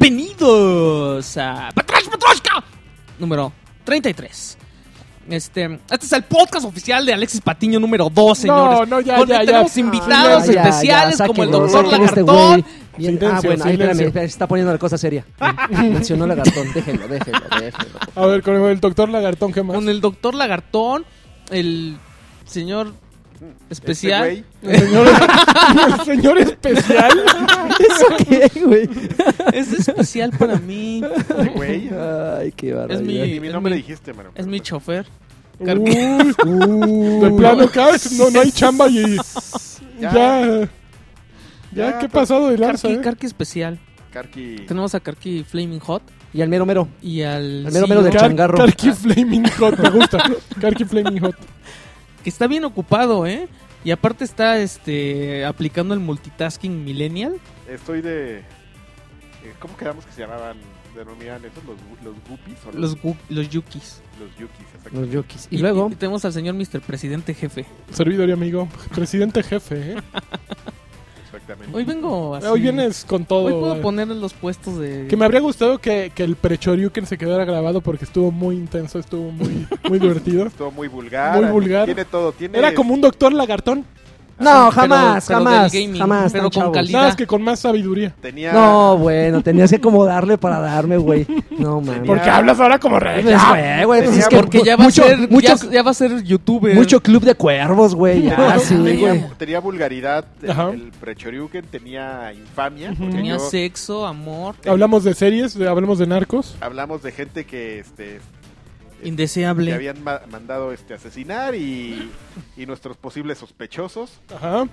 Bienvenidos a Patrash Patrashka número 33. Este, este es el podcast oficial de Alexis Patiño número 2, señores. No, no, ya, Con- ya, ya. tenemos Ah, invitados ya, especiales ya, como el sáquenlo, doctor sáquenlo este Lagartón. güey. Silencio, ah, bueno, ahí espérame, silencio. espérame, se está poniendo la cosa seria. Mencionó lagartón, déjenlo, déjenlo, déjenlo. A ver, con el doctor Lagartón, ¿qué más? Con el doctor Lagartón, el señor especial. Este güey, El señor, el señor especial. ¿Eso qué, güey? es especial para mí. este güey. Ay, qué Es barbaridad. mi, Ni mi es nombre mi- dijiste, mano. es mi chofer. Uy, Uh, de plano, cada vez no, no hay chamba y ya. Ya, Ya, qué pero- pasado de lanza, Carqui, eh? Carqui especial. Carqui. Tenemos a Carqui Flaming Hot Y al mero mero. y al Al mero mero del CEO, Car- changarro. Carqui Flaming Hot, me gusta. Carqui Flaming Hot. que está bien ocupado, ¿eh? Y aparte está este aplicando el multitasking millennial. Estoy de. eh, ¿Cómo quedamos que se llamaban? Denominan esos los, gu- los guppies o Los gu- los yukis. los yukis. exacto. Los yokis. Y luego, tenemos al señor Mr. Presidente Jefe. Servidor y amigo. Presidente jefe, ¿eh? Exactamente. Hoy vengo así. Hoy vienes con todo. Hoy puedo eh. poner en los puestos de Que me habría gustado que, que el prechoriuken se quedara grabado porque estuvo muy intenso, estuvo muy, muy divertido. Estuvo muy vulgar. Muy así, vulgar. Tiene todo. Tiene, Era como un doctor lagartón, pero- no, jamás, pero del jamás, gaming, jamás, pero tan con chavos. calidad. nada más que con más sabiduría. Tenía. No, bueno, tenías que acomodarle para darme, güey. No, man. Tenía- Porque hablas ahora como rey. Pues, güey, güey, pues Tenía- es que porque ya va mucho, a ser mucho, ya, ya va a ser youtuber. mucho club de cuervos, güey. Ya, Tenía, sí, tenía- güey. tenía vulgaridad. El, Ajá. el prechoriuken tenía infamia. porque tenía yo- eh, sexo, amor, Hablamos de series, de- hablamos de narcos. Hablamos de gente que este, que indeseable. habían ma- mandado este asesinar y, y nuestros posibles sospechosos. Ajá.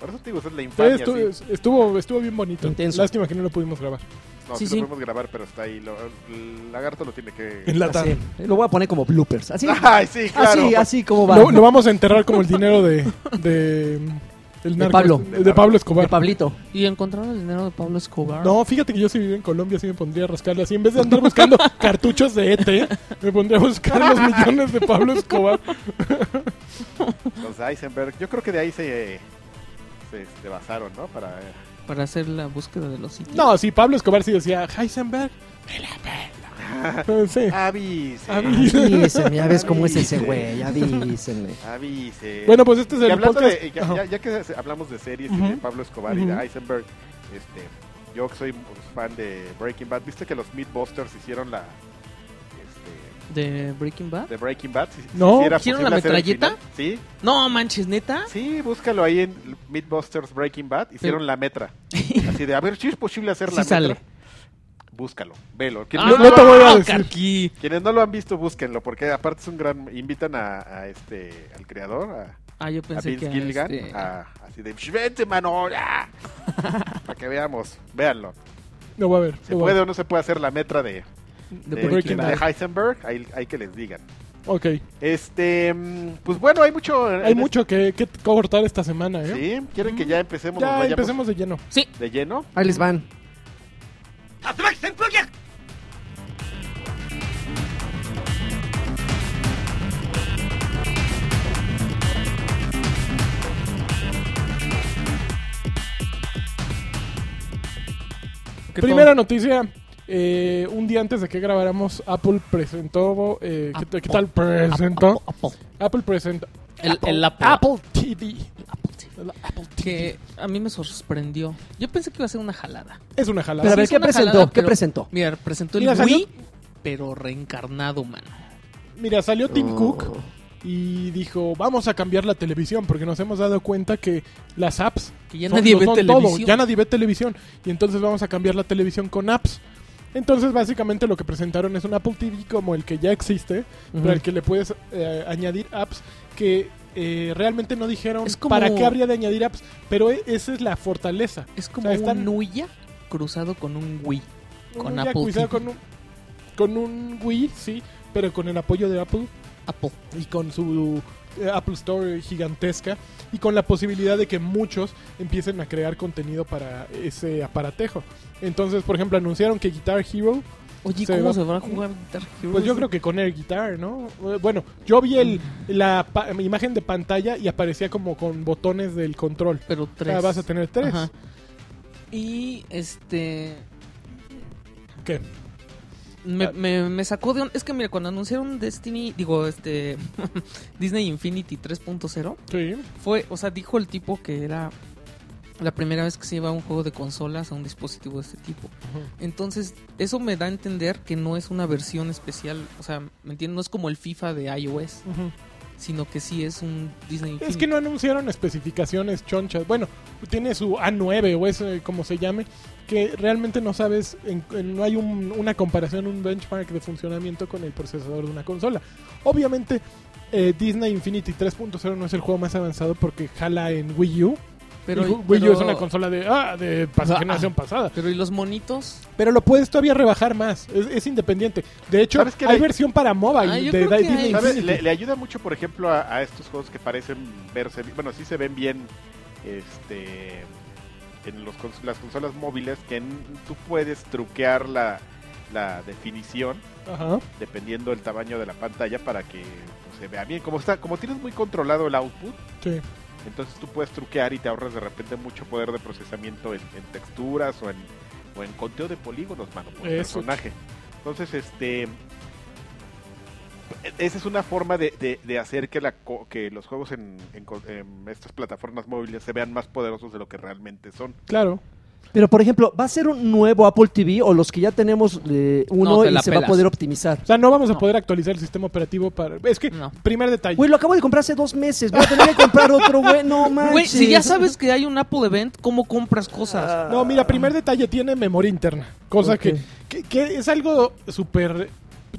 Por eso te digo, esa es la Sí, infamia. estuvo, sí. estuvo, estuvo bien bonito. Intenso. Lástima que no lo pudimos grabar. No, Sí, sí, sí. lo podemos grabar, pero está ahí. Lo, el lagarto lo tiene que. En la Ah, tarde. Así, Lo voy a poner como bloopers. Así, Ay, sí, claro. así, así como va. Lo, lo vamos a enterrar como el dinero de. de el narco- este, Pablo. De, de Pablo Escobar. De Pablito. Y encontraron el dinero de Pablo Escobar. No, fíjate que yo si viviera en Colombia sí me pondría a rascarle así. En vez de andar buscando cartuchos de ET, me pondría a buscar los millones de Pablo Escobar. Los Eisenberg. Yo creo que de ahí se. Se, se basaron, ¿no? Para. eh, Para hacer la búsqueda de los sitios. No, sí, Pablo Escobar sí decía, Heisenberg, me la pela. Sí. Ah, Avise. Avise. Díseme, ya ves cómo es ese güey. Ya díseme. Avise. Bueno, pues este es Y el hablando podcast. de- ya, Ajá. ya- ya que se- hablamos de series y de Ujú. Pablo Escobar y Ujú. de Eisenberg, este, yo que soy fan de Breaking Bad. ¿Viste que los Meatbusters hicieron la. Este, De Breaking Bad. de Breaking Bad? Si- si ¿Ah? No. era ¿Hicieron posible la hacer el metralleta? final. Sí, No manches, neta. sí, búscalo ahí en Meatbusters Breaking Bad. Hicieron la metra. Así de, a ver, si es posible hacer Sí la sale. metra. Búscalo, velo. ¿Quién- Ah, no- no te voy a decir. Carqui. Quienes no lo han visto, búsquenlo, porque aparte es un gran... Invitan a, a este, al creador, a, Ah, yo a pensé que Vince Gilligan, ah, este, a- así de, "Sh, vente, mano, ya". para que veamos, véanlo. Lo voy a ver. ¿Se lo voy a puede ver. o no se puede hacer la metra de, de de- Breaking de Bad. Heisenberg? Ahí hay que les digan. Ok. Este, mm, pues bueno, hay mucho... este- Hay mucho que, que cortar esta semana, ¿eh? ¿Sí? ¿Quieren que ya empecemos? nos Ya vayamos empecemos de lleno. Sí, ¿De lleno? Ahí les van. que Primera noticia. eh, un día antes de que grabáramos, Apple presentó. eh, ¿qué, Apple. qué tal todo- presentó? Apple, Apple presentó. El, el Apple. Apple TV. Apple TV. El Apple TV. Que a mí me sorprendió. Yo pensé que iba a ser una jalada. Es una Pero jalada. a ver, es ¿qué una presentó? jalada, ¿Qué pero- presentó? Mira, presentó el Mira, salió- Wii, pero reencarnado, mano. Mira, salió Oh. Tim Cook y dijo: Vamos a cambiar la televisión porque nos hemos dado cuenta que las apps Que ya Son- nadie lo ve son todo, televisión. ya nadie ve televisión. Y entonces vamos a cambiar la televisión con apps. Entonces, básicamente lo que presentaron es un Apple TV como el que ya existe, pero al que le puedes eh, añadir apps que eh, realmente no dijeron Es como- para qué habría de añadir apps, pero e- esa es la fortaleza. Es como O sea, están- un Nuya cruzado con un Wii. Con Un Apple Yakuza, TV. Con un, con un Wii, sí, pero con el apoyo de Apple Apple. y con su eh, Apple Store gigantesca y con la posibilidad de que muchos empiecen a crear contenido para ese aparatejo. Entonces, por ejemplo, anunciaron que Guitar Hero, Oye, Se ¿cómo va- se van a jugar Guitar Hero? pues yo creo que con Air Guitar, ¿no? Eh, Bueno, yo vi el, la pa- imagen de pantalla y aparecía como con botones del control. Ah, Pero O tres. sea, vas a tener tres. Ajá. Y este. ¿Qué? Me, me- me sacó de un... Es que mira, cuando anunciaron Destiny, digo, este... Disney Infinity 3.0, Sí. fue... O sea, dijo el tipo que era la primera vez que se iba un juego de consolas a un dispositivo de este tipo. Entonces, eso me da a entender que no es una versión especial. O sea, ¿me entiendes? No es como el FIFA de iOS, Ujú. sino que sí es un Disney Infinity. Es que no anunciaron especificaciones chonchas. Bueno, tiene su A9 o es eh, como se llame, que realmente no sabes, en- en- no hay un- una comparación, un benchmark de funcionamiento con el procesador de una consola. Obviamente, eh, Disney Infinity 3.0 no es el juego más avanzado porque jala en Wii U. Pero, y Wii U es pero- una consola de, ah, de pas- Ah. generación pasada. Pero ¿y los monitos? Pero lo puedes todavía rebajar más. Es, es independiente. De hecho, ¿Sabes qué hay le- versión para mobile Ah, yo de, creo que Disney hay. ¿Sabes? Infinity. Le, le ayuda mucho, por ejemplo, a, a estos juegos que parecen verse, bi- bueno, sí se ven bien, este, en los cons- las consolas móviles, que en- tú puedes truquear la, la definición Ajá. dependiendo del tamaño de la pantalla para que pues, se vea bien. Como está, como tienes muy controlado el output, Sí. entonces tú puedes truquear y te ahorras de repente mucho poder de procesamiento en, en texturas o en, o en conteo de polígonos, mano, por Eso. personaje. Entonces, este. Esa es una forma de, de- de hacer que, la, co- que los juegos en, en co- en estas plataformas móviles se vean más poderosos de lo que realmente son. Claro. Pero, por ejemplo, ¿va a ser un nuevo Apple TV o los que ya tenemos eh, No, uno te y la se va pelas. a poder optimizar? O sea, no vamos a No. poder actualizar el sistema operativo para... Es que, No. primer detalle. Güey, lo acabo de comprar hace dos meses. Voy a tener que comprar otro, güey. No manches. Güey, si ya sabes que hay un Apple Event, ¿cómo compras cosas? No, mira, primer detalle, tiene memoria interna. Cosa Ok. que, que, que es algo súper,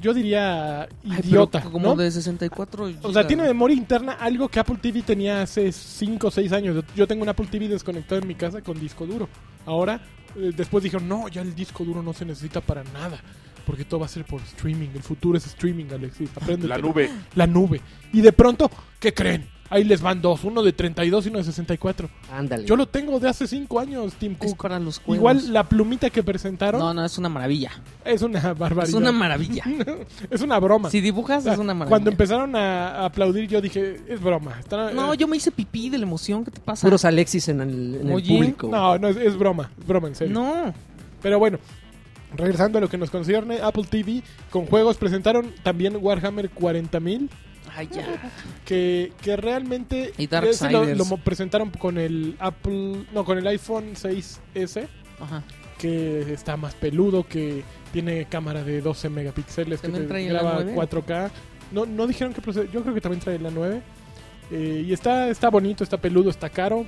yo diría, Ay, pero idiota. Como ¿no? de 64 O sea, gigas. tiene memoria interna algo que Apple TV tenía hace 5 o 6 años. Yo tengo un Apple TV desconectado en mi casa con disco duro. Ahora, eh, después dijeron, no, ya el disco duro no se necesita para nada. Porque todo va a ser por streaming. El futuro es streaming, Alexis. Aprende. La nube. La nube. Y de pronto, ¿qué creen? Ahí les van dos, uno de 32 y uno de 64. Ándale. Yo lo tengo de hace 5 años, Tim Es Cook. para los juegos. Igual la plumita que presentaron No, no, es una maravilla. es una barbaridad. Es una maravilla. Es una broma. Si dibujas, es una maravilla. Cuando empezaron a a aplaudir, yo dije, es broma. Están- No, eh, yo me hice pipí de la emoción. ¿Qué te pasa? Puros Alexis en el, en el Oye. público. güey. No, no, es, es broma. Es broma, en serio. No. Pero bueno, regresando a lo que nos concierne, Apple TV con juegos presentaron también Warhammer 40.000, Ay, ya. que, que realmente Y ese lo, Darksiders. lo mo- presentaron con el Apple, no, con el iPhone 6S, Ajá. que está más peludo, que tiene cámara de 12 megapíxeles, que ¿También te trae la graba 9? 4K. No, no dijeron que procede, yo creo que también trae la 9. Eh, y está, está bonito, está peludo, está caro.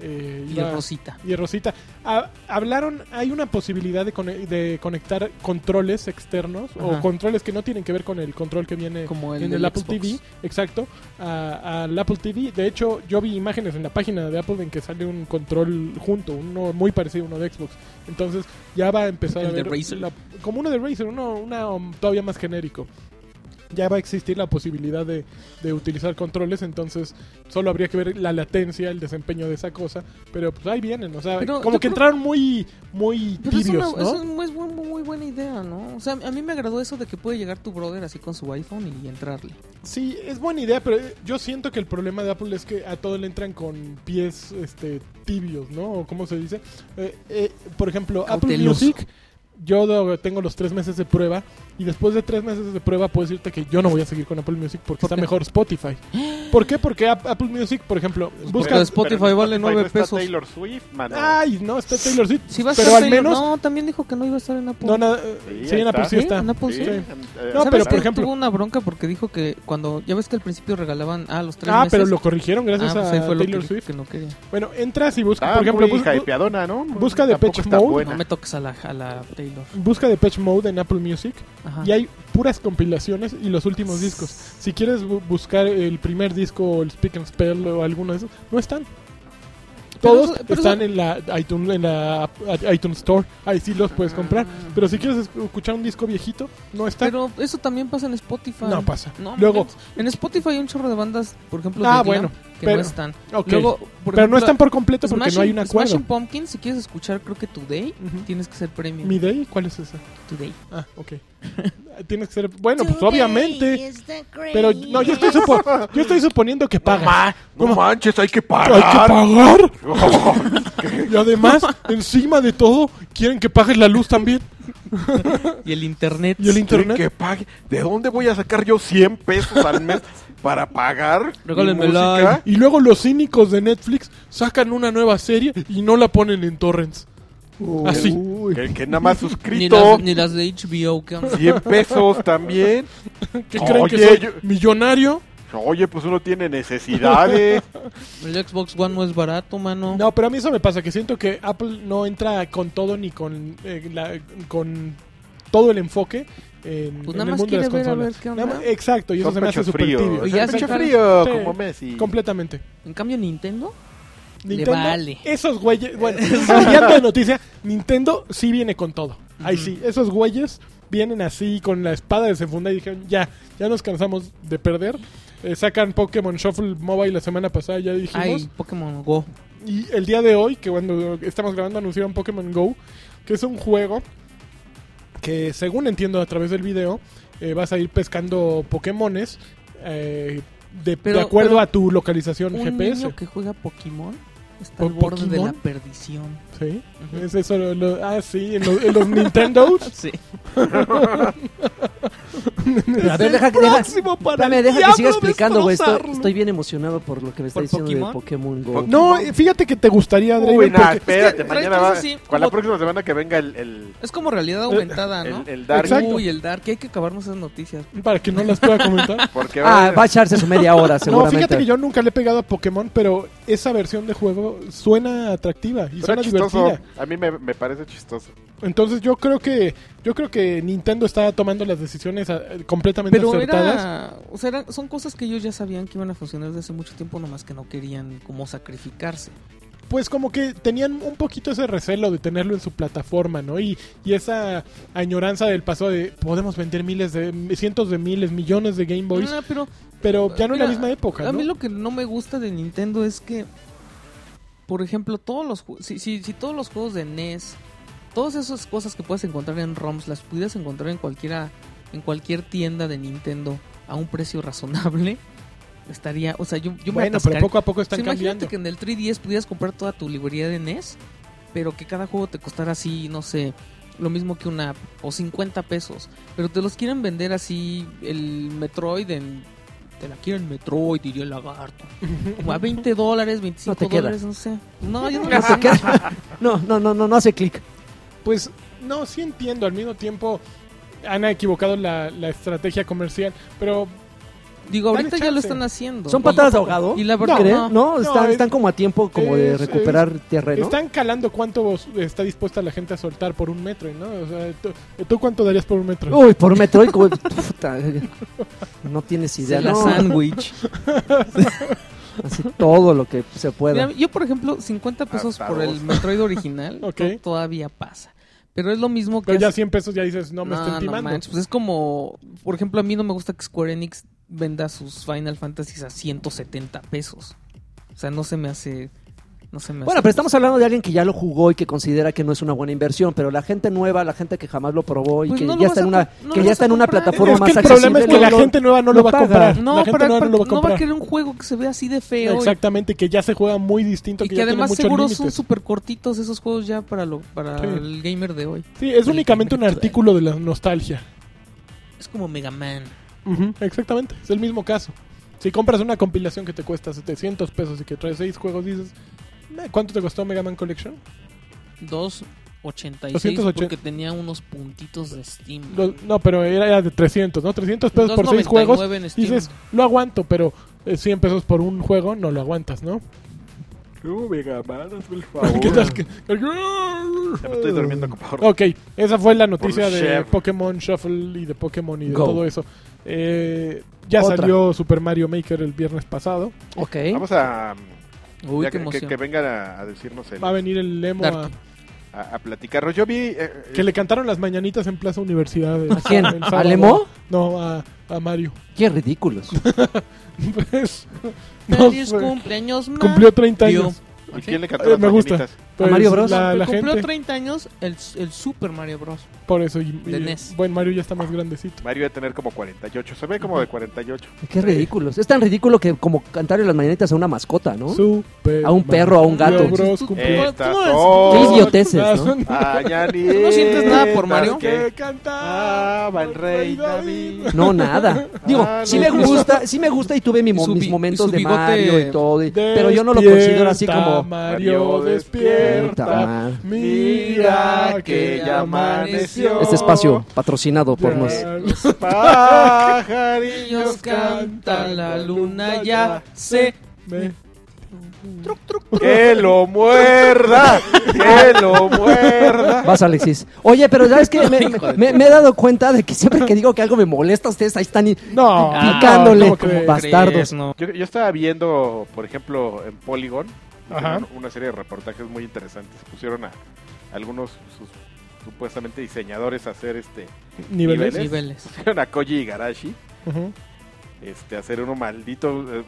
Eh, Y iba- Rosita. y Rosita, ha- hablaron, hay una posibilidad de, cone- de conectar controles externos o Ajá. controles que no tienen que ver con el control que viene Como el en del el Apple Xbox. TV, exacto, a- al Apple TV. De hecho, yo vi imágenes en la página de Apple en que sale un control junto, uno muy parecido a uno de Xbox. Entonces ya va a empezar El a de ver Razer. la- como uno de Razer, uno, una um, todavía más genérico. Ya va a existir la posibilidad de, de utilizar controles, entonces solo habría que ver la latencia, el desempeño de esa cosa, pero pues ahí vienen, o sea, Pero como yo que creo- entraron muy, muy Pero es, tibios, una- ¿no? es un- es muy, muy buena idea, ¿no? O sea, a mí me agradó eso de que puede llegar tu brother así con su iPhone y entrarle. Sí, es buena idea, pero eh, yo siento que el problema de Apple es que a todo le entran con pies este, tibios, ¿no? O cómo se dice. Eh, eh, por ejemplo, Apple Cauteloso. Music, yo do- tengo los tres meses de prueba y después de tres meses de prueba puedo decirte que yo no voy a seguir con Apple Music porque ¿Por está qué? mejor Spotify. ¿Por qué? Porque App- Apple Music, por ejemplo, Pero busca... es- Spotify en vale nueve no está pesos. Taylor Swift, mano. Ay, no, está Taylor Swift, Si vas pero a al Taylor- menos... No, también dijo que no iba a estar en Apple. No, nada, eh, Sí, sí, ahí en Apple está. sí está. ¿En Apple? Sí, Sí. eh, No, eh, ¿Sabes pero, qué? por ejemplo- Tuvo una bronca porque dijo que cuando... Ya ves que al principio regalaban... Ah, los tres Ah, meses. pero lo corrigieron gracias Ah, pues ahí a fue lo Taylor que, Swift. que no quería. Bueno, entras y buscas, está por ejemplo, muy bus- bu- hypeadona, ¿no? busca de Tampoco Pitch está Mode. buena. No me toques a la, a la Taylor. busca Depeche Mode en Apple Music Ajá. y hay puras compilaciones y los últimos discos. Si quieres bu- buscar el primer disco o el Speak and Spell o alguno de esos, no están. Todos eso- pero están eso- en la iTunes en la a- iTunes Store. Ahí sí los puedes comprar, Ah. pero si quieres esc- escuchar un disco viejito, no está. Pero eso también pasa en Spotify. No pasa. No, Luego- en- en Spotify hay un chorro de bandas, por ejemplo, Ah, de Glam, bueno, que pero- no están. Ok. Luego, por pero no ejemplo, están por completo porque no Smashing- hay un acuerdo. Smashing Pumpkins, si quieres escuchar, creo que Today, Ujú. tienes que ser premium. ¿Mi Day? ¿Cuál es esa? Today. Ah, ok. Tienes que ser. Bueno, pues obviamente. Pero no, yo estoy, supo- yo estoy suponiendo que pagas. No manches, hay que ¡Hay que pagar! Y además, encima de todo, quieren que pagues la luz también. y el internet. Y el in- ¿Internet? Que pague. ¿De dónde voy a sacar yo 100 pesos al mes para pagar mi Regálenmela. música? Y luego los cínicos de Netflix sacan una nueva serie y no la ponen en torrents. Así. Uy. Que, que nada más ni, suscrito. las, ni las de HBO, que 100 pesos también. ¿Qué creen que Oye, soy yo- millonario? Oye, pues uno tiene necesidades. el Xbox One no es barato, mano. No, pero a mí eso me pasa, que siento que Apple no entra con todo ni con, eh, la- con todo el enfoque en, Pues en nada el más mundo de quiere ver las a consolas. ver qué Nada onda. más- exacto, y eso Son se me hace pecho súper tibio. frío. Y ya Son pecho sacaron- frío, Sí. como Messi. Completamente. En cambio, Nintendo. Nintendo, vale. Esos güeyes, bueno, cambiando de noticia, Nintendo sí viene con todo. Ahí sí, esos güeyes vienen así con la espada desenfundada y dijeron, ya, ya nos cansamos de perder. Eh, sacan Pokémon Shuffle Mobile la semana pasada, ya dijimos. Ay, Pokémon Go. Y el día de hoy, que cuando estamos grabando, anunciaron Pokémon Go, que es un juego que, según entiendo a través del video, eh, vas a ir pescando Pokémones eh, de, Pero- de acuerdo pero a tu localización Un GPS. niño que juega Pokémon está Po- al borde de la Pokémon. perdición. Sí, Ujú. es eso. lo- lo- ah, sí, en, lo- en los Nintendos. Sí. A ver, deja, deja, espérame, deja que siga explicando, güey. Estoy, estoy bien emocionado por lo que me está ¿Por diciendo Pokémon? de Pokémon Go. Por- No, eh, fíjate que te gustaría, Draven, Uy, nah, porque- Es espérate, que trae mañana va. cosas así, Con la como- próxima semana que venga el, el, Es como realidad aumentada, Ah, Eh, ¿no? el, el Dark. Exacto. Uy, el Dark. Hay que acabarnos esas noticias. para que no las pueda comentar. Porque Ah, ahora- va a echarse su media hora, No, seguramente. fíjate que yo nunca le he pegado a Pokémon, pero esa versión de juego suena atractiva y suena, suena chistoso. divertida. A mí me, me parece chistoso. Entonces yo creo que yo creo que Nintendo está tomando las decisiones ah, completamente Pero acertadas. era, o sea, eran- son cosas que ellos ya sabían que iban a funcionar desde hace mucho tiempo, nomás que no querían como sacrificarse. Pues como que tenían un poquito ese recelo de tenerlo en su plataforma, ¿no? Y, y esa añoranza del pasado de podemos vender miles de cientos de miles, millones de Game Boys, Ah, pero pero ya no Mira, en la misma época, A ¿no? mí lo que no me gusta de Nintendo es que, por ejemplo, todos los ju- si, si, si todos los juegos de NES, todas esas cosas que puedes encontrar en ROMs, las pudieras encontrar en cualquiera, en cualquier tienda de Nintendo a un precio razonable, estaría, o sea, yo, yo me bueno, pero atascaría. poco a poco O sea, están Pues imagínate cambiando. que en el 3DS pudieras comprar toda tu librería de NES, pero que cada juego te costara así, no sé, lo mismo que una app, o 50 pesos. Pero te los quieren vender así, el Metroid en... Te la quieren Metroid, diría el lagarto. Como a 20 dólares, 25 No te queda. dólares, no sé. No, yo no No, lo se sé. queda- no, no, no, no, no hace clic. Pues no, sí entiendo, al mismo tiempo han equivocado la, la estrategia comercial, pero Digo, Dale ahorita ya lo chance. están haciendo. ¿Son Y- patadas de ahogado? Y la ¿No verdad, creen? no. No, No, están, es- están como a tiempo como de es- es- recuperar terreno. Están calando cuánto está dispuesta la gente a soltar por un metro, ¿no? O sea, ¿tú, tú cuánto darías por un metro? Uy, por Metroid, como- puta, no tienes idea. Se la no. sándwich. Así todo lo que se Mira, pueda. yo, por ejemplo, 50 pesos Hasta por el dos. Metroid original Ok. to- todavía pasa. Pero es lo mismo que Pero ya hace- 100 pesos ya dices, no me estén timando. manches, pues es como, por ejemplo, a mí no me gusta que Square Enix venda sus Final Fantasies a 170 pesos. O sea, no se me hace... No se me Bueno, hace pero estamos hablando de alguien que ya lo jugó y que considera que no es una buena inversión, pero la gente nueva, la gente que jamás lo probó y Pues que no lo ya vas está en a una, com- no que lo ya vas está a en una comprar. plataforma es que más el problema es que accesible, la lo- gente nueva no lo lo va a paga. comprar. No, la gente pero nueva no lo va a no va a comprar. querer un juego que se vea así de feo. y- Exactamente, que ya se juega muy distinto, Y, que, que ya tiene además muchos seguro son límites. súper cortitos esos juegos ya para lo para Sí. el gamer de hoy. Sí, es únicamente un Virtual. artículo de la nostalgia. Es como Mega Man. Exactamente, es el mismo caso. Si compras una compilación que te cuesta 700 pesos y que trae 6 juegos, dices, "Nah, ¿cuánto te costó Mega Man Collection? 286 280. porque tenía unos puntitos de Steam. Lo- no, pero era, era de 300, ¿no? 300 pesos por 6 juegos. 2.99 en Steam. Dices, lo aguanto, pero eh, 100 pesos por un juego no lo aguantas, ¿no? No, Mega Man, hazme el ¿Qué favor. tal? que- Ya me estoy durmiendo, compadre. Ok, esa fue la noticia de Share. Pokémon Shuffle y de Pokémon y de Go. todo eso. Eh, ya Otra. salió Super Mario Maker el viernes pasado. Ok. Vamos a. Uy, ya qué que- que, emoción. que vengan a, a decirnos el- Va a a, venir el Lemo a, Dark. a platicarnos. Yo vi. eh, eh, que le cantaron las mañanitas en Plaza Universidad. el- ¿A quién? el sábado. ¿A Lemo? No, a, a Mario. Qué ridículos. Pues, no Feliz sé, cumpleaños, man. Cumplió 30 años. Vio. ¿Y quién le cantó Eh, las me gusta. mañanitas? Pues, Mario Bros. La, la cumplió gente, 30 años el, el Super Mario Bros. por eso. Y, de y- E NES. Bueno, Mario ya está más grandecito. Mario debe tener como 48. Se ve como de 48. Qué ridículos. Es tan ridículo que como cantarle las mañanitas a una mascota, ¿no? Super A un perro, a un Mario gato. Bros. Tú- cumplió- ¿cómo- Estas cómo son- eres? Qué idioteces, Ah, ¿no? son- Ah, ya ni ¿No sientes nada por estás Ah, Mario? que- canta? Ah, va el rey David. No, nada. Digo, Ah, sí no. me gusta, sí me gusta y tuve mi mo- Y su bi- mis y momentos su de bigote- Mario y todo. y- pero yo no lo considero así como. Mario, Puta despierta. madre. Mira que ya amaneció. Este espacio patrocinado por nos. Los Ellos Pajarillos cantan, la luna ya se... Me- Que lo muerda, que lo muerda. Vas, Alexis. Oye, pero ¿sabes qué? Me, Hijo de me- me he dado cuenta de que siempre que digo que algo me molesta, ustedes ahí están y- No, Picándole. Ah, ¿cómo crees? Vas- Bastardos. no. Yo, yo estaba viendo, por ejemplo, en Polygon, Ajá. hicieron una serie de reportajes muy interesantes. Pusieron a algunos sus- supuestamente diseñadores a hacer este. Niveles. Niveles. Niveles. Pusieron a Koji Igarashi Ujú. este, a hacer uno maldito. eh,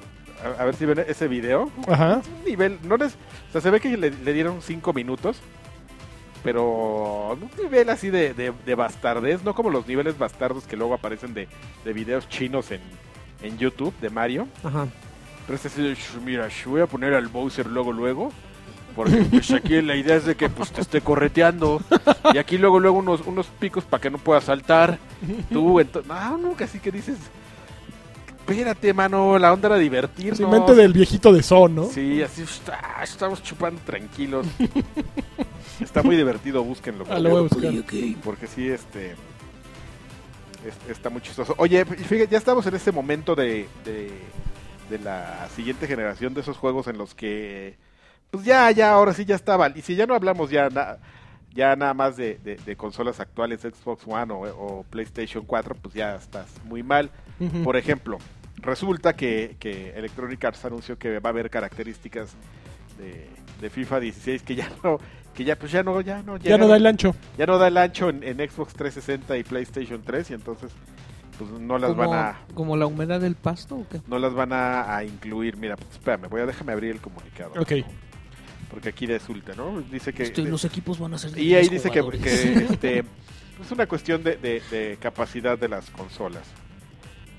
a, a ver si ven ese video. Ajá. Es un nivel, no les, o sea, se ve que le, le dieron cinco minutos, pero un nivel así de, de, de bastardez, no como los niveles bastardos que luego aparecen de, de videos chinos en, en YouTube de Mario. Ajá. Pero este así de, "Sh, mira, sh, voy a poner al Bowser luego, luego. Porque pues aquí la idea es de que pues te esté correteando. Y aquí luego, luego unos, unos picos para que no puedas saltar. Tú, entonces... No, no, casi que dices... Espérate, mano, la onda era divertirnos. Sí, mente del viejito de Son, ¿no? Sí, así está, estamos chupando tranquilos. está muy divertido, búsquenlo. Ah, lo voy a buscar. Porque sí, este es- está muy chistoso. Oye, y fíjate, ya estamos en este momento de, de, de la siguiente generación de esos juegos en los que pues ya, ya, ahora sí ya estaban. Y si ya no hablamos ya na- ya nada más de, de- de consolas actuales, Xbox One o, o PlayStation 4, pues ya estás muy mal. Ujú. Por ejemplo, resulta que, que Electronic Arts anunció que va a haber características de, de FIFA 16 que ya no, que ya pues ya no, ya no, Ya no da el ancho. ya no da el ancho en, en Xbox 360 y PlayStation 3 y entonces pues no las Como, van a como la humedad del pasto o qué? no las van a, a incluir. Mira, pues, espérame, voy a déjame abrir el comunicado. Ok. Porque aquí resulta, ¿no? Dice que Este, los equipos van a ser... de y ahí los dice que, jugadores. que, este, es una cuestión de, de- de capacidad de las consolas.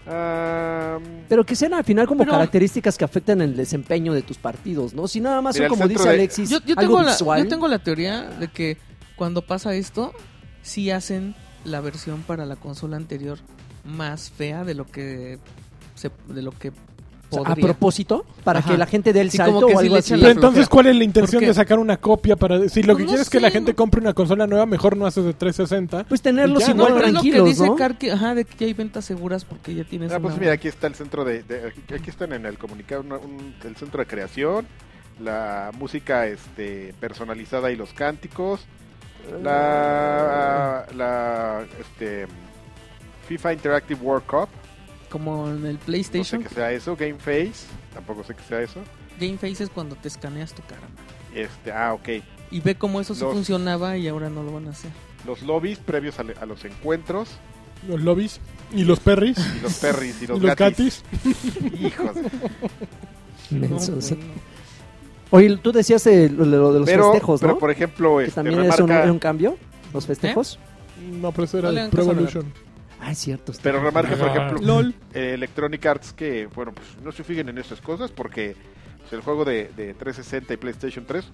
Ah, Pero que sean al final como Pero- características que afectan el desempeño de tus partidos, ¿no? Si nada más Mira, el son como centro dice de- Alexis, yo, yo algo tengo la, visual. yo tengo la teoría de que cuando pasa esto, sí hacen la versión para la consola anterior más fea de lo que se- de lo que O sea, podría. a propósito, para Ajá. que la gente dé el Sí, como salto que o sí algo le así. echan Pero la entonces, flojera. ¿cuál es la intención qué? de sacar una copia para si lo que Pues no quieres es que la sé, gente no- compre una consola nueva, mejor no haces de 360. Pues tenerlos Ya, igual Pero ¿no? Ah, es lo que tranquilos, dice ¿no? Car que, ajá, de que ya hay ventas seguras porque ya tienes ah, pues una- mira, aquí está el centro de, de- aquí- aquí están en el comunicado una- un- el centro de creación, la música este personalizada y los cánticos, la Ah. la este FIFA Interactive World Cup, como en el no sé PlayStation, que sea eso, Game Face, tampoco sé que sea eso. Game Face es cuando te escaneas tu cara. man. Este, ah, ok. Y ve cómo eso sí Los- funcionaba y ahora no lo van a hacer. Los lobbies previos a, le- a los encuentros Los lobbies y los perris y los perris y y los, los gatis. catis. Hijos. Mensos. No, güey, no. pues. Oye, tú decías eh, lo, lo de los pero, festejos, pero ¿no? por ejemplo, que este, también es un, remarca- era un cambio, los festejos. No, pero eso era No le de hagan Pro caso a la- Evolution. Ah, es cierto. está- Pero remarca, por Ah. ejemplo, LOL. eh, Electronic Arts que, bueno, pues no se fijen en estas cosas porque pues, el juego de, de 360 y PlayStation 3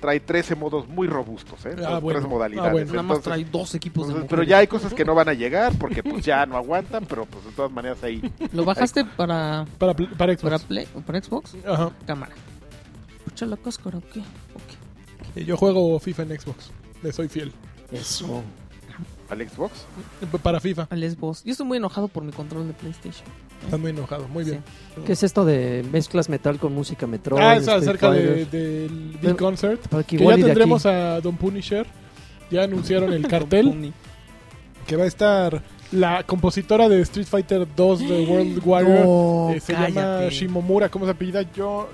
trae 13 modos muy robustos, Ah, ¿eh? Tres bueno. modalidades. Ah, bueno. Nada más Entonces, trae dos equipos de entonces, pero mujeres. ya hay cosas que no van a llegar porque pues ya no aguantan, pero pues de todas maneras ahí. ¿Lo bajaste para, Para, pl- para para, Xbox. Play, para Xbox? Ajá. Cámara. Pucha la cáscara, ¿o ¿qué? ¿O qué? Y yo juego FIFA en Xbox. Le soy fiel. Eso. Al Xbox. P- Para FIFA. Al Xbox. Yo estoy muy enojado por mi control de PlayStation. Estás muy enojado. Muy bien. ¿Qué es esto de mezclas metal con música metrón? Ah, eso Street acerca de- Fighters? del Pero- Big Concert. Para que Que igual ya y de aquí- tendremos a Don Punisher. Ya anunciaron el cartel. que va a estar la compositora de Street Fighter 2 de World Warrior. No, Oh, Eh, se llama cállate. Shimomura, ¿cómo se apellida? Yo,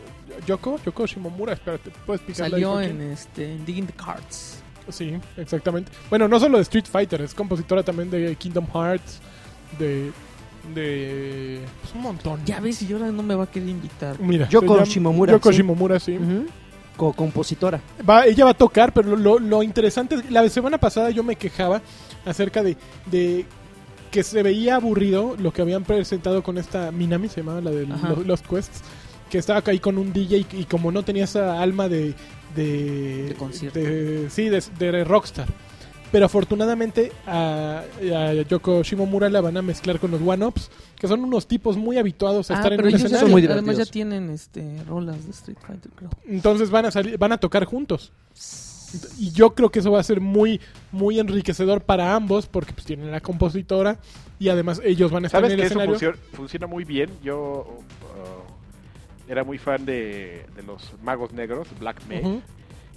Yoko, Yoko Shimomura, espérate, puedes picarle ahí Salió porque- en este en Digging the Cards. Sí, exactamente. Bueno, no solo de Street Fighter, es compositora también de Kingdom Hearts, de de pues un montón. Ya ves, y ahora no me va a querer invitar. Mira, Yoko se llama- Shimomura, Yoko sí. Shimomura, sí. Ujú. co- compositora. Va, ella va a tocar, pero lo, lo interesante es que la semana pasada yo me quejaba acerca de, de que se veía aburrido lo que habían presentado con esta Minami, se llamaba la de Ajá. los, los Quests, que estaba ahí con un DJ y, y como no tenía esa alma de... De, De concierto. de- sí, de, de rockstar. Pero afortunadamente a, a Yoko Shimomura la van a mezclar con los One Ups, que son unos tipos muy habituados a Ah, estar en pero un ellos ya, escenario. son muy además ya divertidos. tienen este, rolas de Street Fighter, creo. Entonces van a salir, van a tocar juntos. Y yo creo que eso va a ser muy, muy enriquecedor para ambos, porque pues tienen la compositora y además ellos van a estar ¿Sabes en el que eso escenario. funciona, funciona muy bien? Yo uh, era muy fan de, de los magos negros, Black Mage, Ujú.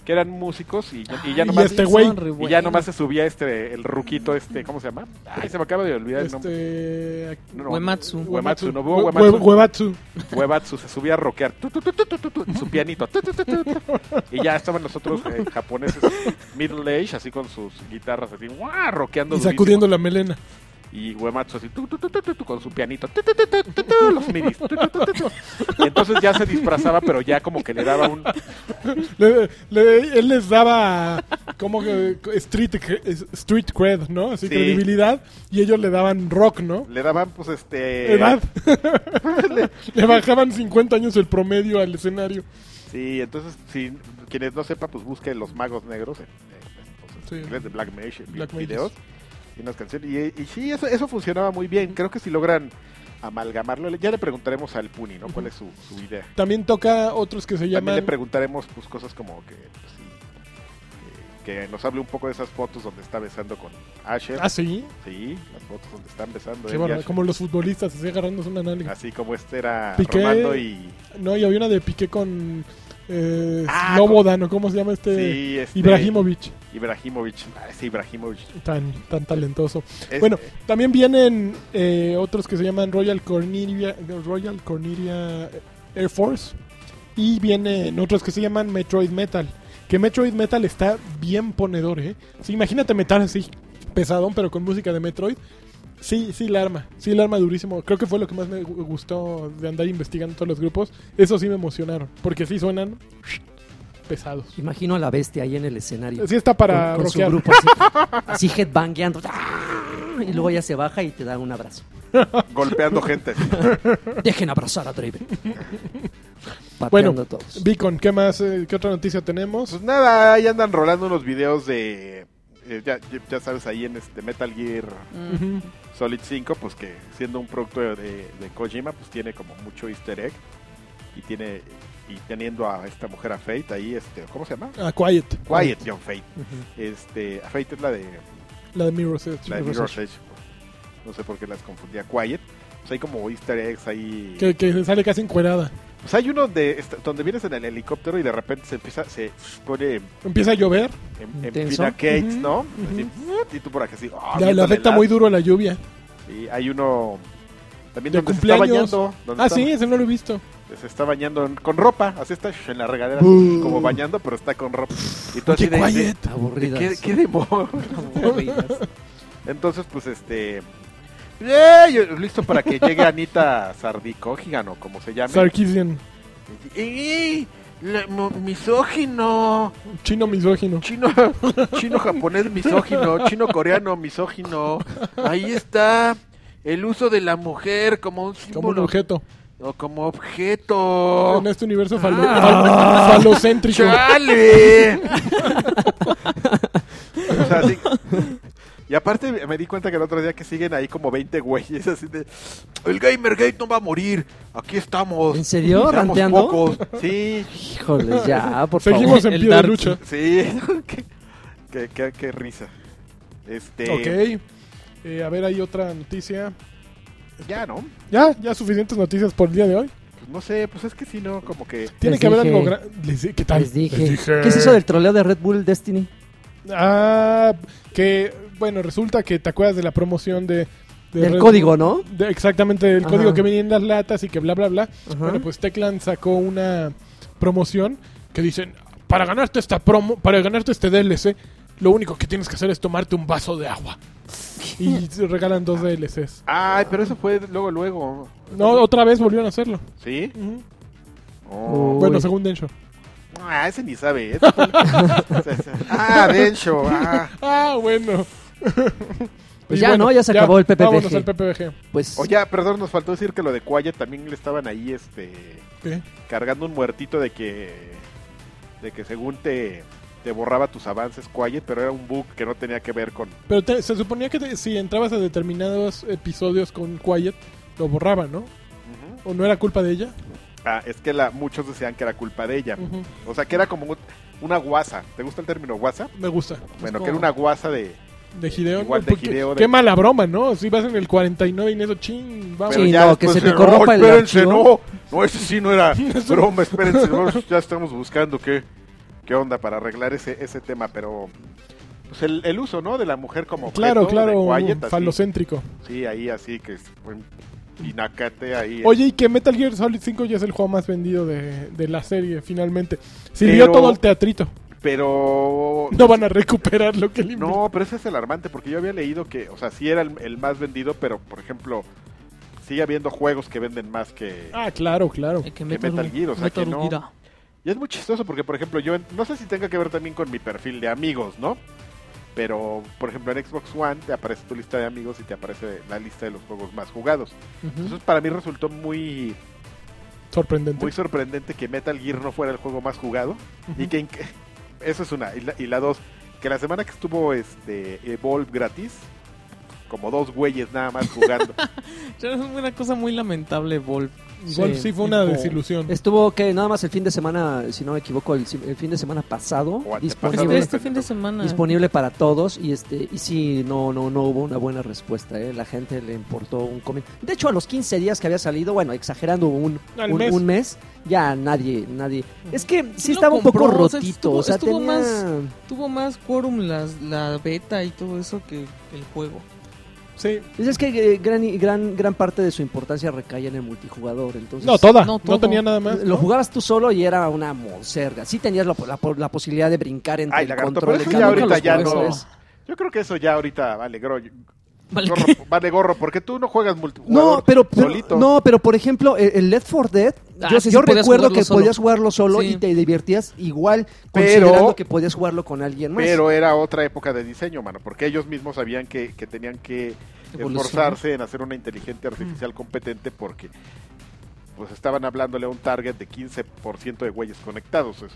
que eran músicos y, y ya Ay, nomás... y este güey, Y ya nomás se subía este, el ruquito este, ¿cómo se llama? Ay, se me acaba de olvidar el nombre. Este... No, no, Uematsu. Uematsu, no, Hue- Uematsu. hue- Huevatsu. Huevatsu se subía a rockear tu, tu, tu, tu, tu, tu, tu, en su pianito tu, tu, tu, tu, tu. y ya estaban los otros eh, japoneses middle age así con sus guitarras así ¡guau! rockeando Y durísimo. sacudiendo la melena. y Uematsu así tu, tu, tu, tu, tu, tu, con su pianito tu, tu, tu, tu, tu, tu, los midis tu, tu, tu, tu, tu. Y entonces ya se disfrazaba pero ya como que le daba un Le- le- él les daba como que street, cre- street cred, ¿no? Así Sí. credibilidad. Y ellos le daban rock, ¿no? le daban pues este Edad. le bajaban 50 años el promedio al escenario. sí entonces si quienes no sepan pues busquen los magos negros en, en- pues, en Sí. inglés de Black Mage en Black Mages. videos y unas canciones. Y, y sí, eso, eso funcionaba muy bien. Creo que si logran amalgamarlo, ya le preguntaremos al Puni, ¿no? ¿Cuál es su, su idea? También toca otros que se También le llaman... preguntaremos pues, cosas como que, pues, sí, eh, que nos hable un poco de esas fotos donde está besando con Asher. Ah, sí. Sí, las fotos donde están besando. Qué él y bárbaro, Asher. como los futbolistas, así agarrándose una nalga. Así como este era Piqué. Romando y... No, y había una de Piqué con eh, Ah, Slobodan, ¿no? ¿cómo se llama este? Sí, este, Ibrahimovic, Ibrahimovic. Ah, ese Ibrahimovic. tan, tan talentoso. Es- eh, Bueno, también vienen eh, otros que se llaman Royal Cornelia, eh, Royal Cornelia eh, Air Force. Y vienen otros que se llaman Metroid Metal. Que Metroid Metal está bien ponedor, ¿eh? Sí, imagínate metal así, pesadón, pero con música de Metroid. Sí, sí, la arma. Sí, la arma durísimo. Creo que fue lo que más me gu- gustó de andar investigando todos los grupos. Eso sí me emocionaron. Porque sí suenan pesados. Imagino a la bestia ahí en el escenario. Sí está para con, con su rockear. grupo así, así headbangueando. ¡Ah! Y luego ya se baja y te da un abrazo. golpeando gente. Dejen abrazar a Draven. Pateando Bueno, a todos. Beacon, ¿qué más? eh, ¿Qué otra noticia tenemos? Pues nada, ahí andan rolando unos videos de... eh, ya, ya sabes, ahí en este Metal Gear Mm. Ujú. Solid 5, pues que siendo un producto de, de Kojima, pues tiene como mucho easter egg. Y tiene y teniendo a esta mujer a Fate ahí, este, ¿cómo se llama? Ah, Quiet. Quiet John Fate. Ujú. Este, a Fate es la de, La de Mirror's Edge. la de Mirror's Mirror's Edge. pues, No sé por qué las confundía. Quiet. Pues hay como easter eggs ahí. Edge. Que, que se sale casi encuerada. Pues hay uno de esta- donde vienes en el helicóptero y de repente se empieza, se pone en, Empieza a llover. en Intenso. Gates, Ujú, ¿no? ujú. Así, y tú por acá así. ah, la- le viéndole afecta la- muy duro la lluvia. Y hay uno también De donde se está cumpleaños. bañando. donde Ah, está- sí, ese no lo he visto. se está bañando en- con ropa, así está en la regadera, Buh. como bañando, pero está con ropa. Y tú así Qué de, de- quiet. de Aburridas. ¿qué, qué demonios? Aburridas. Entonces, pues este. ¡Ey! Eh, Listo para que llegue Anita Sardicógigan o como se llame. Sarkisian. ¡Ey! la- mo- misógino, Chino misógino. chino, chino japonés misógino, chino coreano misógino. Ahí está el uso de la mujer como un Como un símbolo objeto. o como objeto. En este universo falo- fal- Ah. falocéntrico. ¡Chale! o sea, sí. Y aparte me di cuenta que el otro día que siguen ahí como 20 güeyes así de... El Gamergate no va a morir. Aquí estamos. ¿En serio? Seamos ¿Ranteando? pocos". Sí, Híjoles, ya, ah, por favor. Seguimos en El pie de Dark. lucha. sí. qué, qué- qué- qué risa. Este... Ok. Eh, a ver, hay otra noticia. Ya, ¿no? Ya, ya suficientes noticias por el día de hoy. Pues no sé, pues es que si no, como que... Tiene Les que haber dije. algo grande. ¿Qué tal? Les dije. ¿Qué es eso del troleo de Red Bull Destiny? Ah, que bueno, resulta que te acuerdas de la promoción de, de Del Red- código, ¿no? de- exactamente, el Ajá. código que venía en las latas y que bla bla bla. Ajá. Bueno, pues Teclan sacó una promoción que dicen, para ganarte esta promo, para ganarte este DLC, lo único que tienes que hacer es tomarte un vaso de agua. Y se regalan dos DLCs. Ay, pero eso fue luego, luego. No, otra vez volvieron a hacerlo. ¿Sí? Ujú. Oh. Uy. Bueno, según Densho. Ah, ese ni sabe. ese fue el- o sea, ese- ah, Densho. Ah. Ah, bueno. Pues Y ya, ¿no? Ya se acabó el PPBG. Vámonos al PPBG. Pues Oye, perdón, nos faltó decir que lo de Cuaya también le estaban ahí este ¿Qué? cargando un muertito de que de que según te, te borraba tus avances Quiet, pero era un bug que no tenía que ver con Pero te- se suponía que te- si entrabas a determinados episodios con Quiet, lo borraban, ¿no? ¿O no era culpa de ella? Ah, es que la, muchos decían que era culpa de ella. Ujú. O sea, que era como un- una guasa. ¿Te gusta el término guasa? Me gusta. Bueno, como- que era una guasa de... De Hideo. Igual de Porque- Hideo, de- Qué mala broma, ¿no? Si vas en el 49 y en eso, ching, vamos. Pero Sí, ya no, que después se te dijeron, corrompa el no, espérense, archivo". no, no, ese sí no era broma, espérense, no, ya estamos buscando qué, qué onda para arreglar ese, ese tema, pero pues el, el uso, ¿no? De la mujer como objeto, Claro, claro, de Wyatt, así. falocéntrico. Sí, ahí así que es un pinacate ahí. Oye, y que Metal Gear Solid 5 ya es el juego más vendido de, de la serie, finalmente. Sirvió Pero- todo el teatrito. pero No van a recuperar lo que le No, pero ese es alarmante porque yo había leído que, o sea, sí era el, el más vendido, pero por ejemplo, sigue habiendo juegos que venden más que. Ah, claro, claro. Eh, que Metal Gear, o sea, que no- Gear. Y es muy chistoso porque, por ejemplo, yo en- no sé si tenga que ver también con mi perfil de amigos, ¿no? Pero, por ejemplo, en Xbox One te aparece tu lista de amigos y te aparece la lista de los juegos más jugados. Ujú. Entonces, para mí resultó muy, Sorprendente. muy sorprendente que Metal Gear no fuera el juego más jugado. Ujú. Y que, en- que- eso es una. Y la, y la dos, que la semana que estuvo este Evolve gratis, como dos güeyes nada más jugando. Es una cosa muy lamentable, Vol. Golf pues, sí fue una Tipo- desilusión. estuvo que nada más el fin de semana, si no me equivoco, el, el fin de semana pasado O antepasado. Este, disponible, este fin de semana. disponible para todos y este y sí no no no hubo una buena respuesta, ¿eh? la gente le importó un comentario. De hecho, a los 15 días que había salido, bueno, exagerando un Al un un mes. mes, ya nadie nadie. Es que sí, lo estaba un poco compró, o sea, rotito, estuvo- o sea, estuvo tenía- más- Tuvo más quórum las, la beta y todo eso que el juego. Sí. Pues es que eh, gran, gran, gran parte de su importancia recaía en el multijugador. Entonces, No, toda. No, No, todo. tenía nada más. pues Lo ¿no? jugabas tú solo y era una monserga. Sí tenías la, la- la posibilidad de brincar entre Ay, el lagarto, control pero de eso cada ya uno de ahorita los ya no. jugadores. Yo creo que eso ya ahorita vale, gro- Vale, gorro, que- vale gorro, porque tú no juegas multijugador. No, pero, pero- solito. no, pero por ejemplo, el, el Left 4 Dead, Ah, yo, sí, sí yo podías recuerdo jugarlo que solo. podías jugarlo solo Sí. y te divertías igual Pero- considerando que podías jugarlo con alguien más. Pero era otra época de diseño, mano, porque ellos mismos sabían que, que tenían que Evolución. esforzarse en hacer una inteligencia artificial competente porque pues estaban hablándole a un target de 15% de güeyes conectados. Es-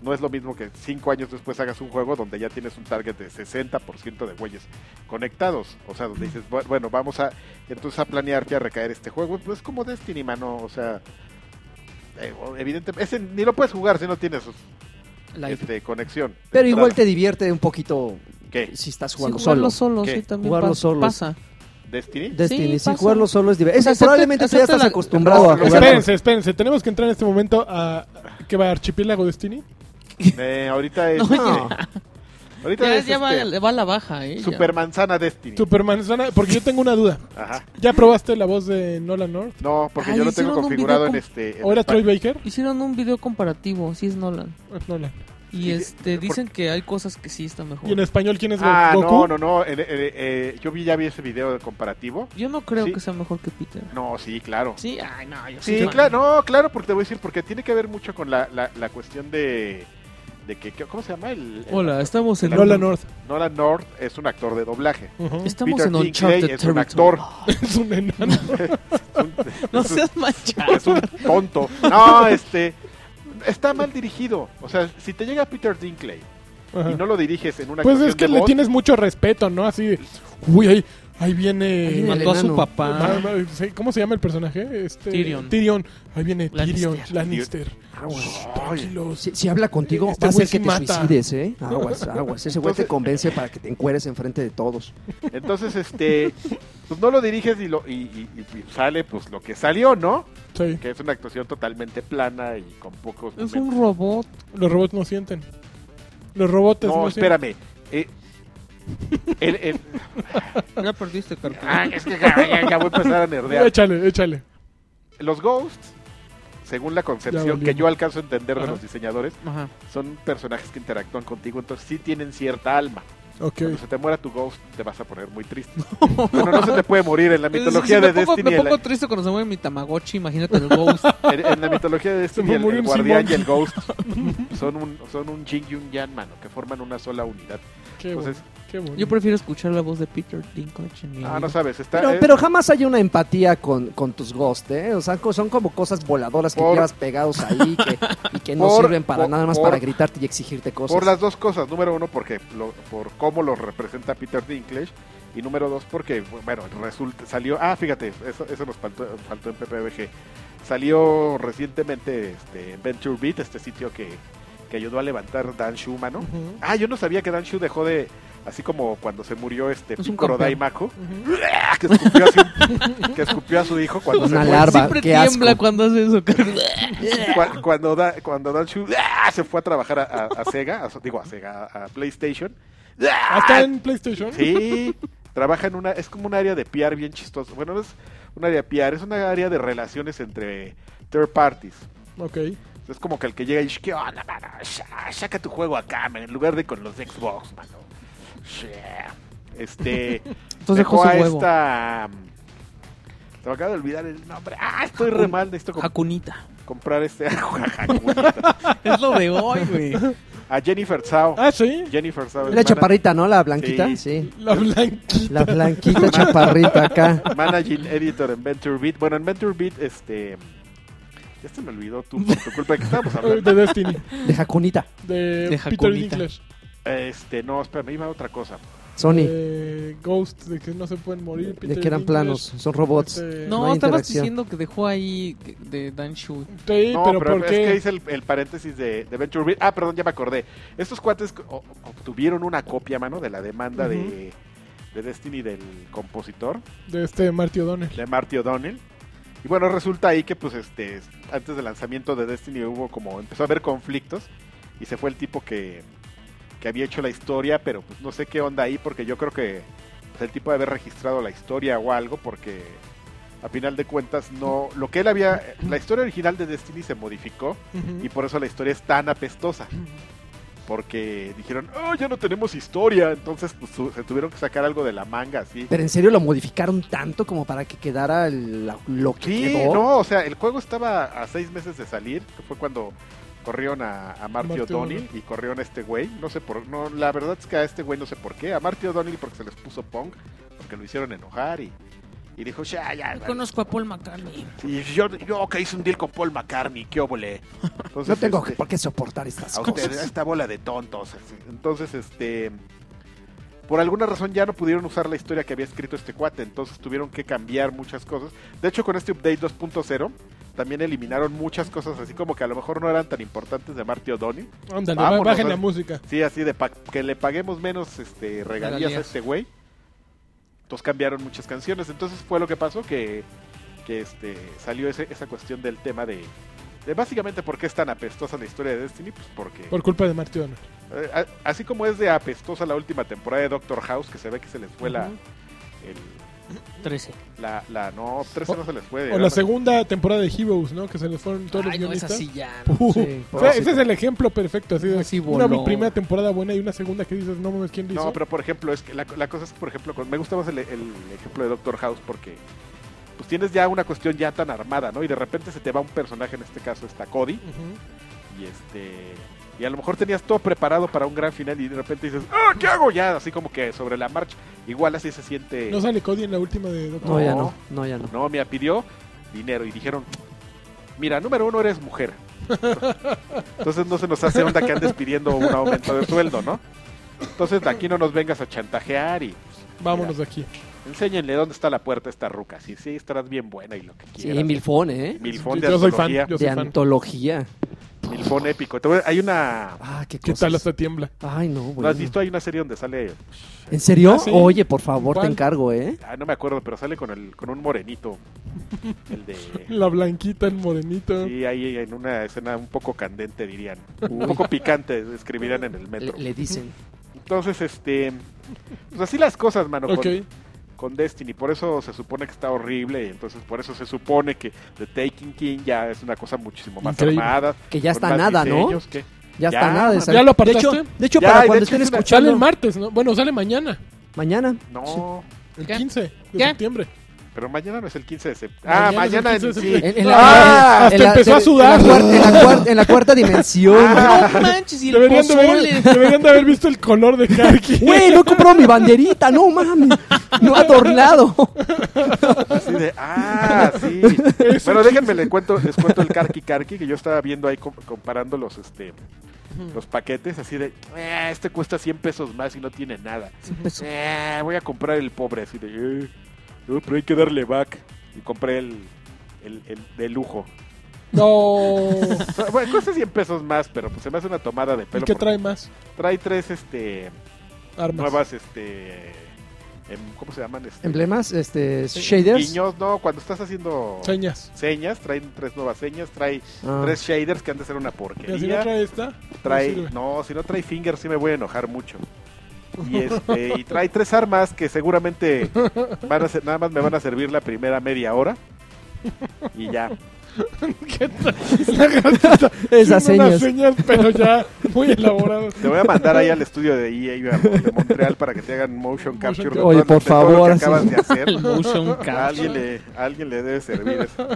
no es lo mismo que cinco años después hagas un juego donde ya tienes un target de 60% de güeyes conectados. O sea, donde dices, "Bu- bueno, vamos a entonces a planear ya recaer este juego. Pues es como Destiny, mano, o sea... eh, Evidentemente, ese ni lo puedes jugar si no tienes la- este, conexión. Pero igual Entrada. te divierte un poquito ¿Qué? si estás Sí, jugando jugarlo solo. solo, ¿Qué? sí, también Jugarlo pa- solos. pasa. Destiny. Destiny, Sí, si pasa. jugarlo solo es divertido. sea, Es- probablemente tú ya acepta- estás acepta la- acostumbrado a No, jugarlo. Espérense, espérense. Tenemos que entrar en este momento a. ¿Qué va? ¿Archipiélago Destiny? Eh, ahorita es. No, No. Ahorita Ya, es ya va, este, va a la baja, ¿eh? ya. Supermanzana Destiny. Superman. suena- Porque yo tengo una duda. Ajá. ¿Ya probaste la voz de Nolan North? No, porque Ay, yo lo hicieron tengo un configurado video en con- este. en Ah, ¿O era España. Troy Baker? Hicieron un video comparativo, sí es Nolan. Es Nolan. Y Sí, este por- dicen que hay cosas que sí están mejor. ¿Y en español quién es Go- Ah, Goku? no, no, no. eh, eh, eh, yo vi, ya vi ese video de comparativo. Yo no creo Sí. que sea mejor que Peter. No, sí, claro. Sí, Sí, ay, no, yo soy fan. claro, no, claro, porque te voy a decir, porque tiene que ver mucho con la, la, la cuestión de. de que, que- ¿Cómo se llama? El, el- Hola, estamos en Nolan North. Nolan North es un actor de doblaje. Ujú. Estamos Peter en Dinklage Uncharted es Territory. un actor. es un enano. No Es un- seas manchado. es un tonto. No, este. Está mal dirigido. O sea, si te llega Peter Dinklage Ajá. y no lo diriges en una Pues actuación es que de le voz, tienes mucho respeto, ¿no? Así, uy, ahí, ahí viene... Ahí viene Mató a su enano. Ma- papá. ma- sí, ¿Cómo se llama el personaje? Este, Tyrion. Ahí viene Tyrion Lannister. Lannister. Ah, Aguas. Tranquilos. Si, si habla contigo, Este va a güey ser que sí te mata. suicides, ¿eh? Aguas, aguas. Ese güey te Entonces- convence para que te encueres enfrente de todos. Entonces, este, pues no lo diriges y, lo, y, y- y sale pues lo que salió, ¿no? Sí, Que es una actuación totalmente plana y con pocos... Es momentos. un robot. los robots no sienten. Los robots No, no sienten. espérame. Eh, el- el- Ya perdiste, Carlos. Ah, es que ya, ya- ya voy a empezar a nerdear. Échale, échale. Los ghosts, según la Ya concepción volvimos. que yo alcanzo a entender de Ajá. los diseñadores, Ajá. son personajes que interactúan contigo, entonces sí tienen cierta alma. Ok. Cuando se te muera tu ghost, te vas a poner muy triste. Bueno, no se te puede morir en la mitología Si me de pongo- Destiny. Me el- pongo triste cuando se muere mi Tamagotchi, imagínate el Ghost. En, en la mitología de Se me Destiny, el, murió el un guardián y Simón. el ghost son un, son un yin y un yang, mano, que forman una sola unidad. Qué bueno, Entonces, qué bueno. Yo prefiero escuchar la voz de Peter Dinklage en mi ah, oído. no sabes, está... Pero, eh, pero jamás hay una empatía con, con tus ghosts, ¿eh? O sea, co- son como cosas voladoras que Por- llevas pegados ahí que- y que no Por- sirven para por- nada más por- para gritarte y exigirte cosas. Por las dos cosas. Número uno, porque lo- por cómo lo representa Peter Dinklage. Y número dos, porque, bueno, resulta, salió. Ah, fíjate, eso, eso nos faltó, faltó en PPBG. Salió recientemente este, Venture Beat, este sitio que, que ayudó a levantar Dan Shu, mano. Ujú, Ah, yo no sabía que Dan Shu dejó de. Así como cuando se murió este Es un Piccolo campeón. Daimaku, ujú. que escupió, a su, que escupió a su hijo cuando Una se fue. larva, Siempre qué asco. tiembla cuando hace eso. Carlos. Cu- cuando, da, cuando Dan Shu ¡ah! se fue a trabajar a, a- a Sega, a su- digo a Sega, a, a PlayStation. ¡ah! ¿Hasta en PlayStation? Sí, trabaja en una, es como un área de PR bien chistoso. Bueno, no es un área de PR, es una área de relaciones entre third parties. Ok. Es como que el que llega y dice, ¿qué onda, mano? Sa- Saca tu juego acá, man, en lugar de con los de Xbox, mano. Shea. Este, Entonces dejó dejó su a huevo. esta... Se me acaba de olvidar el nombre. Ah, estoy re mal, necesito comp- Jacunita. comprar este... Jacunita. Es lo de hoy, güey. a Jennifer Zhao. Ah, sí. Jennifer Zhao. es La mana- chaparrita, ¿no? La blanquita, sí. Sí. La blanquita. La blanquita chaparrita acá. Managing Editor en Venture Beat. Bueno, en Venture Beat, este. Ya se me olvidó tu, por tu culpa de que estábamos Eh, hablando. De Destiny. De Jacunita. De, De Peter Jacobita. Dinklage. Este, no, espera, me iba a otra cosa. Sony. De Ghost, de que no se pueden morir. Peter de que eran Dinklage, planos, son robots. este, No, estabas hay interacción. diciendo que dejó ahí que- de Dan Shu. Sí, no, pero, pero, ¿por es qué? que hice el, el paréntesis de, de Venture Beat. Ah, perdón, ya me acordé. Estos cuates o- obtuvieron una copia, mano, de la demanda de, de Destiny del compositor, De este Marty O'Donnell. de Marty O'Donnell. Y bueno, resulta ahí que, pues, este, antes del lanzamiento de Destiny hubo como, empezó a haber conflictos. y se fue el tipo que, que había hecho la historia, pero pues no sé qué onda ahí, porque yo creo que pues, el tipo de haber registrado la historia o algo, porque a final de cuentas no, lo que él había, la historia original de Destiny se modificó Ujú. y por eso la historia es tan apestosa. Porque dijeron, oh, ya no tenemos historia. Entonces pues, su- se tuvieron que sacar algo de la manga, así. Pero en serio lo modificaron tanto como para que quedara el- la- lo que Sí, quedó. no, o sea, el juego estaba a seis meses de salir, que fue cuando corrieron a, a Marty Marty O'Donnell O'Donnell. y corrieron a este güey. No sé por no, la verdad es que a este güey no sé por qué. A Marty O'Donnell porque se les puso punk, porque lo hicieron enojar y, y dijo, ya, ya. Yo ya". conozco a Paul McCartney. Y yo, yo que hice un deal con Paul McCartney, qué óvole. Entonces, No tengo este, por qué soportar estas a cosas. ustedes, a Este, esta bola de tontos. así. Entonces, este. Por alguna razón ya no pudieron usar la historia que había escrito este cuate, entonces tuvieron que cambiar muchas cosas. De hecho, con este update 2.0 también eliminaron muchas cosas, así como que a lo mejor no eran tan importantes de Marty O'Donnell. Ándale, Vámonos, bajen la ¿no? música. Sí, así de pa- que le paguemos menos este, regalías, Regalías. a este güey. Entonces cambiaron muchas canciones. Entonces fue lo que pasó que, que este, salió ese- esa cuestión del tema de, de básicamente por qué es tan apestosa la historia de Destiny, pues porque... Por culpa de Marty O'Donnell. Eh, a- Así como es de apestosa la última temporada de Doctor House, que se ve que se les fue la. el- 13. la, la- no, 13 no se les fue. O era- la segunda temporada de Heroes, ¿no? Que se les fueron todos Ay, los no es guionistas. así ya. ¿no? Ujú. Sí, O sea, ese pobrecito. es el ejemplo perfecto. Así de Así una voló. primera temporada buena y una segunda que dices, no mames, ¿quién lo hizo? No, pero por ejemplo, es que la, la cosa es que, por ejemplo, con- me gusta más el, el ejemplo de Doctor House porque pues tienes ya una cuestión ya tan armada, ¿no? Y de repente se te va un personaje, en este caso está Cody, Ujú. y este. Y a lo mejor tenías todo preparado para un gran final y de repente dices, ¡ah, qué hago ya! Así como que sobre la marcha. Igual así se siente. No sale Cody en la última de Doctor No, ya No. no. No, ya no. No, mira, pidió dinero y dijeron, mira, número uno eres mujer. Entonces no se nos hace onda que andes pidiendo un aumento de sueldo, ¿no? Entonces de aquí no nos vengas a chantajear y pues, Vámonos de mira, aquí. enséñenle dónde está la puerta a esta ruca. Si sí, estarás bien buena y lo que Sí, quieras. Milfón, ¿eh? Milfón de Yo soy fan. antología, Yo soy De fan. antología. Milfón épico. Te voy a- Hay una... Ah, qué ¿Qué cosas. tal hasta tiembla? Ay, no, ¿No bueno. has visto? Hay una serie donde sale... ¿En serio? Ah, sí. Oye, por favor, ¿Cuál? te encargo, ¿eh? ah, no me acuerdo, pero sale con, el, con un morenito. El de... La blanquita, el morenito. Sí, ahí en una escena un poco candente, dirían. Uy. Un poco picante, escribirían en el metro. Le, le dicen. Entonces, este. Pues así las cosas, mano, ok. con, con Destiny. Por eso se supone que está horrible. y Entonces, por eso se supone que The Taking King ya es una cosa muchísimo más Increíble. armada. Que ya con está más nada, ¿no? diseños, que- Ya, Ya, está nada de ya salir. lo de apartaste. hecho, de hecho Ya, para y de cuando hecho estén es una- Sale escuchando el martes, ¿no? Bueno, sale mañana, mañana. No, el ¿Qué? 15 de ¿Qué? septiembre. pero mañana no es el 15 de septiembre. Ah, Mañana mañana es el en 15 de sí. septiembre. En, en Ah, en hasta empezó a sudar. En la, cuar- en la cuar- en la cuarta dimensión. No manches, y el Deberían de, pozole. haber, deberían de haber visto el color de Karki. Güey, no he comprado mi banderita, no mami. No ha adornado. Así de, ah, sí. bueno, déjenme les cuento, les cuento el Karki Karki que yo estaba viendo ahí com- comparando los este los paquetes así de, "Ah, este cuesta 100 pesos más y no tiene nada. Empezó. "Ah, voy a comprar el pobre así de, "Eh, no, pero hay que darle back y compré el el, el de lujo. No. O sea, Bueno, cuesta 100 pesos más, pero pues se me hace una tomada de ¿Y pelo. qué porque trae más? Trae tres este Armas. nuevas este em, ¿cómo se llaman? Este, Emblemas, este, shaders. Guiños, no, cuando estás haciendo Señas. señas, traen tres nuevas señas, trae Ah. tres shaders que han de ser una Y si no porquería. trae esta, Trae, no sirve. no, si no trae finger sí me voy a enojar mucho. Y este, y trae tres armas que seguramente van a ser- nada más me van a servir la primera media hora. Y ya. ¿Qué tal? La gata está Esas haciendo unas señas, señas. pero ya muy elaboradas. Te voy a mandar ahí al estudio de EA de Montreal para que te hagan motion capture Oye, de todo lo- de por todo lo favor, que así. acabas de hacer. El motion A alguien capture. le, a alguien le debe servir eso.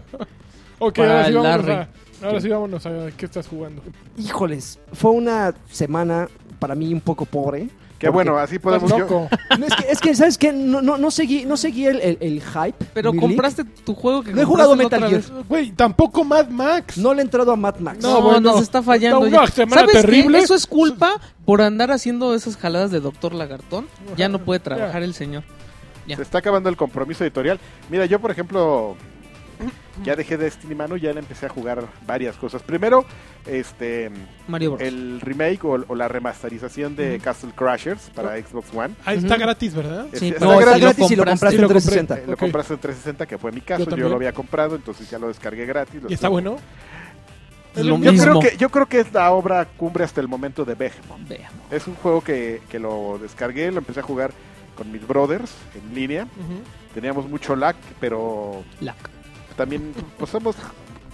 Ok, Para ahora sí, vámonos Larry. a, ahora sí vámonos a qué estás jugando. Híjoles, fue una semana para mí un poco pobre. Que bueno, así podemos Estás yo- loco. No, es, que, es que, ¿sabes qué? No, no, no seguí, no seguí el, el- el hype. Pero Milik. compraste tu juego que No he jugado compraste la Metal otra Gear. Güey, tampoco Mad Max. No le he entrado a Mad Max. No, No, bueno. nos está fallando. Está una ya. semana ¿Sabes qué? terrible. Eso es culpa por andar haciendo esas jaladas de Doctor Lagartón. Ya no puede trabajar el señor. Ya. Se está acabando el compromiso editorial. Mira, yo por ejemplo ya dejé Destiny mano, ya le empecé a jugar varias cosas. Primero, este Mario Bros. el remake o, o la remasterización de Castle Crashers para Xbox One. Ahí Ah, está gratis, ¿verdad? Sí, Este, pero- No, está está gratis, gratis si lo compraste Sí, lo en compré. 360. eh, Lo ok. compraste en 360, que fue mi caso. Yo Yo, también. lo había comprado, entonces ya lo descargué gratis. lo ¿Y está estoy- bueno? Es lo Yo creo, mismo. que, yo creo que es la obra cumbre hasta el momento de Behemoth. Vea. Es un juego que, que lo descargué, lo empecé a jugar con mis brothers en línea. Ujú. Teníamos mucho lag, pero Lac. también pues somos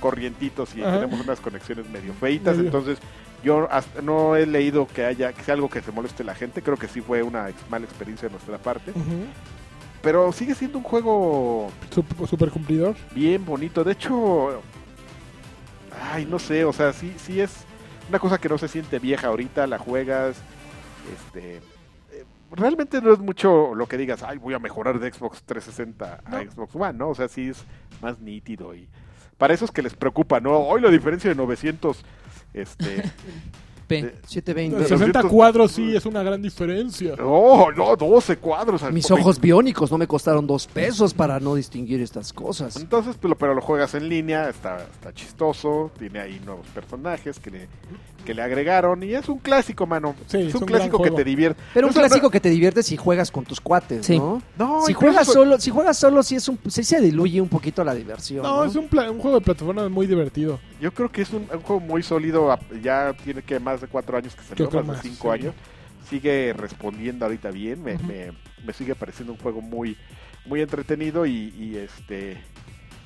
corrientitos y Ajá. tenemos unas conexiones medio feitas, Medio. entonces yo hasta no he leído que haya que sea algo que se moleste a la gente, creo que sí fue una ex- mala experiencia de nuestra parte, Ujú. pero sigue siendo un juego Sup- Super cumplidor. bien bonito, de hecho ay, no sé, o sea, sí sí es una cosa que no se siente vieja ahorita, la juegas este eh, Realmente no es mucho lo que digas, ay, voy a mejorar de Xbox 360 a Xbox One, ¿no? O sea, sí es más nítido y para esos que les preocupa, ¿no? Hoy la diferencia de 900, este... P. de- 720. 60 200. cuadros sí es una gran diferencia. oh, no, 12 cuadros. al- Mis ojos biónicos no me costaron dos pesos para no distinguir estas cosas. Entonces, pero, pero lo juegas en línea, está, está chistoso, tiene ahí nuevos personajes que le, que le agregaron y es un clásico, mano. Sí, es es un un clásico gran que juego. te divierte. Pero un Eso clásico que te diviertes si juegas con tus cuates, Sí. ¿no? No, si incluso- juegas solo, si juegas solo, sí es un, sí se diluye un poquito la diversión. No, es un, pla- un juego de plataformas muy divertido. Yo creo que es un, un juego muy sólido, a- ya tiene que más de cuatro años que salió, Yo creo más de más, cinco sí. años. Sigue respondiendo ahorita bien, me, me- me sigue pareciendo un juego muy, muy entretenido y, y este...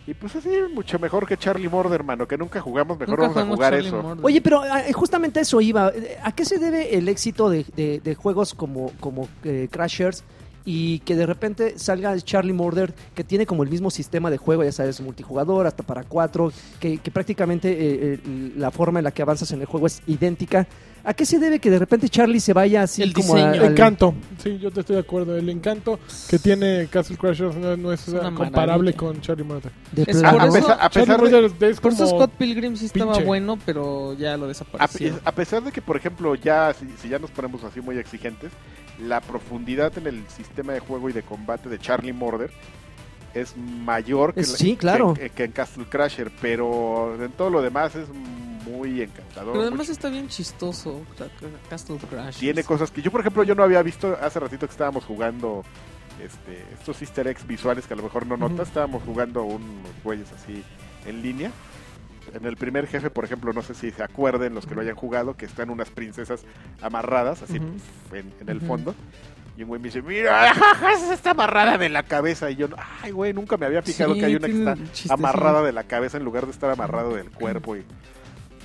Y pues así, mucho mejor que Charlie Mord, hermano, que nunca jugamos, mejor Nunca vamos a jugamos jugar Charlie eso. Murder. Oye, pero ah, justamente a eso iba. ¿A qué se debe el éxito de, de- de juegos como, como eh, Crashers y que de repente salga el Charlie Murder, que tiene como el mismo sistema de juego, ya sabes, multijugador, hasta para cuatro, que, que prácticamente eh, eh, la forma en la que avanzas en el juego es idéntica? ¿A qué se debe que de repente Charlie se vaya así El como a- diseño. El al- encanto. Sí, yo te estoy de acuerdo. El encanto que tiene Castle Crashers no, no es, Es una eh, comparable maravilla. con Charlie Murder. de Es A, plano? por a eso- pesar, a Charlie pesar de, Murder es Por eso como- Scott Pilgrim sí estaba pinche. bueno, pero ya lo A, desaparecieron. a pesar de que, por ejemplo, ya si, si ya nos ponemos así muy exigentes, la profundidad en el sistema de juego y de combate de Charlie Murder es mayor que, Es- la- sí, claro. que, que en Castle Crasher, pero en todo lo demás es muy encantador. Pero además mucho- está bien chistoso. Ca- Ca- Castle Crash. Tiene cosas que yo, por ejemplo, yo no había visto hace ratito que estábamos jugando este, estos easter eggs visuales que a lo mejor no notas. Estábamos jugando unos güeyes así en línea. En el primer jefe, por ejemplo, no sé si se acuerden los que lo hayan jugado, que están unas princesas amarradas, así Ujú. pf, en, en el Ujú. fondo. Y un güey me dice, mira, ajaja, esa está amarrada de la cabeza. Y yo, ay, güey, nunca me había fijado Sí, que hay una que tiene está un chistecillo. amarrada de la cabeza en lugar de estar amarrado del cuerpo. Y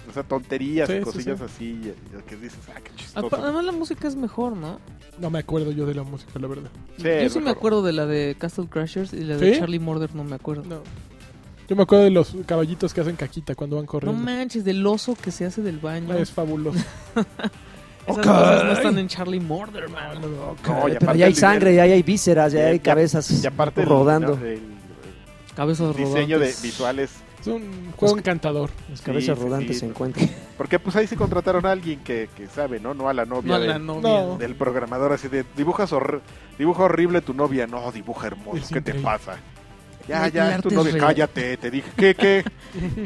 o sea, tonterías, Sí, y sí, cosillas sí. así, y- y que dices, ah, qué chistoso. Apa- Además la música es mejor, ¿no? No me acuerdo yo de la música, la verdad. Sí, pues, Yo sí me mejor. acuerdo de la de Castle Crashers y la de ¿Sí? Charlie Murder no me acuerdo. No, No. Yo me acuerdo de los caballitos que hacen caquita cuando van corriendo. manches, del oso que se hace del baño. es fabuloso. Esas Ok. cosas no están en Charlie Murder, No, man. no, no, ok. No, y pero aparte ya hay el sangre, nivel- ya hay vísceras, ya Sí, hay ya- cabezas Y aparte el- rodando. el- el- Cabezas el diseño de rodantes. visuales Es un juego encantador. Las cabezas sí, rodantes sí. se encuentran. Porque pues ahí sí contrataron a alguien que, que sabe, ¿no? No a la novia No, a del, la novia. No. del programador así de dibujas hor- dibuja horrible tu novia, no, dibuja hermoso, Es ¿qué te increíble. pasa? El- Ya, el ya, es arte tu es novia, real. cállate, te dije, ¿qué, qué?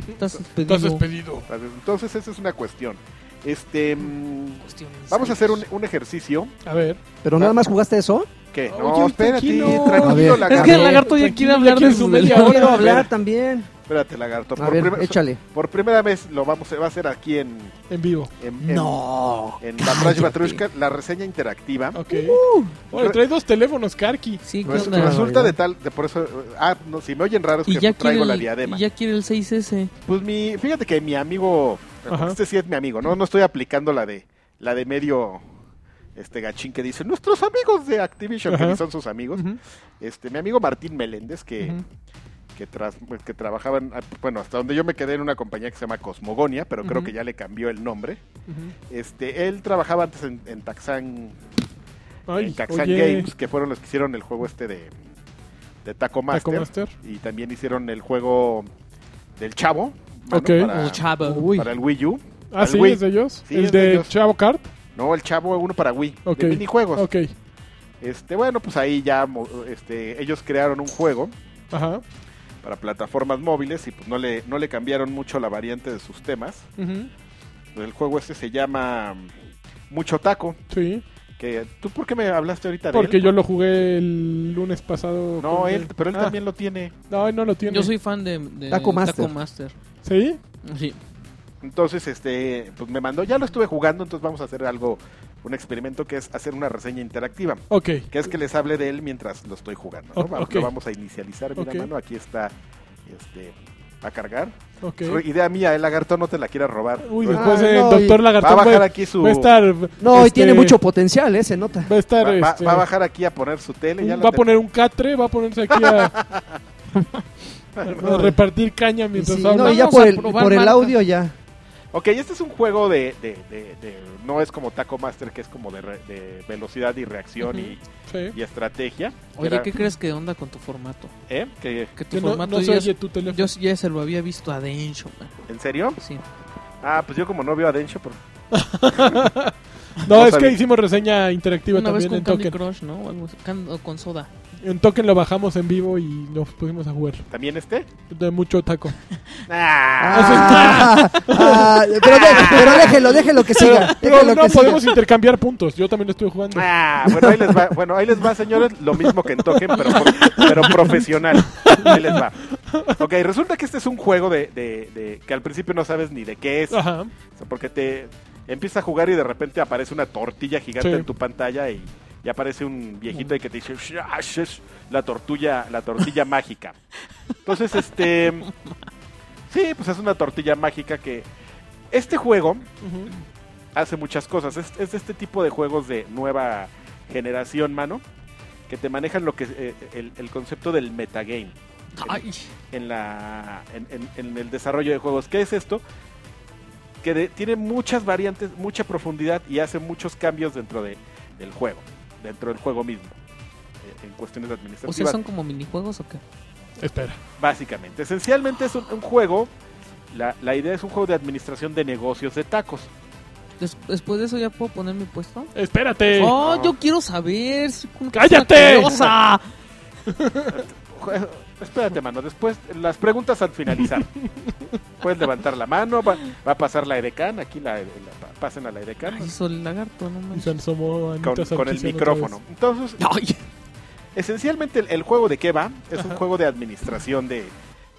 Estás despedido. Estás despedido. Entonces esa es una cuestión. Este, mm, pues, Cuestión vamos a hacer un, insider. un ejercicio. A ver. Pero Ah. nada más jugaste eso. ¿Qué? Oye, No, espérate, tranquilo. tranquilo, A ver. Es lagarto. que el A ver, lagarto ya quiere tranquilo, ya hablar de quiere su su media media Quiero hora. hablar también. Espérate, lagarto. A Por, ver, primer- échale. por primera vez lo vamos, se va a hacer aquí en... En vivo. en- en- No. En Batrash Batrushka, la reseña interactiva. Ok. Oye, trae dos teléfonos, Karki. Sí, ¿qué Resu- onda? resulta de tal, de por eso, ah, no, si me oyen raros Y que ya quiere, traigo la el, diadema. y ya quiere el 6S. Pues mi, fíjate que mi amigo, Ajá. este sí es mi amigo, no, no estoy aplicando la de, la de medio, este gachín que dice nuestros amigos de Activision que Ajá. ni son sus amigos. Ujú. Este, mi amigo Martín Meléndez que, Ujú. que, tras, que trabajaban, ah, bueno, hasta donde yo me quedé en una compañía que se llama Cosmogonia, pero creo Ujú. que ya le cambió el nombre. Este, él trabajaba antes en, en Taxan Ay, en Taxan oye. Games, que fueron los que hicieron el juego este de, de Taco, Master, Taco Master. Y también hicieron el juego del Chavo. Ok. O Chava. Uy. para el Wii U. para Ah, el sí, Wii. es de ellos. Sí, el es de de ellos. Pues. Chavo Kart. No, el Chavo, uno para Wii. Ok. De minijuegos. Ok. Este, bueno, pues ahí ya mo- este, ellos crearon un juego Ajá. para plataformas móviles y pues no le, no le cambiaron mucho la variante de sus temas. Ujú. El juego este se llama mm, Mucho Taco. Sí. Que, ¿Tú por qué me hablaste ahorita de Porque él? yo lo jugué el lunes pasado. No, con él, pero él Ah, también lo tiene. No, él no lo tiene. Yo soy fan de, de Taco Master. Master. ¿Sí? Sí. Entonces, este, pues me mandó, ya lo estuve jugando, entonces vamos a hacer algo, un experimento que es hacer una reseña interactiva, Ok. que es que les hable de él mientras lo estoy jugando, ¿no? Ok, Vamos- ok. Lo vamos a inicializar, mira, Ok. mano, aquí está, este, a cargar. Ok. Su idea mía, el lagarto no te la quiera robar. Uy, Va- después Ah, el no, doctor y- va a Lagartón va, bajar aquí su... va a estar. No, y este, tiene mucho potencial, ¿eh? Se nota. Va a estar. va- va- este, va a bajar aquí a poner su tele. Ya un- la va a te- poner un catre, va a ponerse aquí a. a repartir caña mientras Sí, habla. no, y ya Vamos por a el, probar por el marcas. audio ya. Ok, este es un juego de, de- de- de- No es como Taco Master, que es como de, re- de velocidad y reacción y- Sí. y, estrategia. Oye, Era- ¿qué crees que onda con tu formato? ¿Eh? ¿Que- Que tu Que no, formato no se ya, es- oye tu teléfono. yo ya se lo había visto a Dencho, man. ¿En serio? Sí. Ah, pues yo como no veo a Dencho, por no, no es sabía. que hicimos reseña interactiva Una vez también con en Candy Token. Crush, ¿no? O algo así. Can- o con Soda. En Token lo bajamos en vivo y nos pusimos a jugar. ¿También este? De mucho taco. Ah, ah, pero, de- pero déjelo, déjelo que siga. Pero déjelo no que siga. podemos intercambiar puntos. Yo también lo estuve jugando. Ah, bueno, ahí les va, bueno, ahí les va, señores, lo mismo que en Token, pero, pro- pero profesional. Ahí les va. Ok, resulta que este es un juego de, de- de- que al principio no sabes ni de qué es, o Ajá. sea, porque te empiezas a jugar y de repente aparece una tortilla gigante Sí. en tu pantalla y, y aparece un viejito y que te dice "Shash, shash", la tortilla, la tortilla mágica. Entonces, este, sí, pues es una tortilla mágica que este juego Ujú. hace muchas cosas. Es, es este tipo de juegos de nueva generación, mano, que te manejan lo que eh, el, el concepto del metagame Ay, en, la, en, en- en el desarrollo de juegos. ¿Qué es esto? Que de- tiene muchas variantes, mucha profundidad y hace muchos cambios dentro de, del juego, dentro del juego mismo, eh, en cuestiones o administrativas. sea, son como minijuegos o qué? Espera. Básicamente, esencialmente es un, un juego, la, la idea es un juego de administración de negocios de tacos. Des- después de eso ya puedo poner mi puesto. Espérate. oh, no. yo quiero saber. soy una ¡Cállate! cosa curiosa. Jue- Espérate, mano. Después, las preguntas al finalizar. Puedes levantar la mano. Va, va a pasar la edecán. Aquí la, la- pa- pasen a la edecán. Ay, soy el lagarto, no Y manches. se asomó Anita Con, con el Sarkeesian otra micrófono. vez. Entonces, Ay, esencialmente el, el juego de qué va es un juego de administración de,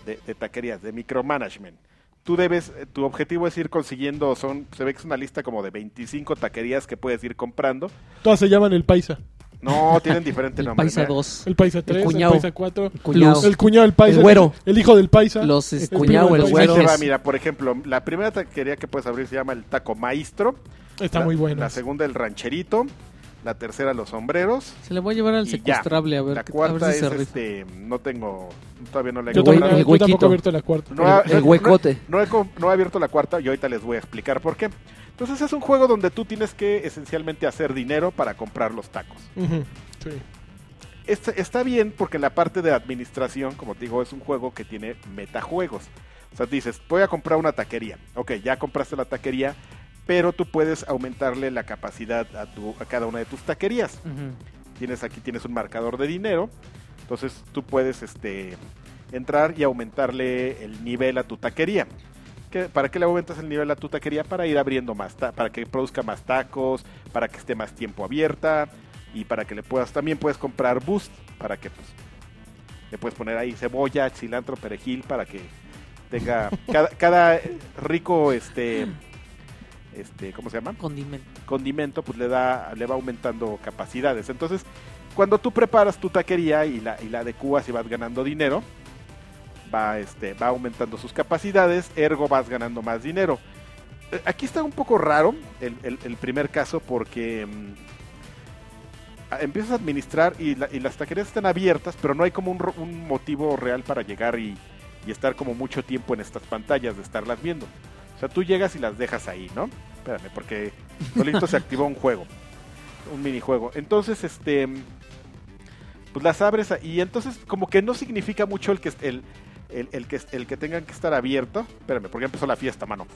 de- de taquerías, de micromanagement. Tú debes, eh, tu objetivo es ir consiguiendo, son, se ve que es una lista como de 25 taquerías que puedes ir comprando. Todas se llaman el paisa. No, tienen diferente El nombre. Paisa mira. 2. El Paisa 3, el, cuñao. Paisa 4, Cuñado. Plus. el cuñado del Paisa, El güero. el hijo del Paisa. Los este, primo cuñado, del los Pues Ahí te paisa. güeyes. va, mira, por ejemplo, la primera taquería que puedes abrir se llama el Taco Maestro. Está La- muy bueno. La segunda, el Rancherito. La tercera, los Sombreros. Se le voy a llevar al Y ya. secuestrable a ver, la qué- a ver cuarta si se es rifa. este. No tengo. Todavía no la he Yo, El güey- tampoco, comprado. el yo tampoco huequito. he abierto la cuarta. No, el huecote. No, he com- no he abierto la cuarta y ahorita les voy a explicar por qué. Entonces es un juego donde tú tienes que esencialmente hacer dinero para comprar los tacos. Ujú, sí. Este- está bien porque la parte de administración, como te digo, es un juego que tiene metajuegos. O sea, dices, voy a comprar una taquería. Ok, ya compraste la taquería, pero tú puedes aumentarle la capacidad a, tu, a cada una de tus taquerías. Ujú. Tienes aquí tienes un marcador de dinero. Entonces tú puedes este, entrar y aumentarle el nivel a tu taquería. ¿Qué- ¿Para qué le aumentas el nivel a tu taquería? Para ir abriendo más, ta- para que produzca más tacos, para que esté más tiempo abierta y para que le puedas, también puedes comprar boost, para que pues, le puedes poner ahí cebolla, cilantro, perejil, para que tenga cada, cada rico, este, este, ¿cómo se llama? Condimento. condimento pues le da le va aumentando capacidades entonces cuando tú preparas tu taquería y la y la adecuas y vas ganando dinero va este va aumentando sus capacidades ergo vas ganando más dinero Eh, aquí está un poco raro el, el- el primer caso porque mm, a- empiezas a administrar y, la- y las taquerías están abiertas pero no hay como un, ro- un motivo real para llegar y, y estar como mucho tiempo en estas pantallas de estarlas viendo o sea tú llegas y las dejas ahí no espérame porque solito se activó un juego, un minijuego. Entonces, este, pues las abres a- y entonces como que no significa mucho el que est- el, el, el que est- el que tengan que estar abierto. Espérame, porque ya empezó la fiesta, mano.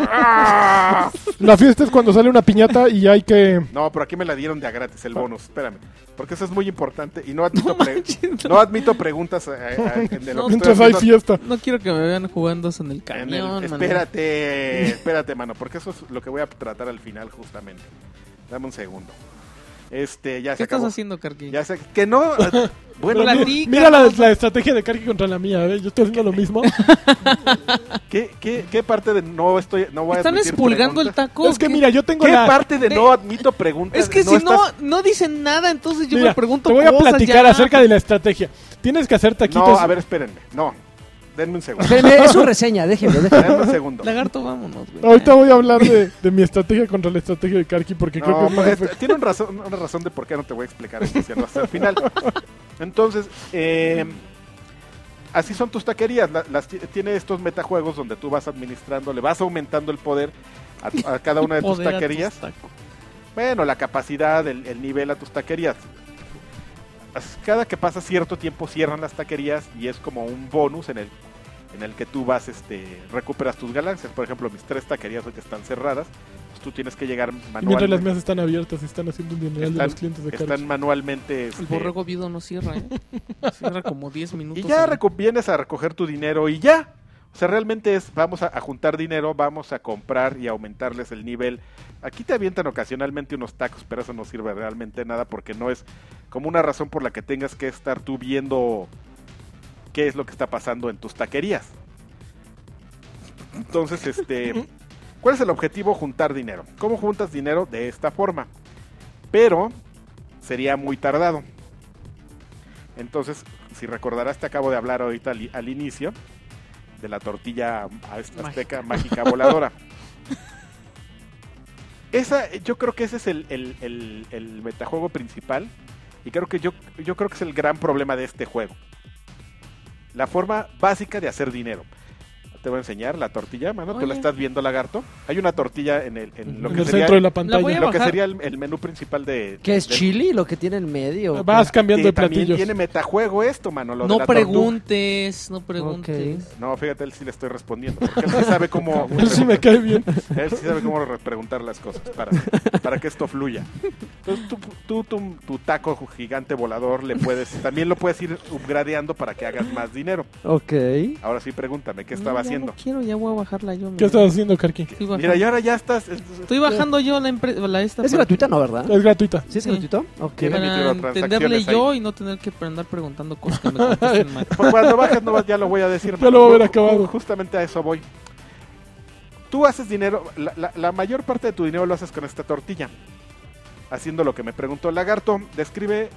¡Ah! La fiesta es cuando sale una piñata y hay que... No, pero aquí me la dieron de a gratis el bonus. Espérame, porque eso es muy importante y no admito, pre- manches, no admito preguntas eh, eh, de lo que estoy Mientras hay haciendo fiesta. No quiero que me vean jugando eso en el en el- camión, man. espérate, espérate, mano, porque eso es lo que voy a tratar al final justamente. Dame un segundo. Este, ya ¿Qué se estás acabó. haciendo, Karki? Ya sé que no. eh, bueno, Pero no, la- Platica, Mira la, vamos. la estrategia de Karki contra la mía, ¿eh? Yo estoy haciendo lo mismo. ¿qué, qué, qué parte de no estoy no voy a ¿Están admitir expulgando el preguntas? taco? es que ¿Qué? mira, yo tengo ¿Qué la... parte de eh, no admito preguntas? Es que si no, estás- no dicen nada, entonces yo Mira, me pregunto te voy a cosas platicar ya. acerca de la estrategia. Tienes que hacer taquitos. No, a ver, espérenme. No. Denme un segundo. Espérenme, es su reseña, déjenlo, déjenlo. Denme un segundo. Lagarto, vámonos, güey. Ahorita voy a hablar de, de mi estrategia contra la estrategia de Karki porque creo que No, es más eh, efectiva. tiene un razón, una razón de por qué no te voy a explicar esto, sino hasta el final. Entonces, eh, así son tus taquerías. la- las, ti- tiene estos metajuegos donde tú vas administrando, le vas aumentando el poder a, a cada una de tus Poder a tus taquerías. tacos. Bueno, la capacidad, el, el nivel a tus taquerías. As- Cada que pasa cierto tiempo cierran las taquerías y es como un bonus en el, en el que tú vas, este, recuperas tus ganancias. Por ejemplo, mis tres taquerías hoy que están cerradas, pues tú tienes que llegar Y mientras las manualmente. mesas están abiertas y están haciendo un dineral de Están- los clientes de Karki. Están manualmente. El este, borrego viudo no cierra, ¿eh? Cierra como 10 y minutos. ya en- reco- vienes a recoger tu dinero y ya. O sea, realmente es, vamos a, a juntar dinero, vamos a comprar y aumentarles el nivel. Aquí te avientan ocasionalmente unos tacos, pero eso no sirve realmente nada porque no es como una razón por la que tengas que estar tú viendo qué es lo que está pasando en tus taquerías. Entonces, este, ¿cuál es el objetivo? Juntar dinero. ¿Cómo juntas dinero? De esta forma. Pero sería muy tardado. Entonces, si recordarás, te acabo de hablar ahorita al, al inicio de la tortilla a- azteca mágica voladora. Esa, yo creo que ese es el, el- el- el metajuego principal y creo que yo, yo creo que es el gran problema de este juego. La forma básica de hacer dinero. Te voy a enseñar la tortilla, mano. Tú la Oye. estás viendo, lagarto. Hay una tortilla en el, en lo en que el sería centro de la La voy pantalla. a lo que bajar. sería el, el menú principal de. ¿Qué es de- chili lo que tiene en medio? Vas cambiando Sí, de también platillos. tiene metajuego esto, mano. lo de No la tortuga. preguntes, no preguntes. No, fíjate, él sí le estoy respondiendo. Porque él sí sabe cómo. Él sí me cae bien. Él sí sabe cómo re- preguntar las cosas para, para que esto fluya. Entonces, tú, tú- tú- tu taco gigante volador le puedes. También lo puedes ir upgradeando para que hagas más dinero. Ok. Ahora sí, pregúntame, ¿qué estaba No, ya no haciendo? quiero, ya voy a bajarla yo. ¿Qué mira. estás haciendo, Karki? Estoy bajando, Mira, y ahora ya estás. Estoy bajando yo la empresa. La esta Es para- gratuita, ¿no, verdad? Es gratuita. ¿Sí es Sí. gratuito? Ok. Tiene Para microtransacciones entenderle ahí. yo y no tener que andar preguntando cosas que me contesten mal. Cuando bajas no vas, ya lo voy a decir. Ya lo voy a haber Ju- ju- acabado. Justamente a eso voy. Tú haces dinero, la, la- la mayor parte de tu dinero lo haces con esta tortilla. haciendo lo que me preguntó Lagarto. Describe,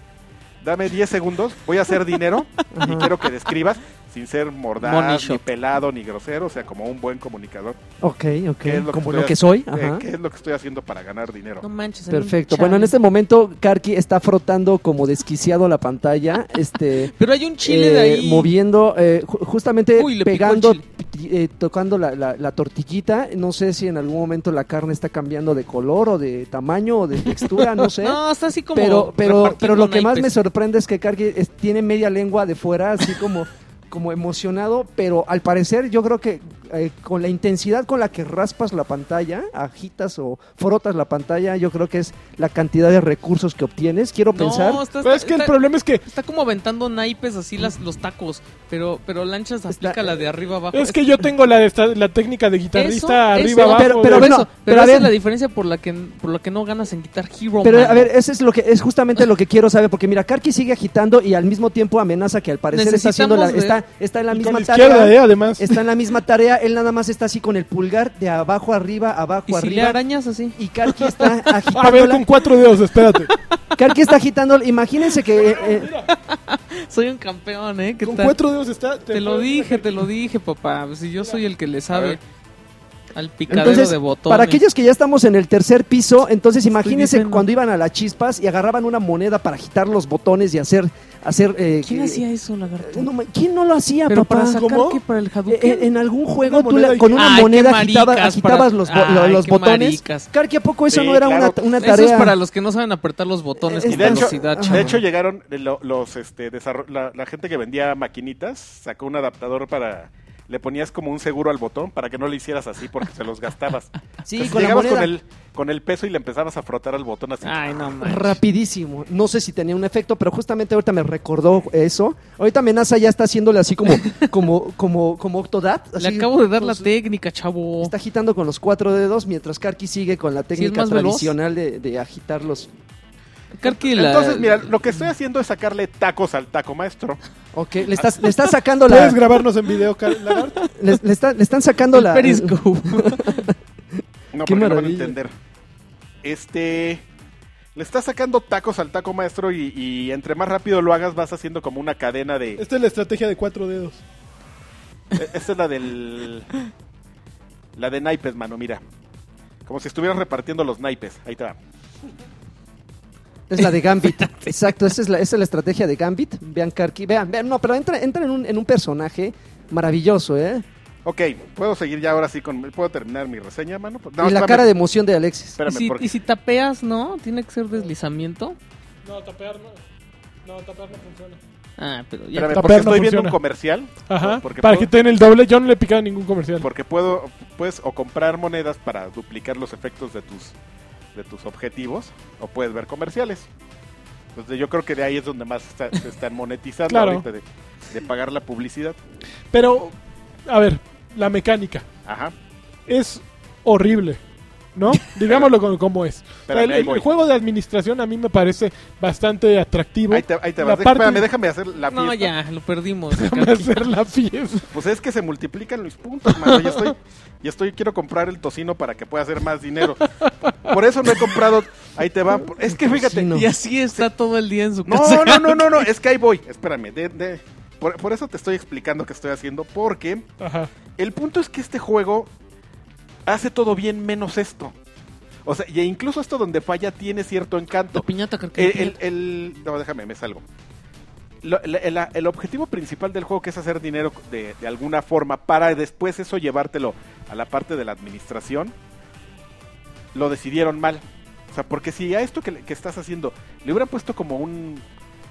dame 10 segundos, voy a hacer dinero y quiero que describas sin ser Money mordaz, ni shot. pelado, ni grosero, o sea, como un buen comunicador. Ok, ok. ¿Qué es lo que Como estoy lo que haciendo? soy. Eh, Ajá. ¿Qué es lo que estoy haciendo para ganar dinero? No manches. hay un Perfecto. Bueno, en chale. este momento Karki está frotando como desquiciado la pantalla, este, Pero hay un chile de eh, ahí. moviendo, eh, ju- justamente Uy, le picó pegando, el eh, tocando la, la- la tortillita. No sé si en algún momento la carne está cambiando de color o de tamaño o de textura, no sé. No, está así como. pero, pero, repartiendo pero lo que más me naipes. sorprende es que Karki es- tiene media lengua de fuera, así como, como emocionado, pero al parecer yo creo que eh, con la intensidad con la que raspas la pantalla, agitas o frotas la pantalla, yo creo que es la cantidad de recursos que obtienes. Quiero pensar. No, está, Pero es está- que el está- problema es que está como aventando naipes así las, los tacos. Pero, pero lanchas aplica Está- la de arriba abajo. es que yo tengo la, esta- la técnica de guitarrista Eso, arriba eso. abajo. pero, Pero- pero de- bueno, eso- pero pero a esa ver. es la diferencia por la que por la que no ganas en Guitar Hero. Pero mano. a ver, ese es lo que es justamente lo que quiero saber, porque mira, Karki sigue agitando y al mismo tiempo amenaza que al parecer está haciendo la, Necesitamos ver- está, está en la y con misma la izquierda, eh, tarea. además. Está en la misma tarea, él nada más está así con el pulgar de abajo arriba, abajo y si le arriba. arañas así. y Karki está A ver, con agitándola. cuatro dedos, espérate. Karki está agitando. Imagínense que. eh, eh, Soy un campeón, ¿eh? ¿Qué Con tal? cuatro dedos está. Te lo dije, te lo dije, papá. Si yo soy el que le sabe ver. al picadero entonces, de botones. para aquellos que ya estamos en el tercer piso, entonces imagínense diciendo. cuando iban a las chispas y agarraban una moneda para agitar los botones y hacer. hacer eh, ¿Quién que- hacía eso, lagarto? Eh, no, ma- ¿Quién no lo hacía, pero papá? para sacar ¿Cómo? que para el Eh, Hadouken. eh, en algún juego Una tú la- moneda con una Ay, qué moneda agitaba- maricas, agitabas para- los, bo- lo- Ay, los qué botones. maricas. Karki, ¿a poco eso Sí, no era claro. una, una Eso tarea? es para los que no saben apretar los botones Eh, con Y de hecho, velocidad, de chaval. hecho llegaron lo- los este desarro- la, la gente que vendía maquinitas sacó un adaptador para le ponías como un seguro al botón para que no le hicieras así porque se los gastabas. Sí, Entonces, con la llegabas pues, con moneda. el con el peso y le empezabas a frotar al botón así. Ay, no manches. Rapidísimo. No sé si tenía un efecto, pero justamente ahorita me recordó eso. Ahorita Amenaza ya está haciéndole así como, como, como, como Octodad. Le así, acabo de dar la pues, técnica, chavo. Está agitando con los cuatro dedos, mientras Karki sigue con la es técnica más veloz. tradicional de, de agitar los. Karki, la- Entonces, mira, lo que estoy haciendo es sacarle tacos al taco maestro. Ok, le estás, le estás sacando la. ¿Puedes grabarnos en video, Car- Lagarto? Le, le está- le están sacando el la. Periscope. No, Qué porque no van a maravilla. entender. Este. Le estás sacando tacos al taco maestro y, y entre más rápido lo hagas vas haciendo como una cadena de... Esta es la estrategia de cuatro dedos. eh, Esta es la del... La de naipes, mano, mira. Como si estuvieran repartiendo los naipes. Ahí te va. Es la de Gambit. Exacto, esa es la, esa es la estrategia de Gambit. Vean, Karki. Vean, vean, no, pero entra, entra en, un, en un personaje maravilloso, ¿eh? Ok, puedo seguir ya ahora sí con... ¿Puedo terminar mi reseña, mano? No, y la espérame, cara de emoción de Alexis. y, Espérame, si, porque... y si tapeas, ¿no? Tiene que ser deslizamiento. No, tapear no. No, tapear no funciona. Ah, pero ya. espérame, Tapear porque no estoy viendo funciona. un comercial. Ajá. Porque para puedo- que te den el doble, yo no le picaba ningún comercial. Porque puedo, puedes o comprar monedas para duplicar los efectos de tus, de tus objetivos, o puedes ver comerciales. Entonces yo creo que de ahí es donde más está- se están monetizando Claro. ahorita de, de pagar la publicidad. Pero, a ver, la mecánica Ajá. es horrible. ¿No? Digámoslo como, como es. O sea, Espérame, el, ahí el voy. juego de administración a mí me parece bastante atractivo. Ahí te, ahí te La vas. Deja- parte- espérame, déjame hacer la fiesta. No, ya, lo perdimos. Para Karki. hacer la fiesta. Pues es que se multiplican los puntos, mano. Yo estoy, yo estoy, quiero comprar el tocino para que pueda hacer más dinero. Por eso no he comprado. Ahí te va. Es que fíjate, Tocino. Y así está todo el día en su casa. No, no, no, no, no, es que ahí voy. Espérame, de- de- por, por eso te estoy explicando que estoy haciendo, porque Ajá. el punto es que este juego hace todo bien menos esto. O sea, y e incluso esto donde falla tiene cierto La encanto. piñata, Karki. El, el- el- no, déjame, me salgo. Lo- la- el, el objetivo principal del juego que es hacer dinero de, de alguna forma para después eso llevártelo a la parte de la administración, lo decidieron mal. O sea, porque si a esto que, le- que estás haciendo le hubieran puesto como un...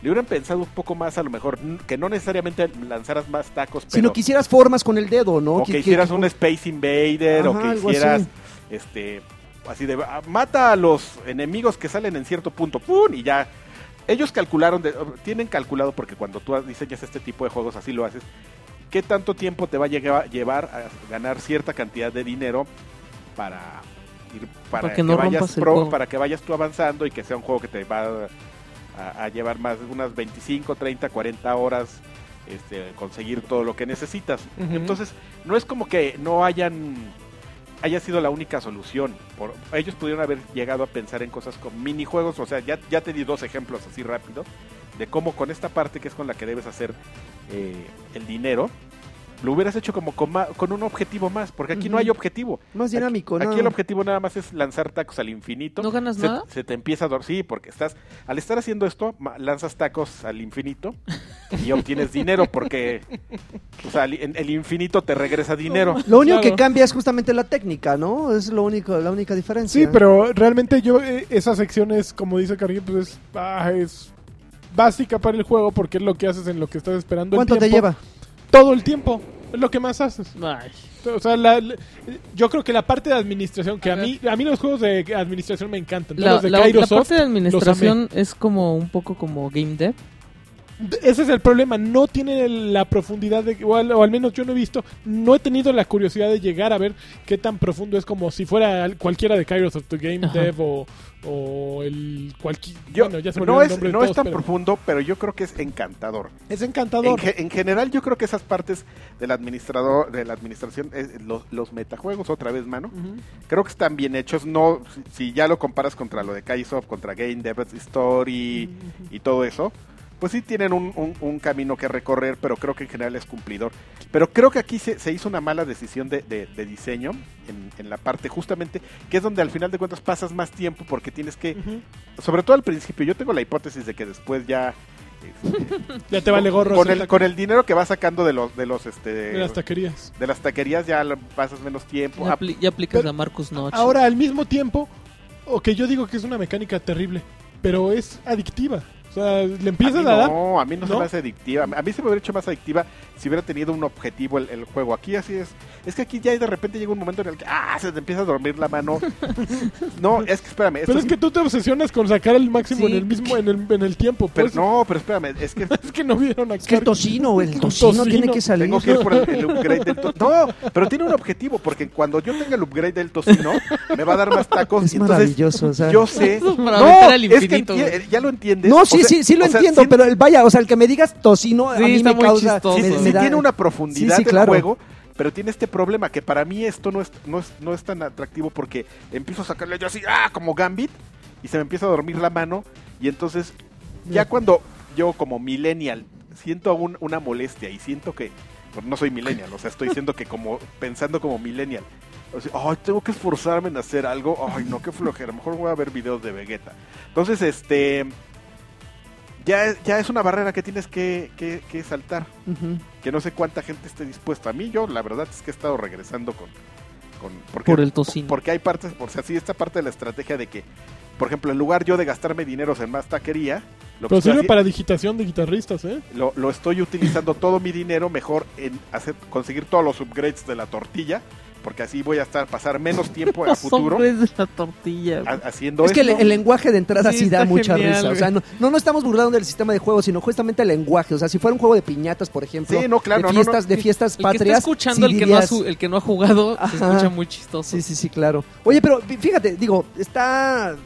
Le hubieran pensado un poco más, a lo mejor, n- que no necesariamente lanzaras más tacos, Si no pero... quisieras formas con el dedo, ¿no? o Que- que, que- hicieras que- un Space Invader, Ajá, o que algo así. hicieras... Este... Así de... ah, Mata a los enemigos que salen en cierto punto, ¡pum! Y ya ellos calcularon, de- tienen calculado, porque cuando tú diseñas este tipo de juegos, así lo haces, qué tanto tiempo te va a llegar- llevar a ganar cierta cantidad de dinero para ir para, Para que no vayas rompas el pro- juego. para que vayas tú avanzando y que sea un juego que te va a, a llevar más unas 25, 30, 40 horas este, conseguir todo lo que necesitas. Ujú. Entonces, no es como que no hayan haya sido la única solución. Por, ellos pudieron haber llegado a pensar en cosas como minijuegos, o sea, ya, ya te di dos ejemplos así rápido de cómo con esta parte que es con la que debes hacer eh, el dinero, lo hubieras hecho como con, ma- con un objetivo más, porque aquí no Ujú. hay objetivo. Más dinámico, aquí, ¿no? aquí el objetivo nada más es lanzar tacos al infinito. ¿No ganas se, nada? se te empieza a dormir, sí, porque estás, al estar haciendo esto, ma- lanzas tacos al infinito y obtienes dinero, porque o sea, el, el infinito te regresa dinero. Lo Claro. único que cambia es justamente la técnica, ¿no? Es lo único, la única diferencia. Sí, pero realmente yo, eh, esa sección es, como dice Carrillo, pues es, ah, es básica para el juego porque es lo que haces en lo que estás esperando. el ¿Cuánto te tiempo. lleva? Todo el tiempo. Es lo que más haces. Ay, O sea, la- la- yo creo que la parte de administración, que a Ajá. mí, a mí los juegos de administración me encantan. La, los de la- la Kairosoft, parte de administración es como un poco como game dev. ese es el problema. No tiene la profundidad, de, o, al, o al menos yo no he visto, no he tenido la curiosidad de llegar a ver qué tan profundo es como si fuera al- cualquiera de Kairosoft, the Game Ajá. Dev o, o el cualquier. Yo- bueno, ya se me no olvidó el es, nombre de no es todos, tan pero profundo, pero yo creo que es encantador. Es En, encantador. ge- en general, yo creo que esas partes del administrador, de la administración, es- los, los metajuegos, otra vez, mano, Ujú. creo que están bien hechos. No, si, si ya lo comparas contra lo de Kaisoft, contra Game Dev Story y todo eso, pues sí tienen un, un- un camino que recorrer, pero creo que en general es cumplidor. Pero creo que aquí se, se hizo una mala decisión de, de- de diseño en, en la parte justamente que es donde al final de cuentas pasas más tiempo porque tienes que, Ujú. sobre todo al principio, yo tengo la hipótesis de que después ya este, Ya te vale gorro. con hacer el, la- con el dinero que vas sacando de los de los este de las taquerías. de las taquerías ya lo- pasas menos tiempo. Ya, Ah, apli- ya aplicas pero- la Marcus Notch. Ahora, al mismo tiempo, o que yo digo que es una mecánica terrible, pero es adictiva. O sea, le a empiezas mí a dar. Ah, No, a mí no, se ¿No? me hace adictiva. A mí se me hubiera hecho más adictiva si hubiera tenido un objetivo el, el juego. Aquí así es. Es que aquí ya de repente llega un momento en el que ah, se te empieza a dormir la mano. no, es que espérame. esto Pero es sí- que tú te obsesionas con sacar el máximo Sí. en el mismo en el, en el tiempo. pero Pues. no, pero espérame, es que Es que no vieron a Es que el Carrillo. tocino, el Un tocino, tiene tocino. que salir. tengo que ir por el, el upgrade del tocino. No, pero tiene un objetivo, porque cuando yo tenga el upgrade del tocino, me va a dar más tacos. Es y entonces maravilloso, o sea. yo sé. Para no, aventar al es que infinito, entie- ya lo entiendes. No, O sí, sea, sí, sí lo o sea, entiendo, sí- pero el vaya, o sea, el que me digas tocino, Sí, a mí está me muy causa. chistoso. Sí, me- me sí tiene una profundidad Sí, sí, del claro. juego, pero tiene este problema que para mí esto no es, no es, no es tan atractivo porque empiezo a sacarle yo así, ah, como Gambit, y se me empieza a dormir la mano, y entonces ya cuando yo como millennial siento un- una molestia y siento que, bueno, no soy millennial, o sea, estoy diciendo que como, pensando como millennial, o sea, ay, tengo que esforzarme en hacer algo, ay, no, qué flojera, mejor voy a ver videos de Vegeta. Entonces, este... Ya es, ya es una barrera que tienes que- que- que saltar Ujú. que no sé cuánta gente esté dispuesta. A mí yo la verdad es que he estado regresando con... con porque, Por el tocino. Porque hay partes, por sea, sí, esta parte de la estrategia de que, por ejemplo, en lugar yo de gastarme dineros en más taquería, lo, que Pero estoy, sirve haci- para digitación de guitarristas, ¿eh? lo, lo estoy utilizando todo mi dinero mejor en hacer conseguir todos los upgrades de la tortilla, porque así voy a estar pasar menos tiempo a Los futuro Ah, hombres de la tortilla. ha- haciendo es que el, esto. el lenguaje de entrada Sí, sí, da está mucha genial, risa. O sea, no, no nos estamos burlando del sistema de juego, sino justamente el lenguaje. O sea, si fuera un juego de piñatas, por ejemplo, Sí, no, de claro, no, no, no. fiestas, de fiestas el que está patrias. escuchando, sí el, que no ha dirías- su- el que no ha jugado, se Ajá. escucha muy chistoso. Sí, sí, sí, claro. Oye, pero fí- fíjate, digo, está.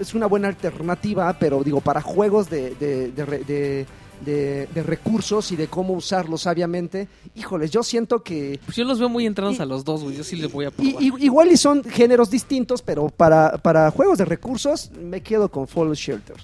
Es una buena alternativa, pero digo, para juegos de. de- de re- de- de- de recursos y de cómo usarlos sabiamente, híjoles, yo siento que Pues yo los veo muy entrados Y- a los dos, güey. Yo sí les voy a y- probar. y- igual y son géneros distintos, pero para, para juegos de recursos me quedo con Fallout Shelter.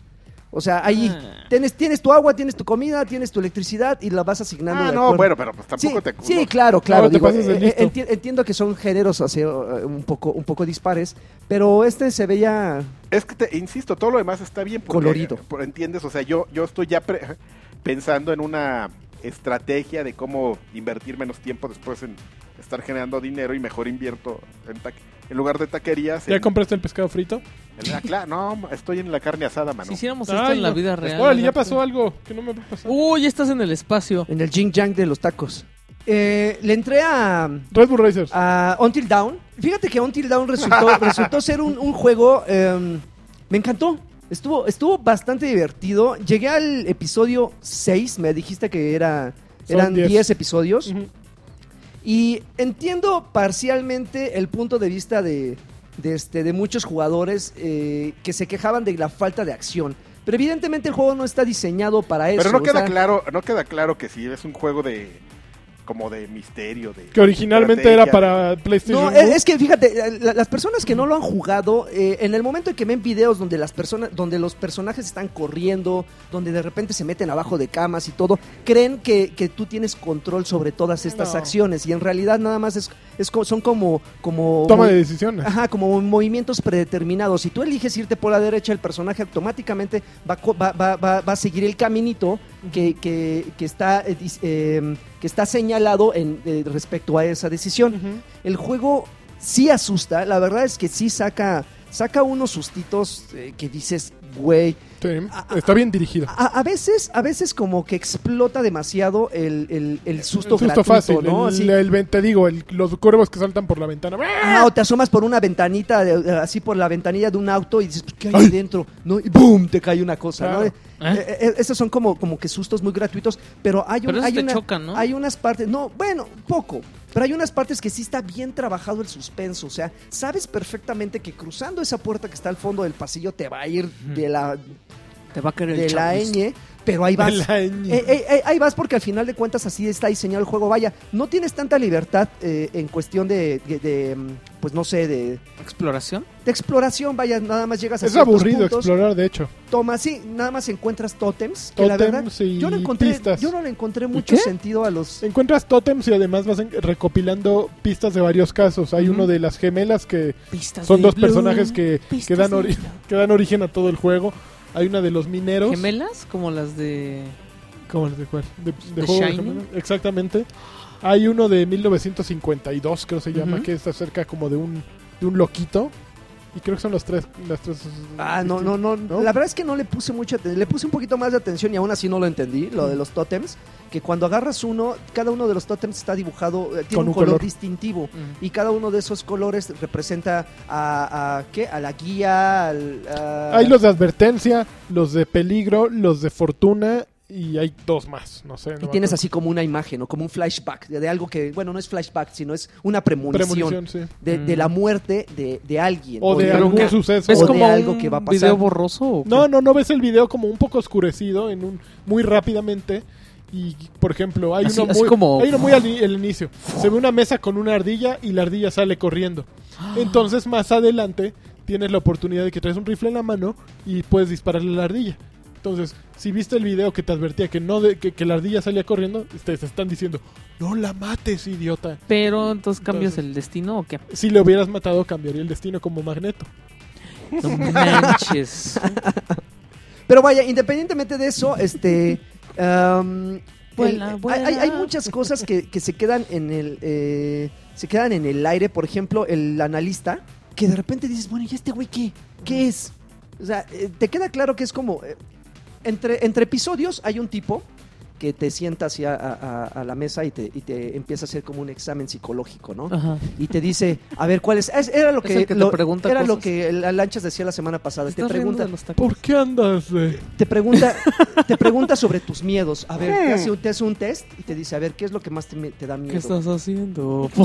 O sea, ahí Ah. tienes, tienes tu agua, tienes tu comida, tienes tu electricidad y la vas asignando. Ah, de no, acuerdo. bueno, pero pues Sí, tampoco te... sí, no, claro, claro. te digo, pases de eh, listo. enti- entiendo que son géneros así, eh, un poco, un poco dispares, pero este se veía Es que te insisto, todo lo demás está bien porque- eh, Colorido. por- ¿Entiendes? O sea, yo, yo estoy ya pre- pensando en una estrategia de cómo invertir menos tiempo después en estar generando dinero y mejor invierto en, taque- en lugar de taquerías. ¿Ya en- compraste el pescado frito? en la- cla- no, estoy en la carne asada, mano. Si hiciéramos esto Ay, en la no. vida real. Órale, ya Alberto. pasó algo que no me va a pasar. Uy, ya estás en el espacio. en el jing jang de los tacos. Eh, le entré a, Red Bull Racers. a Until Down. Fíjate que Until Down resultó, resultó ser un, un juego. eh, me encantó. Estuvo, estuvo bastante divertido. Llegué al episodio 6. Me dijiste que era, Son eran 10. 10 episodios. Ujú. Y entiendo parcialmente el punto de vista de, de, este, de muchos jugadores eh, que se quejaban de la falta de acción. Pero evidentemente el juego no está diseñado para eso. Pero no o queda sea, claro, no queda claro que si es un juego de como de misterio. De, Que originalmente era estrategia, para PlayStation. No, Move. es, es que fíjate, eh, la- las personas que no lo han jugado, eh, en el momento en que ven videos donde las personas, donde los personajes están corriendo, donde de repente se meten abajo de camas y todo, creen que, que tú tienes control sobre todas estas No. acciones y en realidad nada más es, es co- son como como Toma muy- de decisiones. Ajá, como movimientos predeterminados. Si tú eliges irte por la derecha, el personaje automáticamente va, co- va, va, va- va a seguir el caminito que, que, que está, eh, dis- eh, que está señalado en, eh, respecto a esa decisión. Ujú. El juego sí asusta, la verdad es que sí saca, saca unos sustitos eh, que dices, güey. Sí, Ah, está bien dirigido. A, a veces, a veces como que explota demasiado el, el, el susto, Susto gratuito, fácil. ¿no? el- Así- el ven- te digo, el- los cuervos que saltan por la ventana. Ah, o te asomas por una ventanita, de- de- así por la ventanilla de un auto y dices, "Pues, ¿qué hay Ay. ahí dentro? ¿No? Y ¡boom! Te cae una cosa, ¿no? Claro. ¿Eh? Eh, eh, esos son como, como que sustos muy gratuitos, pero hay, un- Pero esos hay te una- chocan, ¿no? hay unas partes, no, bueno, poco, pero hay unas partes que sí está bien trabajado el suspenso, o sea, sabes perfectamente que cruzando esa puerta que está al fondo del pasillo te va a ir de la, Te va a caer el de la chapuz. ñ, pero ahí vas. La ñ. Eh, eh, eh, ahí vas porque al final de cuentas así está diseñado el juego. Vaya, no tienes tanta libertad eh, en cuestión de, de- de, mm, pues no sé, de, ¿Exploración? de exploración. Vaya, nada más llegas a es ciertos aburrido puntos, explorar, de hecho. Tomas, sí, nada más encuentras tótems. Que la verdad, Tótems y yo no encontré, pistas. yo no le encontré mucho qué? sentido a los. Encuentras tótems y además vas en- recopilando pistas de varios casos. Hay Ujú. uno de las gemelas que Pistas son de dos blue. personajes que, que, Pistas dan de ori- blue. que dan origen a todo el juego. Hay una de los mineros. ¿Gemelas? Como las de... ¿Cómo les digo? De, de ¿The juego de Shining? gemelas. Exactamente. Hay uno de 1952, creo se llama, Ujú. que está cerca como de un, de un loquito. Y creo que son los tres. Las tres Ah, no, no, no, ¿No? La verdad es que no le puse mucha aten- le puse un poquito más de atención y aún así no lo entendí, lo de Mm. los tótems, que cuando agarras uno, cada uno de los tótems está dibujado, eh, tiene Con un, un color, color. distintivo. Y cada uno de esos colores representa a, a ¿qué? A la guía, al... a- Hay los de advertencia, los de peligro, los de fortuna y hay dos más. No sé. no Y me tienes acuerdo. así como una imagen o como un flashback de, de algo que, bueno, no es flashback, sino es una premonición, Premonición, sí. De, de la muerte de, de alguien. O de Pero algún que- suceso. ¿Ves o de como algo un que va a pasar. video borroso? o qué? No, no, no ves el video como un poco oscurecido en un muy rápidamente. Y, por ejemplo, hay Así- uno así muy, como- hay uno muy al, i- el inicio. Se ve una mesa con una ardilla y la ardilla sale corriendo. Entonces, más adelante, tienes la oportunidad de que traes un rifle en la mano y puedes dispararle a la ardilla. Entonces, si viste el video que te advertía que no de- que, que la ardilla salía corriendo, te, te están diciendo, no la mates, idiota. Pero entonces cambias Entonces- el destino o qué? Si le hubieras matado, cambiaría el destino como magneto. No manches. Pero vaya, independientemente de eso, este. am, Vuela, el- vuela. Hay, hay muchas cosas que, que se quedan en el. eh, se quedan en el aire. Por ejemplo, el analista. Que de repente dices, bueno, ¿y este güey qué? ¿Qué es? O sea, eh, te queda claro que es como. eh, entre, entre episodios hay un tipo que te sienta hacia a, a la mesa y te, y te empieza a hacer como un examen psicológico, ¿no? Ajá. y te dice, a ver, ¿cuál es? Es- Era lo Ah. Es que, el que te lo- pregunta era lo cosas. que la Lanchas decía la semana pasada. ¿Te Te estás riendo pregunta, de los tacos? ¿Por qué andas? de- te pregunta, te pregunta sobre tus miedos. A ver, te hace, un- te hace un test y te dice, a ver, ¿qué es lo que más te, me- te da miedo? ¿Qué estás haciendo?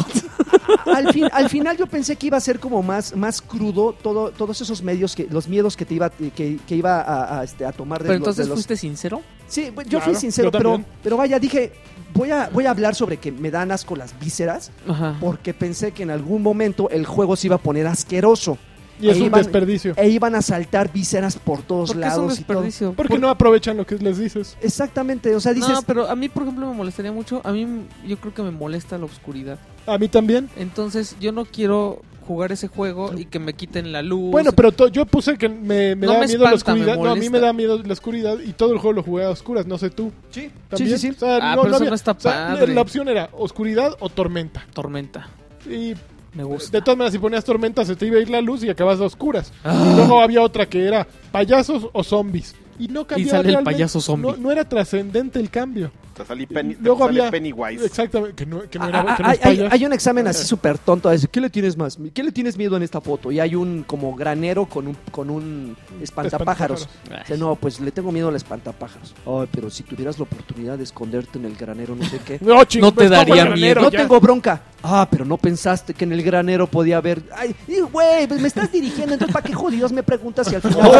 Al, fin- al final yo pensé que iba a ser como más, más crudo todo, todos esos medios que, los miedos que te iba, que, que iba a, a, este, a tomar de, Pero lo- de entonces los- fuiste sincero. Sí, pues, yo Claro, fui sincero, yo pero, también. pero vaya, dije, voy a, voy a hablar sobre que me dan asco las vísceras, Ajá. porque pensé que en algún momento el juego se iba a poner asqueroso. Y es Ahí un van- desperdicio. e iban a saltar vísceras por todos ¿Por qué es un lados y todo. desperdicio? Porque no aprovechan lo que les dices. Exactamente, o sea, dices, No, pero a mí, por ejemplo, me molestaría mucho. A mí, m- yo creo que me molesta la oscuridad. A mí también. Entonces, yo no quiero jugar ese juego y que me quiten la luz. Bueno, pero to- yo puse que me, me No da me miedo la espanta, me oscuridad. No, a mí molesta. me da miedo la oscuridad y todo el juego lo jugué a oscuras, no sé tú. Sí, Sí, sí, sí. O sea, Ah, pero eso no está o sea, la- padre. La opción era oscuridad o tormenta. Tormenta. Y Me gusta. de todas maneras, si ponías tormenta, se te iba a ir la luz y acabas a oscuras. Ah. Y luego había otra que era payasos o zombies. Y no cambiaba sale el realmente. payaso zombie. No, no era trascendente el cambio. Te sale, Penny- te Luego sale había- Pennywise. Exactamente, que no, que no ah, era Ah. ah, que no hay, es hay- payaso. hay un examen así súper tonto, es, ¿qué le tienes más? ¿Qué le tienes miedo en esta foto? Y hay un como granero con un, con un espantapájaros. Ah, Dice, no, pues le tengo miedo al espantapájaros. Ay, pero si tuvieras la oportunidad de esconderte en el granero, no sé qué. No, ching, No te es como el daría granero, miedo. no ya. tengo bronca, Ah, pero no pensaste que en el granero podía haber. Ay, y, güey, pues me estás dirigiendo, entonces ¿para qué jodidos me preguntas si al final,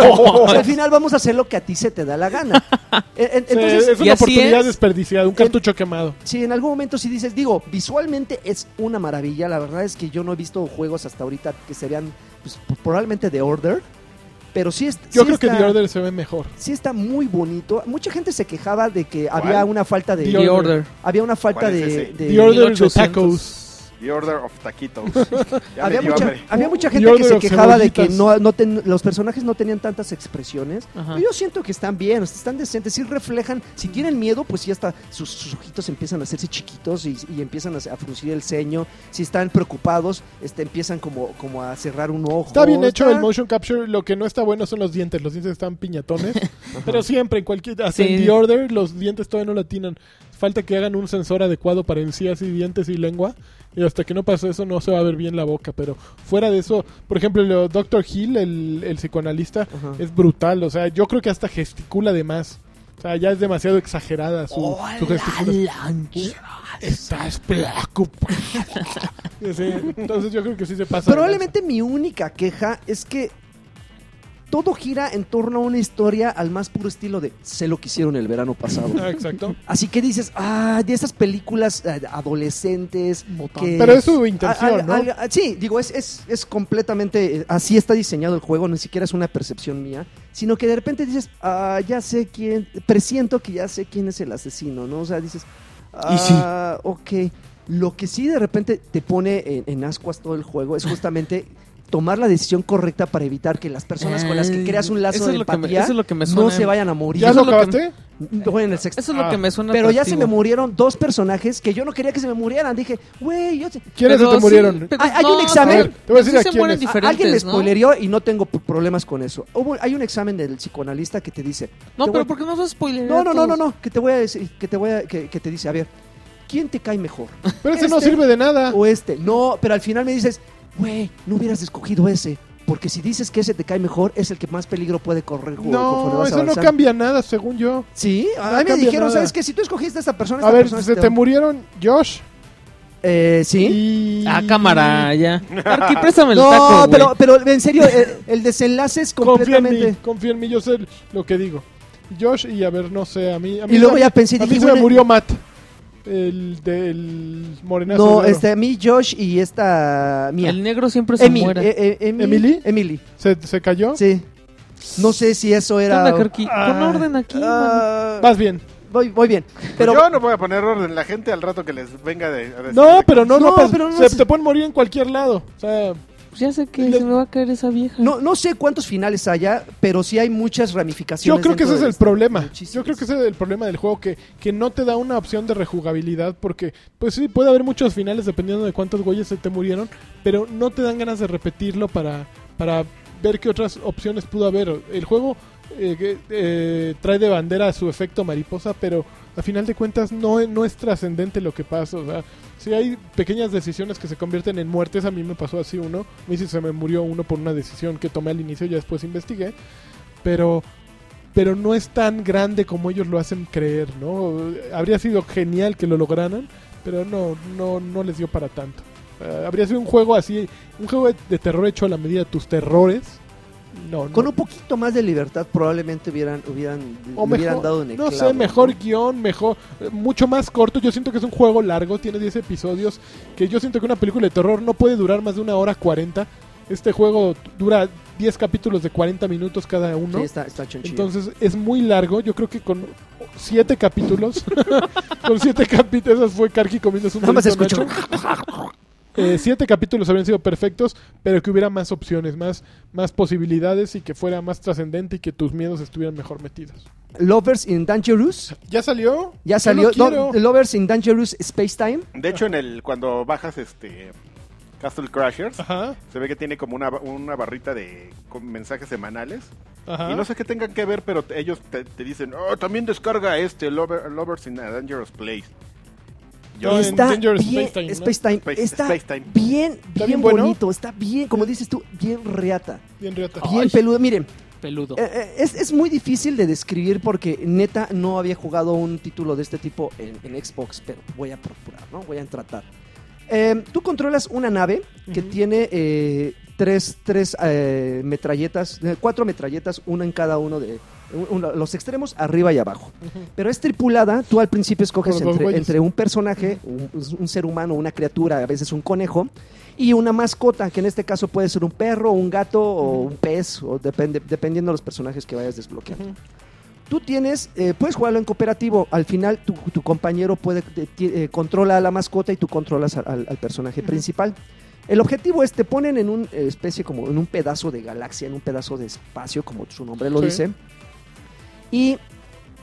si al final vamos a hacer lo que a ti se te da la gana? En- en- Sí, Entonces, es y una así oportunidad es. desperdiciada, un cartucho quemado. si en algún momento si dices, digo, visualmente es una maravilla, la verdad es que yo no he visto juegos hasta ahorita que serían pues, p- probablemente de Order, pero sí, es, Yo sí creo que está- The Order se ve mejor. sí está muy bonito. Mucha gente se quejaba de que ¿Cuál? había una falta de The The Order. Order. había una falta ¿Cuál es de, ese? de- The Order de 1800. tacos. The Order of Taquitos. Ya me había dio mucha, hambre. había mucha The gente que Order se of quejaba de que cebollitas. no, no ten- los personajes no tenían tantas expresiones. Ajá. Pero Pues yo siento que están bien, están decentes, sí reflejan, si tienen miedo, pues ya hasta sus, sus ojitos empiezan a hacerse chiquitos y, y empiezan a, a fruncir el ceño. Si están preocupados, este, empiezan como, como a cerrar un ojo. Está bien hecho Está- el motion capture, lo que no está bueno son los dientes, los dientes están piñatones, pero siempre en cualquier hasta en Sí. The Order los dientes todavía no latinan. Falta que hagan un sensor adecuado para encías y dientes y lengua y hasta que no pase eso no se va a ver bien la boca, pero fuera de eso, por ejemplo, lo- Dr. Hill, el, el psicoanalista, Ajá. es brutal, o sea, yo creo que hasta gesticula de más. O sea, ya es demasiado exagerada su, su gesticulación. Estás preocupado. Sí, entonces yo creo que sí se pasa. de lanza. Probablemente mi única queja es que todo gira en torno a una historia al más puro estilo de sé lo que hicieron el verano pasado. Ah, exacto. Así que dices, ah, de esas películas eh, adolescentes. que- Pero es su intención, Al- ¿no? al- al- sí, digo, es, es, es completamente. eh, Así está diseñado el juego, ni siquiera es una percepción mía. Sino que de repente dices, ah, ya sé quién. Presiento que ya sé quién es el asesino, ¿no? O sea, dices, ah, ok. Lo que sí de repente te pone en, en ascuas todo el juego es justamente tomar la decisión correcta para evitar que las personas con las que creas un lazo Eso de es lo que me- empatía eso es lo que me no suena- se vayan a morir. ¿Ya eso lo es lo que me- acabaste? Voy en el sexto. Eso es lo Ah. que me suena Pero ya se me atractivo. murieron dos personajes que yo no quería que se me murieran. Dije, güey, yo... ¿Quiénes se Pero te sí, murieron? pero Ah, Hay- hay un sí, examen. A ver, te voy a decir sí a se quiénes. mueren A- Alguien me diferentes, ¿no? spoilerió y no tengo p- problemas con eso. Hubo- hay un examen del psicoanalista que te dice... No, te pero voy- ¿por qué no vas a spoilear? no, no, no, no, no, que te voy a decir, que te, voy a- que, que te dice, a ver, ¿quién te cae mejor? Pero ese no Este- sirve de nada. ¿O este? No, pero al final me dices, güey, no hubieras escogido ese. Porque si dices que ese te cae mejor, es el que más peligro puede correr. ju- conforme No, vas eso no avanzando". cambia nada, según yo. Sí, a No mí me cambia dijeron, nada. ¿sabes que Si tú escogiste a esta persona, A esta ver, persona se te murieron Josh Eh, sí. y... Ah, cámara, ya. Arqui, préstame el no, taco, güey. pero, pero en serio, el, el desenlace es Confía en mí, completamente. confía en mí, yo sé lo que digo. Josh y a ver, no sé, a mí... A mí Y luego se- ya pensé, a mí dije, se me bueno, murió Matt, el del morenazo. no, de oro. este, a mí Josh y esta mía. El negro siempre se Emi- muere. eh, eh, Emi- ¿Emily? Emily, ¿Se, se cayó? sí. No sé si eso ¿Qué era. onda, Karki? Pon Ah. orden aquí, mano. Ah, Vas bien. voy, voy bien. Pero Pues Yo no voy a poner orden. La gente al rato que les venga de. a decir- No, pero no, no, No, pasa- pero no se, se- te pueden morir en cualquier lado. O sea, Pues ya sé que Le- se me va a caer esa vieja. no, no sé cuántos finales haya, pero sí hay muchas ramificaciones. Yo creo que ese dentro es de este el esto. problema. Muchísimas. Yo creo que ese es el problema del juego, que, que no te da una opción de rejugabilidad, porque pues sí, puede haber muchos finales dependiendo de cuántos güeyes se te murieron, pero no te dan ganas de repetirlo para, para ver qué otras opciones pudo haber. El juego eh, que, eh, trae de bandera su efecto mariposa, pero a final de cuentas no, es- no es trascendente lo que pasa. O sea, si hay pequeñas decisiones que se convierten en muertes, a mí me pasó así uno, a mí sí se me murió uno por una decisión que tomé al inicio, ya después investigué, pero pero no es tan grande como ellos lo hacen creer, ¿no? Habría sido genial que lo lograran, pero no, no, no les dio para tanto. Eh, habría sido un juego así, un juego de, de terror hecho a la medida de tus terrores. No, no. Con un poquito más de libertad, probablemente hubieran, hubieran, O hubieran mejor- dado en el no clavo, sé, mejor guión, mejor, eh, mucho más corto. Yo siento que es un juego largo, tiene 10 episodios, que yo siento que una película de terror no puede durar más de una hora 40. Este juego dura 10 capítulos de 40 minutos cada uno. Sí, está, está chonchillo. Entonces es muy largo. Yo creo que con siete capítulos, con siete capítulos, esas fue Karki comiéndose un Nada más burrito escucho. nacho. Eh, siete capítulos habrían sido perfectos, pero que hubiera más opciones, más, más posibilidades y que fuera más trascendente y que tus miedos estuvieran mejor metidos. Lovers in Dangerous. ¿Ya salió? Ya Yo salió lo quiero. no, Lovers in Dangerous Space Time. De hecho, en el cuando bajas este Castle Crashers, Ah. Ajá, se ve que tiene como una, ba- una barrita de con mensajes semanales. ajá. Ah. Y no sé qué tengan que ver, pero te- ellos te, te dicen, oh, también descarga este Lover- Lovers in a Dangerous Place. No, Yo en está Dangerous bien, Space Time, ¿no? Space Time, Space- está Space Time. bien, bien bien, bueno? bonito, está bien, como dices tú, bien reata, Bien, Riata. bien peludo. Miren, Peludo. eh, eh, es, es muy difícil de describir porque neta no había jugado un título de este tipo en, en Xbox, pero voy a procurar, ¿no? Voy a tratar. Eh, tú controlas una nave que Ujú. tiene eh, tres, tres eh, metralletas, eh, cuatro metralletas, una en cada uno de un- un- los extremos, arriba y abajo. Pero es tripulada, tú al principio escoges Por dos entre, güeyes. entre un personaje, un, pues, un ser humano, una criatura, a veces un conejo, y una mascota, que en este caso puede ser un perro, un gato o un pez, o depende, dependiendo de los personajes que vayas desbloqueando. Tú tienes, eh, puedes jugarlo en cooperativo. Al final, tu, tu compañero puede te- ti- eh, controla a la mascota y tú controlas al- al, al personaje principal. El objetivo es te ponen en una especie como en un pedazo de galaxia, en un pedazo de espacio, como su nombre lo Sí. dice. Y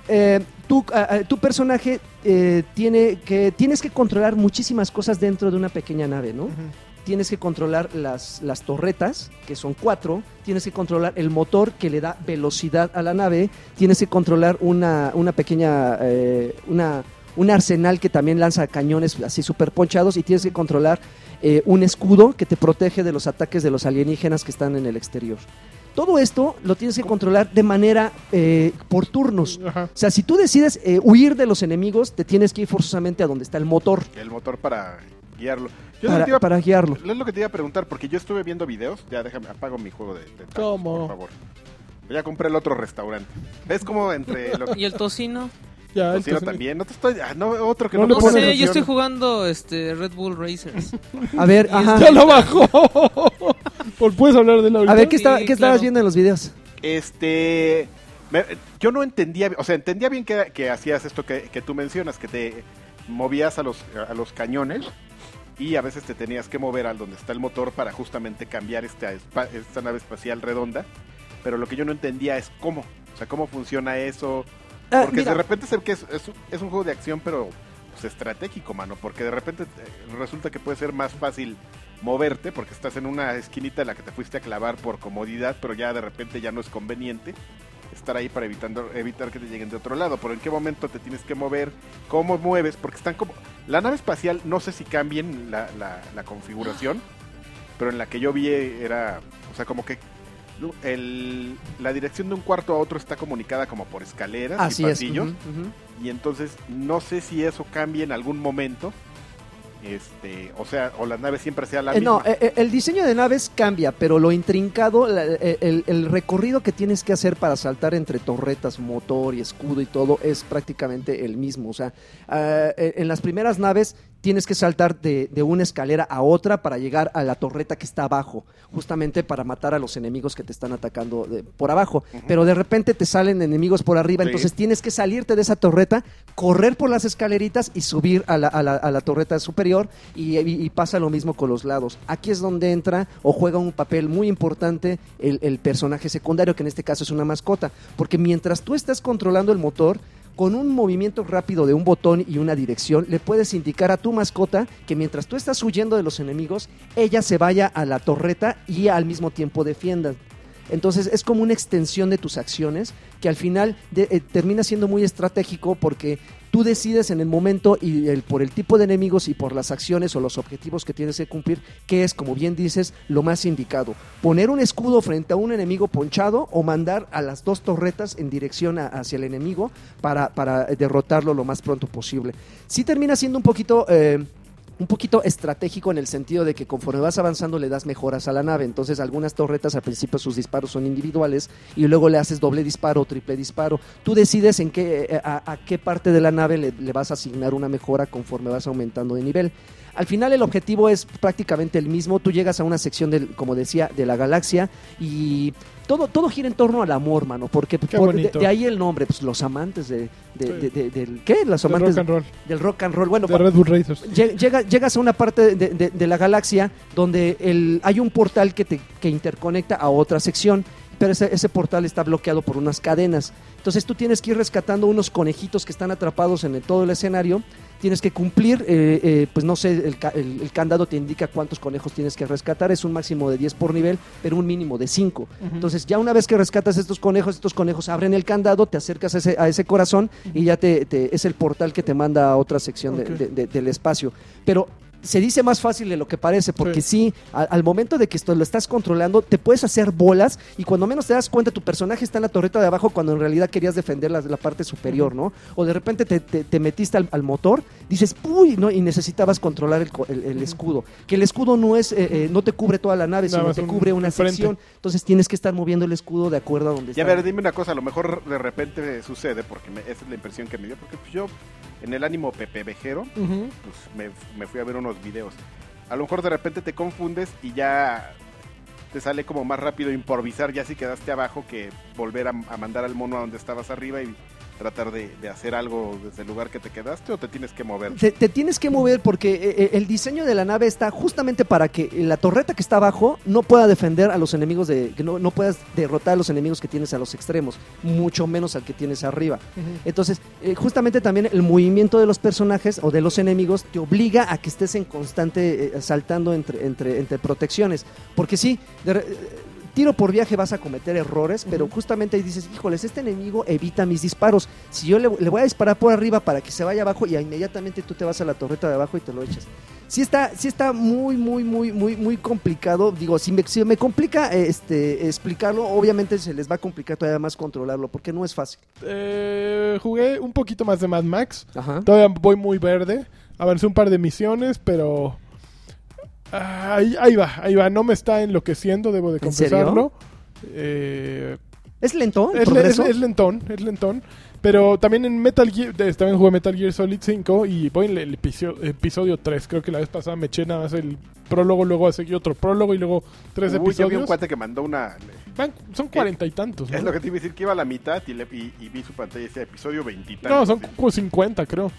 eh, tú, ah, ah, tu personaje eh, tiene que tienes que controlar muchísimas cosas dentro de una pequeña nave, ¿no? tienes que controlar las, las torretas, que son cuatro, tienes que controlar el motor que le da velocidad a la nave, tienes que controlar una, una pequeña, eh, una, un arsenal que también lanza cañones así super ponchados y tienes que controlar eh, un escudo que te protege de los ataques de los alienígenas que están en el exterior. Todo esto lo tienes que controlar de manera eh, por turnos. Ajá. O sea, si tú decides eh, huir de los enemigos, te tienes que ir forzosamente a donde está el motor El motor para guiarlo. Yo lo que te para, iba- para guiarlo. Es lo que te iba a preguntar, porque yo estuve viendo videos. Ya déjame, apago mi juego de, de tacos, ¿Cómo? por favor. Ya compré el otro restaurante. ¿Ves cómo entre lo que ¿Y el tocino? Ya, cocino entonces- también? Pues No te estoy. ah, no, otro que No no, le No te pones pone sé, yo estoy atención. jugando este Red Bull Racers. A ver, Y ajá. este- ¡Ya lo bajó! Pues puedes hablar de la A ver, ¿qué, Sí, está, ¿qué estabas claro. viendo en los videos? Este. me- yo no entendía. O sea, entendía bien que, que hacías esto que, que tú mencionas, que te movías a los, a los cañones y a veces te tenías que mover al donde está el motor para justamente cambiar esta, espa- esta nave espacial redonda. Pero lo que yo no entendía es cómo. O sea, cómo funciona eso. Ah, Porque mira, de repente se ve que es, es un- es un juego de acción, pero pues, estratégico, mano. Porque de repente eh, resulta que puede ser más fácil moverte, porque estás en una esquinita en la que te fuiste a clavar por comodidad, pero ya de repente ya no es conveniente estar ahí para evitando, evitar que te lleguen de otro lado. Pero en qué momento te tienes que mover, cómo mueves, porque están como... La nave espacial, no sé si cambien la, la- la configuración, pero en la que yo vi eh, era... O sea, como que... el- la dirección de un cuarto a otro está comunicada como por escaleras así y es. pasillos ujú, ujú. y entonces no sé si eso cambie en algún momento. Este, o sea, o la nave siempre sea la Eh, misma. no, eh, eh, el diseño de naves cambia, pero lo intrincado, la- eh, el, el recorrido que tienes que hacer para saltar entre torretas, motor y escudo y todo es prácticamente el mismo. O sea, ah, eh, en las primeras naves tienes que saltar de, de una escalera a otra para llegar a la torreta que está abajo, justamente para matar a los enemigos que te están atacando de- por abajo. Pero de repente te salen enemigos por arriba, Sí. entonces tienes que salirte de esa torreta, correr por las escaleritas y subir a la, a la- a la torreta superior y, y- y pasa lo mismo con los lados. Aquí es donde entra o juega un papel muy importante el, el personaje secundario, que en este caso es una mascota, porque mientras tú estás controlando el motor, con un movimiento rápido de un botón y una dirección, le puedes indicar a tu mascota que mientras tú estás huyendo de los enemigos, ella se vaya a la torreta y al mismo tiempo defienda. Entonces es como una extensión de tus acciones que al final de- eh, termina siendo muy estratégico porque tú decides en el momento y el- por el tipo de enemigos y por las acciones o los objetivos que tienes que cumplir, que es, como bien dices, lo más indicado. Poner un escudo frente a un enemigo ponchado o mandar a las dos torretas en dirección a- hacia el enemigo para, para derrotarlo lo más pronto posible. Sí termina siendo un poquito... eh, un poquito estratégico en el sentido de que conforme vas avanzando le das mejoras a la nave. Entonces algunas torretas al principio sus disparos son individuales y luego le haces doble disparo, triple disparo. Tú decides en qué, eh, a, a qué parte de la nave le, le vas a asignar una mejora conforme vas aumentando de nivel. Al final el objetivo es prácticamente el mismo. Tú llegas a una sección, del, como decía, de la galaxia y todo, todo gira en torno al amor, mano. Porque Qué por- de, bonito. de ahí el nombre, pues los amantes de... de- Sí. de- de- del, ¿Qué? Los De amantes rock and roll. del rock and roll. Bueno, De Red Bull Racers. Lle- llega- llegas a una parte de, de- de la galaxia donde el, hay un portal que, te, que interconecta a otra sección, pero ese, ese portal está bloqueado por unas cadenas. Entonces tú tienes que ir rescatando unos conejitos que están atrapados en el- todo el escenario. Tienes que cumplir, eh, eh, pues no sé, el, ca- el- el candado te indica cuántos conejos tienes que rescatar. Es un máximo de 10 por nivel, pero un mínimo de 5. Entonces, ya una vez que rescatas estos conejos, estos conejos abren el candado, te acercas a ese, a ese corazón y ya te, te- es el portal que te manda a otra sección de- Ok. de- de- del espacio. Pero se dice más fácil de lo que parece, porque sí, a- al momento de que esto lo estás controlando, te puedes hacer bolas y cuando menos te das cuenta, tu personaje está en la torreta de abajo cuando en realidad querías defender la, la parte superior, ¿no? O de repente te, te- te metiste al, al motor, dices, uy, ¿no? Y necesitabas controlar el, co- el- el escudo. Que el escudo no es, eh, eh, no te cubre toda la nave, Nada sino más te un- cubre una el frente. sección. Entonces tienes que estar moviendo el escudo de acuerdo a donde Y está. a ver, dime una cosa, a lo mejor de repente sucede, porque me- esa es la impresión que me dio, porque pues, yo en el ánimo Pepe Vejero, Ujú. pues me, me fui a ver unos videos. A lo mejor de repente te confundes y ya te sale como más rápido improvisar, ya si quedaste abajo, que volver a, a mandar al mono a donde estabas arriba y tratar de, de hacer algo desde el lugar que te quedaste o te tienes que mover. Te, te tienes que mover porque eh, eh, el diseño de la nave está justamente para que la torreta que está abajo no pueda defender a los enemigos, de, que no, no puedas derrotar a los enemigos que tienes a los extremos, mucho menos al que tienes arriba. Entonces, eh, justamente también el movimiento de los personajes o de los enemigos te obliga a que estés en constante eh, saltando entre, entre, entre protecciones. Porque sí, de re- eh, tiro por viaje vas a cometer errores, pero justamente ahí dices, híjoles, este enemigo evita mis disparos. Si yo le, le voy a disparar por arriba para que se vaya abajo y inmediatamente tú te vas a la torreta de abajo y te lo echas. Sí está, sí está muy, muy, muy, muy, muy complicado. Digo, si me, si me complica eh, este, explicarlo, obviamente se les va a complicar todavía más controlarlo, porque no es fácil. Eh, jugué un poquito más de Mad Max. Ajá. Todavía voy muy verde. Avancé un par de misiones, pero. ah, Ahí, ahí va, ahí va. No me está enloqueciendo, debo de ¿En serio? confesarlo. Eh, Es lento el es, le- es- progreso. es lentón, es lentón. Pero también en Metal Gear, de- también jugué Metal Gear Solid 5 y voy en el episo- episodio 3. Creo que la vez pasada me eché nada más el prólogo, luego seguí otro prólogo y luego tres Uy, yo vi un episodios. cuate que mandó una... Van- son cuarenta y tantos. Es ¿no? lo que te iba a decir, que iba a la mitad y, le, y, y vi su pantalla y decía episodio 20 y tal. No, son Sí. como 50, creo.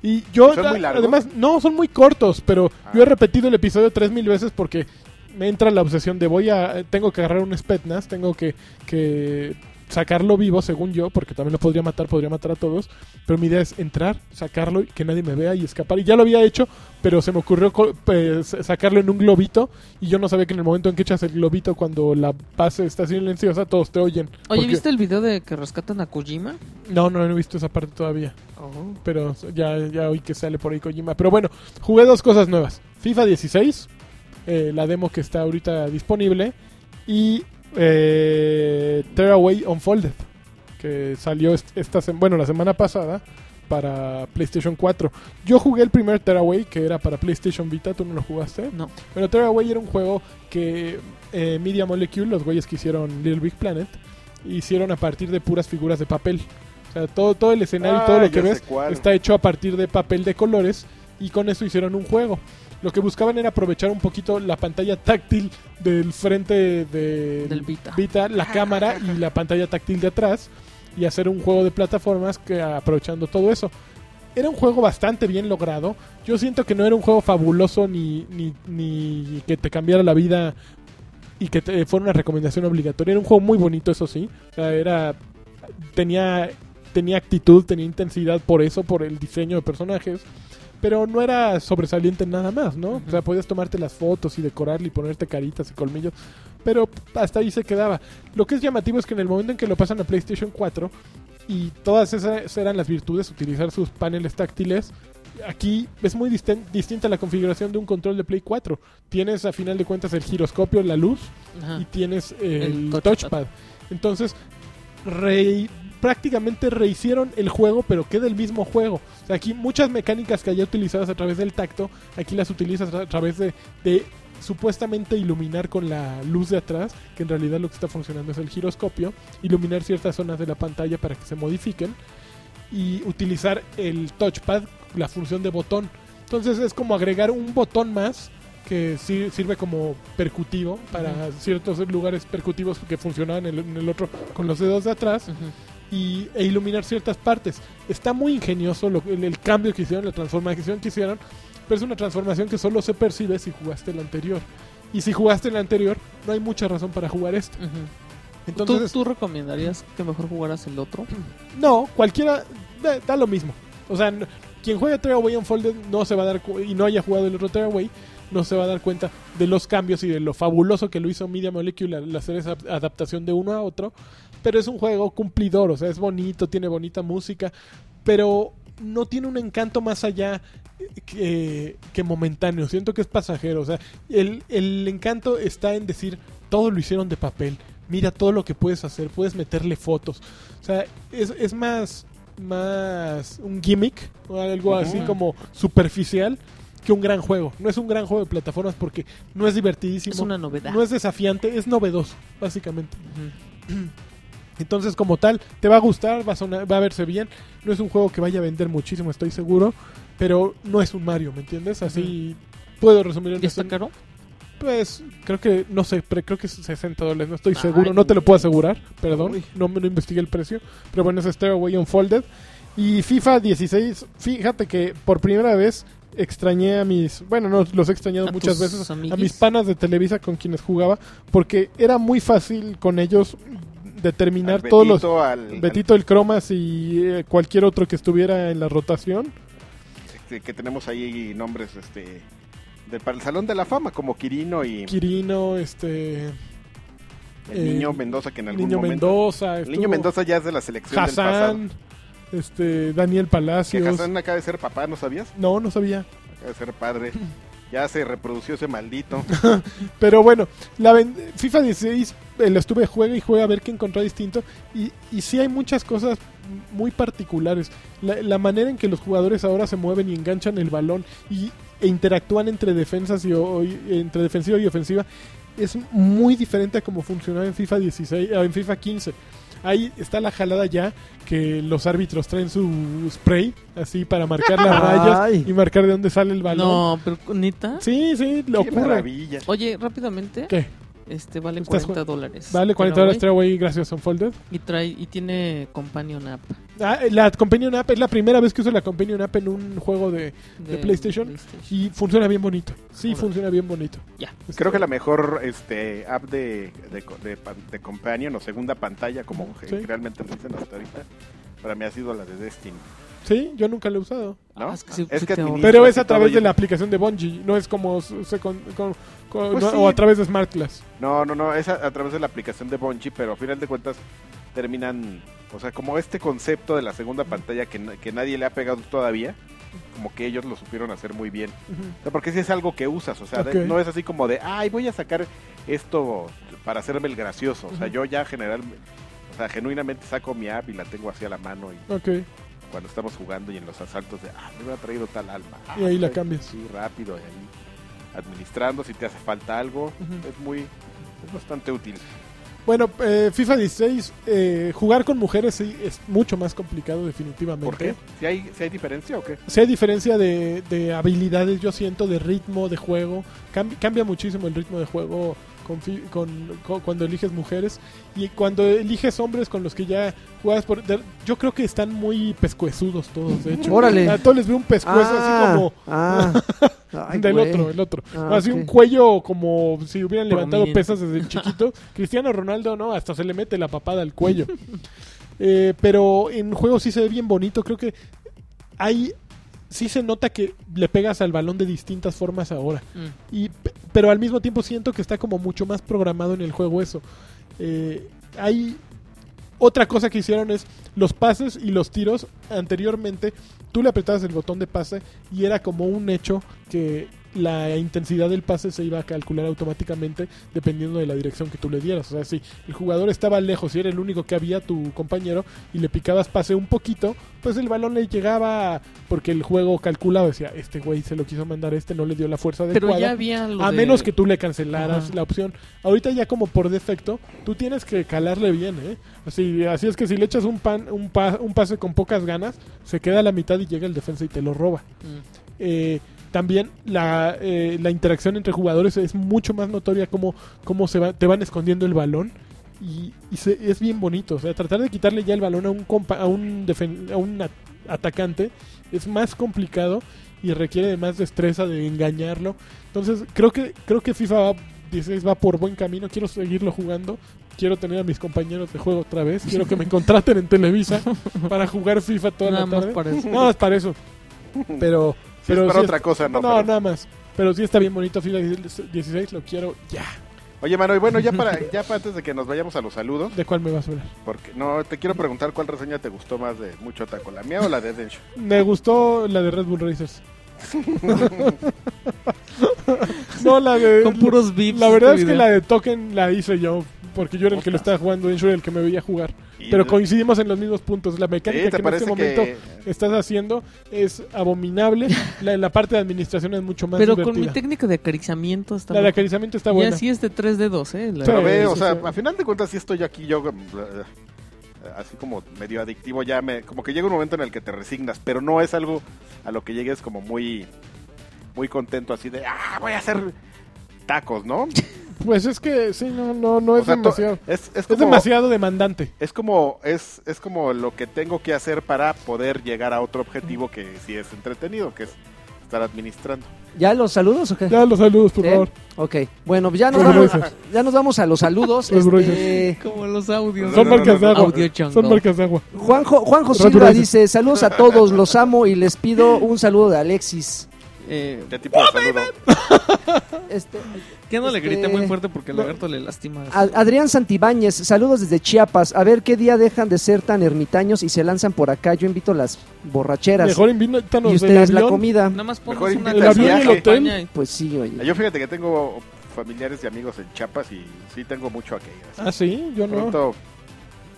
Y yo, ¿Son muy a- largos? además, no, son muy cortos, pero Ah. yo he repetido el episodio tres mil veces porque me entra la obsesión de voy a, tengo que agarrar un Spetnas, tengo que, que sacarlo vivo, según yo, porque también lo podría matar, podría matar a todos, pero mi idea es entrar, sacarlo y que nadie me vea y escapar. Y ya lo había hecho, pero se me ocurrió co- eh, sa- sacarlo en un globito y yo no sabía que en el momento en que echas el globito, cuando la base está silenciosa, todos te oyen. Oye, Porque- ¿viste el video de que rescatan a Kojima? No, no, no he visto esa parte todavía. Pero ya, ya oí que sale por ahí Kojima. Pero bueno, jugué dos cosas nuevas. FIFA 16, eh, la demo que está ahorita disponible, y eh, Tearaway Unfolded, que salió est- esta sem- bueno, la semana pasada para PlayStation 4. Yo jugué el primer Tearaway, que era para PlayStation Vita, ¿tú no lo jugaste? No. Pero Tearaway era un juego que eh, Media Molecule, los güeyes que hicieron Little Big Planet, hicieron a partir de puras figuras de papel. O sea, todo, todo el escenario y todo Ah, lo que ya sé ves cuál. está hecho a partir de papel de colores y con eso hicieron un juego. Lo que buscaban era aprovechar un poquito la pantalla táctil del frente de Del Vita. la cámara y la pantalla táctil de atrás y hacer un juego de plataformas que aprovechando todo eso. Era un juego bastante bien logrado. Yo siento que no era un juego fabuloso ni, ni, ni que te cambiara la vida y que te, fuera una recomendación obligatoria. Era un juego muy bonito, eso sí. O sea, era tenía tenía actitud, tenía intensidad por eso, por el diseño de personajes, pero no era sobresaliente en nada más, ¿no? O sea, podías tomarte las fotos y decorarle y ponerte caritas y colmillos, pero hasta ahí se quedaba. Lo que es llamativo es que en el momento en que lo pasan a PlayStation 4 y todas esas eran las virtudes, utilizar sus paneles táctiles, aquí es muy disten- distinta la configuración de un control de Play 4. Tienes a final de cuentas el giroscopio, la luz, Ajá. y tienes el, El touchpad. touchpad. Entonces, re- prácticamente rehicieron el juego, pero queda el mismo juego. O sea, aquí muchas mecánicas que allá utilizadas a través del tacto, aquí las utilizas a través de, de supuestamente iluminar con la luz de atrás, que en realidad lo que está funcionando es el giroscopio, iluminar ciertas zonas de la pantalla para que se modifiquen y utilizar el touchpad, la función de botón. Entonces es como agregar un botón más que sir- sirve como percutivo para ciertos lugares percutivos que funcionaban en el, en el otro con los dedos de atrás Ujú. y, e iluminar ciertas partes. Está muy ingenioso lo- el, el cambio que hicieron, la transformación que hicieron, pero es una transformación que solo se percibe si jugaste el anterior. Y si jugaste el anterior, no hay mucha razón para jugar esto. Ujú. Entonces, ¿Tú, tú recomendarías que mejor jugaras el otro? No, cualquiera da, da lo mismo. O sea, n- quien juega Tearaway Unfolded no se va a dar cu- y no haya jugado el otro Tearaway no se va a dar cuenta de los cambios y de lo fabuloso que lo hizo Media Molecule al hacer esa adaptación de uno a otro. Pero es un juego cumplidor, o sea, es bonito, tiene bonita música, pero no tiene un encanto más allá. que, que momentáneo, siento que es pasajero. O sea, el, el encanto está en decir, todo lo hicieron de papel, mira todo lo que puedes hacer, puedes meterle fotos. O sea, es, es más, más un gimmick, o algo así Ujú. como superficial, que un gran juego. No es un gran juego de plataformas porque no es divertidísimo, Es una novedad. no es desafiante, es novedoso, básicamente. Ujú. Entonces, como tal, te va a gustar, va a, sonar- va a verse bien. No es un juego que vaya a vender muchísimo, estoy seguro. Pero no es un Mario, ¿me entiendes? Así puedo resumir en ¿Ya está eso. caro? Pues creo que, no sé, pero creo que es 60 dólares, no estoy Ah, Ay, seguro, no te lo güey. puedo asegurar, perdón, Uy. no, me- no investigué el precio. Pero bueno, es Stairway Unfolded. Y FIFA 16, fíjate que por primera vez extrañé a mis, bueno, no, los he extrañado ¿A muchas tus veces, a amiguis? mis panas de Televisa con quienes jugaba, porque era muy fácil con ellos determinar Al todos los... Betito, al- Betito el Cromas y eh, cualquier otro que estuviera en la rotación. al- este, que tenemos ahí nombres este de- para el Salón de la Fama, como Quirino y Quirino, este. el eh, Niño Mendoza, que en algún Niño momento... Mendoza. el estuvo Niño Mendoza ya es de la selección del pasado. Hassan. Este, Daniel Que Palacios. Hassan acaba de ser papá, ¿no sabías? No, no sabía. Acaba de ser padre. Ya se reprodució ese maldito. Pero bueno, la ven- FIFA 16 eh, la estuve juega y juega a ver qué encontré distinto. Y, y sí hay muchas cosas muy particulares. La, la manera en que los jugadores ahora se mueven y enganchan el balón y, e interactúan entre defensas y, o- y- entre defensiva y ofensiva es muy diferente a como funcionaba en FIFA 16, eh, en FIFA 15. Ahí está la jalada ya que los árbitros traen su spray así para marcar las Ay. rayas y marcar de dónde sale el balón. No, pero neta. Sí, sí, lo ¡Qué ocurre. maravilla! Oye, rápidamente, ¿Qué? este vale Estás 40 dólares. Vale, 40 Pero, horas güey, Stairway gracias a Unfolded. Y trae y tiene companion app Ah, eh, la Companion App es la primera vez que uso la Companion App en un juego de... de, PlayStation? Y funciona bien bonito. Sí, Órale. funciona bien bonito. Ya. Este, Creo que la mejor este, app de, de, co- de, pan- de Companion o segunda pantalla, como Sí. que realmente me dicen hasta ahorita, para mí ha sido la de Destiny. Sí, yo nunca la he usado. ¿no? Ah, es que sí, Es sí que te administras Pero es y a todo, través y- de la aplicación de Bungie, no es como... se- se con- con- con- Pues no- sí. O a través de Smart Class. No, no, no, es a, a través de la aplicación de Bonchi, pero a final de cuentas terminan, o sea, como este concepto de la segunda pantalla que, na- que nadie le ha pegado todavía, como que ellos lo supieron hacer muy bien. O sea, porque si es algo que usas, o sea, de- Ok. no es así como de, ay, voy a sacar esto para hacerme el gracioso. O sea, Ujú. yo ya general, o sea, genuinamente saco mi app y la tengo así a la mano y Ok, cuando estamos jugando y en los asaltos de, ah, me ha traído tal alma. Ah, Y ahí la estoy cambias. así rápido, y ahí administrando si te hace falta algo. Ujú. Es muy, es bastante útil. Bueno, eh, FIFA 16, eh, jugar con mujeres sí es mucho más complicado definitivamente. ¿Por qué? ¿Si hay, si hay diferencia o qué? Sí hay diferencia de, de habilidades, yo siento, de ritmo, de juego. Cambia, cambia muchísimo el ritmo de juego con, fi- con- con- cuando eliges mujeres. Y cuando eliges hombres con los que ya juegas, por, de- yo creo que están muy pescuezudos todos, de hecho. Órale. A todos les veo un pescuezo así como... ah, ay, del güey. otro, el otro. Ah, así ok. un cuello como si hubieran levantado Prominente. pesas desde chiquito. Cristiano Ronaldo, ¿no? Hasta se le mete la papada al cuello. Eh, pero en juego sí se ve bien bonito. Creo que hay... Sí se nota que le pegas al balón de distintas formas ahora. Mm. Y, p- pero al mismo tiempo siento que está como mucho más programado en el juego eso. Eh, hay otra cosa que hicieron es los pases y los tiros. Anteriormente tú le apretabas el botón de pase y era como un hecho que la intensidad del pase se iba a calcular automáticamente dependiendo de la dirección que tú le dieras. O sea, si el jugador estaba lejos y era el único que había tu compañero y le picabas pase un poquito, pues el balón le llegaba porque el juego calculaba, decía, este güey se lo quiso mandar a este, no le dio la fuerza Pero adecuada. ya había lo A de- menos que tú le cancelaras Ajá. la opción. Ahorita ya como por defecto, tú tienes que calarle bien, ¿eh? Así, así es que si le echas un, pan, un, pa- un pase con pocas ganas, se queda a la mitad y llega el defensa y te lo roba. Mm. Eh, también la, eh, la interacción entre jugadores es mucho más notoria como, como se va- te van escondiendo el balón. Y, y se- es bien bonito. O sea, tratar de quitarle ya el balón a un, compa- a un, defen- a un at- atacante es más complicado y requiere de más destreza de engañarlo. Entonces, creo que, creo que FIFA va, 16 va por buen camino. Quiero seguirlo jugando. Quiero tener a mis compañeros de juego otra vez. Quiero que me contraten en Televisa para jugar FIFA toda Nada la más tarde. para eso. No, es para eso. Pero, Si pero es para sí otra cosa, no. no, pero- nada más. Pero sí está bien bonito FIFA 16, lo quiero ya. Oye, Mano, y bueno, ya para, ya para antes de que nos vayamos a los saludos, ¿De cuál me vas a hablar? porque no, te quiero preguntar cuál reseña te gustó más de Mucho Taco, la mía o la de Densho. Me gustó la de Red Bull Racers. No, la de. Con puros bips. La verdad es este que video. la de Token la hice yo. Porque yo era el que lo estaba jugando, Ensure era el que me veía jugar. Pero coincidimos en los mismos puntos. La mecánica ¿Te que en parece este momento que estás haciendo es abominable. La, la parte de administración es mucho más Pero con mi divertida. técnica de acariciamiento está la de mejor. acariciamiento está buena. Y así es de 3 dedos, ¿eh? La- Sí. Pero ve, o sí, sea, sí. a final de cuentas, si estoy yo aquí, yo eh, así como medio adictivo, ya me, como que llega un momento en el que te resignas, pero no es algo a lo que llegues como muy, muy contento, así de, ah, voy a hacer tacos, ¿no? Pues es que sí, no, no, no O es sea, to- demasiado. Es, es Es como, demasiado demandante. Eh. es como, es, es como lo que tengo que hacer para poder llegar a otro objetivo que sí es entretenido, que es estar administrando. ¿Ya los saludos o qué? Ya los saludos, por ¿Sí? favor. ¿Eh? Ok, bueno, ya nos, Los vamos, gruesos. ya nos vamos a los saludos. Los Este, Eh, Como los audios. No, Son no, no, marcas no, de agua. Audio Jungle. Son marcas de agua. Juanjo, Juanjo Los Silva gruesos. dice, saludos a todos, los amo y les pido un saludo de Alexis. Eh, ¿Qué tipo de saludo? Este, que no le Este- Ah, grité muy fuerte porque el lagarto le lastima. A- Adrián Santibáñez, saludos desde Chiapas. A ver qué día dejan de ser tan ermitaños y se lanzan por acá. Yo invito las borracheras Mejor y invítanos del ustedes la avión. comida. Nada más Mejor pones una invita al avión y el campaña hotel. y- Pues sí, oye. Yo fíjate que tengo familiares y amigos en Chiapas y sí tengo mucho a que ir. así Ah, sí, yo no. Pronto,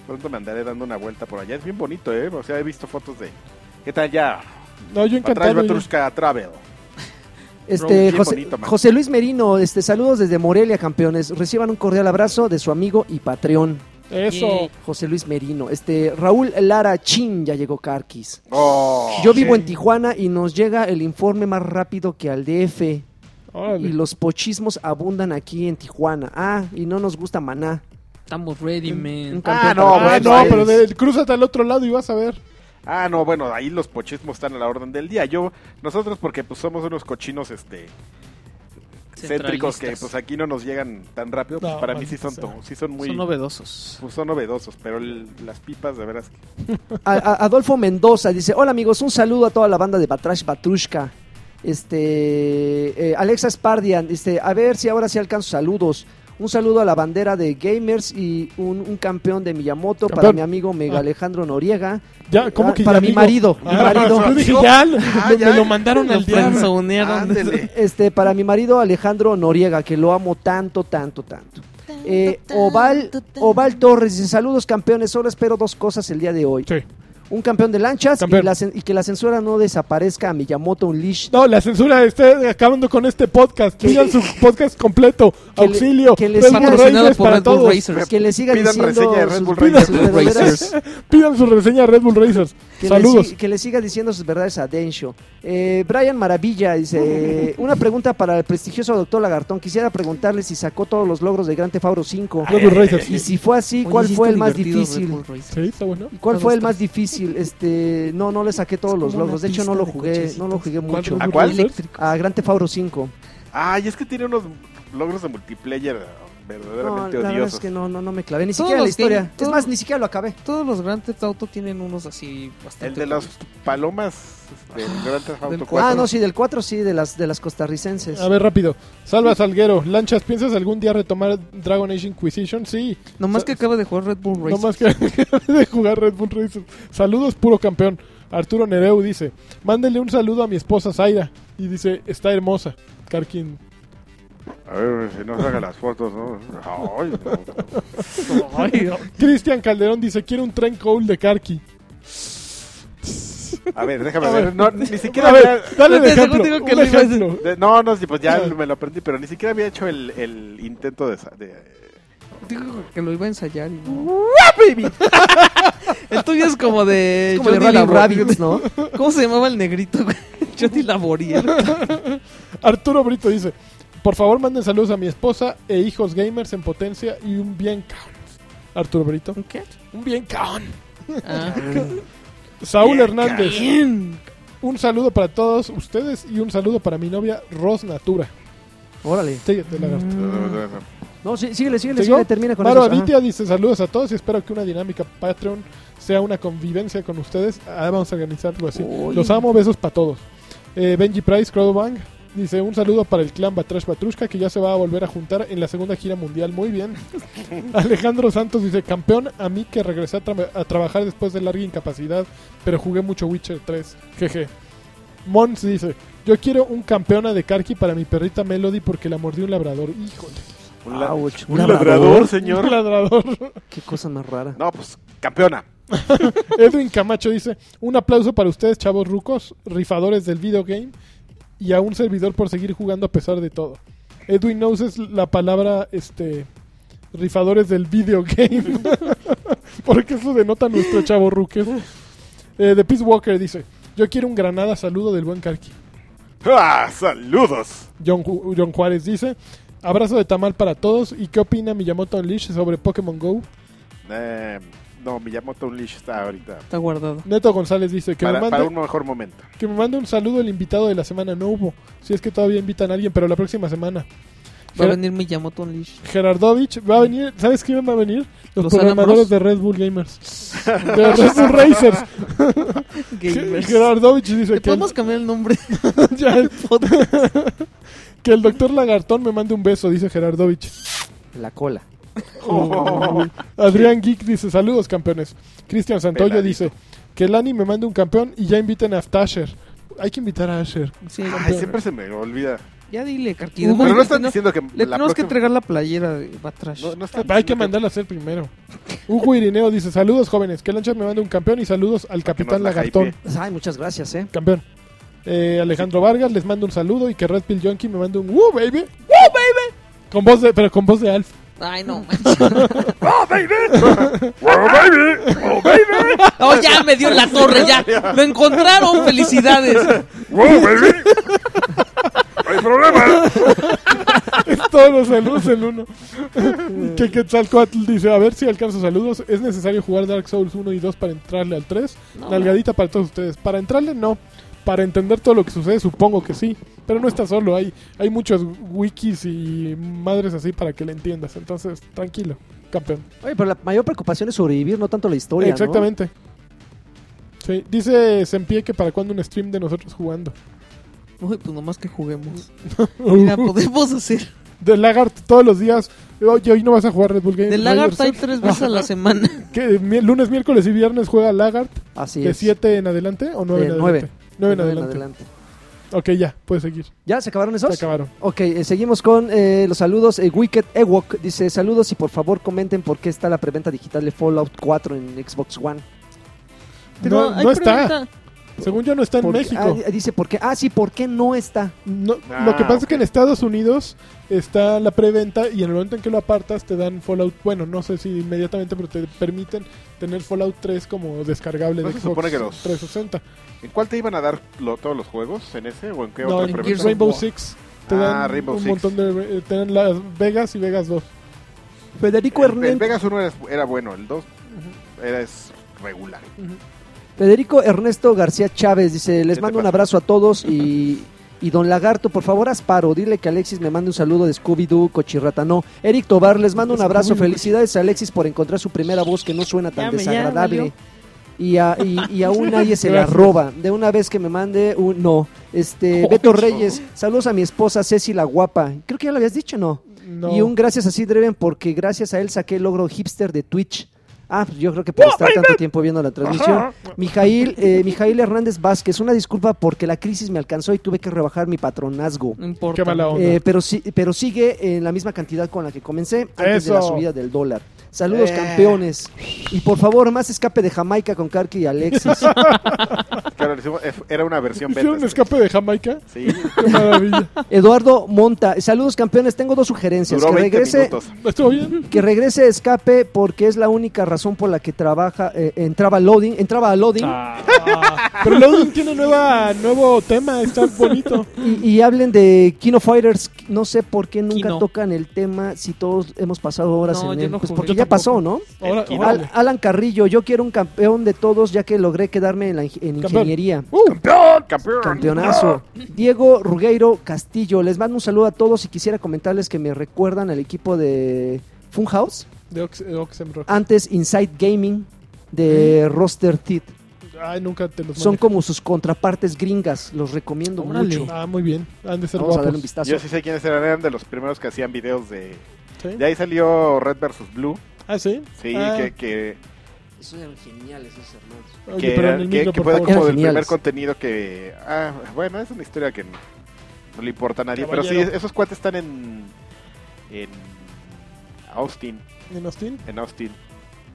pronto me andaré dando una vuelta por allá. Es bien bonito, ¿eh? O sea, he visto fotos de... ¿Qué tal ya? No, yo Atrás encantado. yo- Batrushka Travel. Este, bien José, bonito, man. José Luis Merino, este, saludos desde Morelia, campeones. Reciban un cordial abrazo de su amigo y Patreon, Eso. José Luis Merino. Este, Raúl Lara Chin, ya llegó Carquis. Oh, Yo vivo en Tijuana y nos llega el informe más rápido que al DF. Órale. Y los pochismos abundan aquí en Tijuana. Ah, y no nos gusta maná. Estamos ready, man. Ah, campeón no, para Ah, Buenos no, Aires. pero de, crúzate al otro lado y vas a ver. Ah, no, bueno, ahí los pochismos están a la orden del día. Yo, nosotros porque pues somos unos cochinos, este... Céntricos que Centralistas. pues aquí no nos llegan tan rápido, pues No, para mí sí son, maldita to- sí son muy... Son novedosos. pues, son novedosos, pero el- las pipas de veras que... A- a- Adolfo Mendoza dice, hola amigos, un saludo a toda la banda de Batrash Batrushka. Este, eh, Alexa Spardian, dice, a ver si ahora sí alcanzo saludos. Un saludo a la bandera de Gamers y un, un campeón de Miyamoto para Campeón. mi amigo Mega Ah. Alejandro Noriega. Ya, ¿cómo Ah, que para ya, mi amigo? marido, mi Ah, marido. Yo dije, ya, lo- me, Ah, ya. lo mandaron al Los diablo. friendzonearon. Ándele. Este, para mi marido Alejandro Noriega, que lo amo tanto, tanto, tanto. Eh, Oval, Oval Torres dice, saludos campeones, solo espero dos cosas el día de hoy. Sí. Un campeón de lanchas Campeón. Y, la cen- y que la censura no desaparezca a Miyamoto Unleashed. No, la censura está acabando con este podcast. Tengan su podcast completo. Que le- Auxilio. que le Red Bull sigan- Patrocinado Racers por para Red Bull todos. Racers. Pues, Que le sigan Pidan diciendo reseña de Red sus- Bull sus Racers. verdaderas- Pidan su reseña a Red Bull Racers. que le Saludos. si- que le siga diciendo sus verdades a Densho. Eh, Brian Maravilla dice, eh, una pregunta para el prestigioso doctor Lagartón. Quisiera preguntarle si sacó todos los logros de Grand Theft Auto 5. Red Bull Racers. Y si fue así, Oye, ¿cuál sí fue está el más divertido Red difícil? Bull Racing. Sí, está bueno. ¿Y ¿Cuál Todos fue el están- más difícil? Este, no, no le saqué todos Es los como una logros. De hecho, no pista lo de jugué, no lo cochecitos. jugué ¿Cuál mucho. ¿A Red Bull cuál? Racers? A Grand Theft Auto 5. Ay, es que tiene unos logros de multiplayer No, verdaderamente la verdad odiosos. es que no, no, no me clavé. Ni Todos siquiera la los historia. game- Es todos- más, ni siquiera lo acabé. Todos los Grand Theft Auto tienen unos así bastante. El de las palomas del Grand Theft Del Auto cuatro. 4. Ah, no, sí, del 4 sí, de las, de las costarricenses. A ver, rápido. Salva Salguero. Lanchas, ¿piensas algún día retomar Dragon Age Inquisition? Sí. Nomás que acaba de jugar Red Bull No Racing. más que de jugar Red Bull Racers. Saludos, puro campeón. Arturo Nereu dice: Mándele un saludo a mi esposa Zaira. Y dice: Está hermosa. Karkin. A ver, si no saca las fotos, ¿no? Ay, no. Cristian Calderón dice: Quiero un tren cold de Karki. A ver, déjame A ver. ver. No, ni siquiera A ver, había... dale el Te- ejemplo. según digo que un lo iba a decir. ejemplo. de- no, no, sí, pues ya me lo aprendí, pero ni siquiera había hecho el, el intento de... sa- de- Digo que lo iba a ensayar y no. el tuyo es como de. Es como de Johnny Rally Labor- Rabbits, ¿no? ¿Cómo se llamaba el negrito? güey? Johnny Laboriel. Arturo Brito dice: Por favor, manden saludos a mi esposa e hijos gamers en potencia y un bien caón. Arturo Brito. ¿Qué? Un bien caón. Ah, Saúl Bien Hernández. bien. Un saludo para todos ustedes y un saludo para mi novia Ros Natura. Órale. Síguete, Mm. lagarto. Mm. No, sí, síguele, síguele, ¿Sigo? síguele, termina con Maro eso. Ah, Avitia dice saludos a todos y espero que una dinámica Patreon sea una convivencia con ustedes. Ah, vamos a organizar algo así. Uy. Los amo, besos para todos. Eh, Benji Price, Crowdbang, dice un saludo para el clan Batrash Batrushka que ya se va a volver a juntar en la segunda gira mundial. Muy bien. Alejandro Santos dice, campeón, a mí que regresé a, tra- a trabajar después de larga incapacidad, pero jugué mucho Witcher 3. Jeje. Mons dice, yo quiero un campeona de Karki para mi perrita Melody porque la mordió un labrador. Híjole. Un, la- Ouch, un labrador, Un señor. labrador. Qué cosa más rara. No, pues campeona. Edwin Camacho dice, un aplauso para ustedes, chavos rucos, rifadores del videogame y a un servidor por seguir jugando a pesar de todo. Edwin no uses la palabra, este, rifadores del videogame, porque eso denota nuestro chavo ruques. Eh, The Peace Walker dice, yo quiero un granada saludo del buen Karki. ¡Ah, saludos! John, Ju- John Juárez dice, abrazo de tamal para todos y qué opina Miyamoto Unleashed sobre Pokémon GO. Eh, no, Miyamoto Unleash está ahorita. Está guardado. Neto González dice que me Para, mande- para un mejor momento. Que me mande un saludo el invitado de la semana. No hubo. Si es que todavía invitan a alguien, pero la próxima semana. Va a Ger- venir Miyamoto Unleashed. Gerardovich va a venir. ¿Sabes quién va a venir? Los, Los Alambros. programadores de Red Bull Gamers. De Red Bull Racers. Ge- Gamers. Gerardovich dice ¿Te que el, podemos cambiar el nombre ya- del podcast? que el doctor Lagartón me mande un beso, dice Gerardovich. La cola. Oh. Oh. Adrián Geek dice: Saludos, campeones. Cristian Santoyo Peladito. dice: Que Lani me mande un campeón y ya inviten a Asher. Hay que invitar a Asher. Sí, Ay, campeón. siempre se me olvida. Ya dile, Karki. Pero Además, Pero no están le- diciendo que Le tenemos que la próxima- entregar la playera de Batrash. No, no están Hay que diciendo mandarla a hacer primero. Hugo Irineo dice: Saludos jóvenes, que Lanchas me manda un campeón y saludos al que nos capitán la Lagartón. hypee. Ay, muchas gracias, ¿eh? Campeón. Eh, Alejandro Vargas les manda un saludo y que Red Pill Junkie me manda un ¡Woo, baby! ¡Woo, baby! Con voz de, pero con voz de Alf. Ay, no, manches. ¡Wow, baby! ¡Wow, baby! Oh, ya me dio en la torre, ya. Lo encontraron, felicidades. ¡Wow, baby! ¡No hay problema! Todos los saludos en uno. que Quetzalcoatl dice: A ver si alcanzo saludos. Es necesario jugar Dark Souls 1 y 2 para entrarle al 3. No. Nalgadita para todos ustedes. Para entrarle, no. Para entender todo lo que sucede, supongo que sí. Pero no está solo. Hay, hay muchos wikis y madres así para que le entiendas. Entonces, tranquilo, campeón. Oye, pero la mayor preocupación es sobrevivir, no tanto la historia. ¿no? Exactamente. Sí, dice Sempie que para cuando un stream de nosotros jugando. Uy, pues nomás que juguemos. Mira, podemos hacer. Del Lagart todos los días. Oye, hoy no vas a jugar Red Bull Games. Del Lagart hay tres veces a la semana. Que mi- lunes, miércoles y viernes juega Lagart Así de es. 7 en adelante o 9 Eh, en nueve. adelante. 9 en De nueve en adelante. Ok, ya, puedes seguir. ¿Ya se acabaron Se esos? acabaron. Ok, eh, seguimos con eh, los saludos. Eh, Wicked Ewok dice saludos y por favor comenten por qué está la preventa digital de Fallout 4 en Xbox One. No, hay no está. preventa. Según yo, no está en Porque- México. ah, dice por qué. Ah, sí, ¿por qué no está? No, Ah, lo que pasa es que ok. en Estados Unidos está la preventa y en el momento en que lo apartas te dan Fallout. Bueno, no sé si inmediatamente, pero te permiten tener Fallout 3 como descargable ¿No de se Xbox supone que los- 360. ¿En cuál te iban a dar lo- todos los juegos? ¿En ese o en qué No, otro en preventa? Gears preventa? Rainbow Six te Ah, dan Rainbow un Six. montón de. eh, te dan Las Vegas y Vegas 2. Federico El, el Hernández. Vegas 1 era, era bueno, el 2 era es regular. Federico Ernesto García Chávez dice, les te mando un pasa? abrazo a todos y, y don Lagarto, por favor, Asparo, dile que Alexis me mande un saludo de Scooby-Doo, Cochirratanó. Eric Tobar, les mando un abrazo, Scooby-Doo, felicidades a Alexis por encontrar su primera voz que no suena tan Ya me- ya desagradable. valió. Y, a- y- y aún nadie se la Gracias. roba. De una vez que me mande un... No. Este, Beto Reyes, saludos a mi esposa Ceci la guapa. Creo que ya lo habías dicho, ¿no? No. Y un gracias a Sid Dreven porque gracias a él saqué el logro hipster de Twitch. Ah, pues yo creo que por estar tanto tiempo viendo la transmisión. Mijail, eh, Mijail Hernández Vázquez, una disculpa porque la crisis me alcanzó y tuve que rebajar mi patronazgo. No importa. Qué mala onda. Eh, pero, sí, pero sigue en la misma cantidad con la que comencé antes de la Eso. subida del dólar. Saludos, Eh. campeones. Y por favor, más escape de Jamaica con Karki y Alexis. Claro, le hicimos- ef- era una versión beta. ¿Hicieron un escape de Jamaica? Sí, Qué maravilla. Eduardo Monta, saludos, campeones. Tengo dos sugerencias. duró que 20 regrese minutos. ¿Estuvo bien? Que regrese Escape porque es la única razón por la que trabaja, eh, entraba loading, entraba a loading Ah. Pero Loading tiene nueva, nuevo tema, está bonito. y, y hablen de Kino Fighters. No sé por qué nunca Kino. tocan el tema si todos hemos pasado horas No, en yo él. no pues jugué. porque Yo ya tampoco. pasó, ¿no? Ahora, Kino. órale. Al- Alan Carrillo, yo quiero un campeón de todos ya que logré quedarme en, la ing- en ingeniería. ¡uh! ¡Campeón! ¡Campeón! Campeonazo. Diego Rugueiro Castillo, les mando un saludo a todos y quisiera comentarles que me recuerdan al equipo de Funhouse, De Ox- eh, Oxen Rock. antes Inside Gaming Mm. de Roster Teeth. Ay, nunca te los Son manejé. como sus contrapartes gringas, los recomiendo Órale. mucho. Ah, muy bien. Han de ser Vamos a darle un guapos. vistazo. Yo sí sé quiénes eran, eran de los primeros que hacían videos de... ¿Sí? De ahí salió Red vs. Blue, Ah, sí. sí, Ah, que, que Eso eran geniales esos hermanos. Oye, que, pero era- en el que- micro, que por fue favor. como Eran del primer geniales. contenido que... Ah, bueno, es una historia que no, no le importa a nadie. Pero Caballero. sí, esos cuates están en... En Austin. ¿En Austin? En Austin.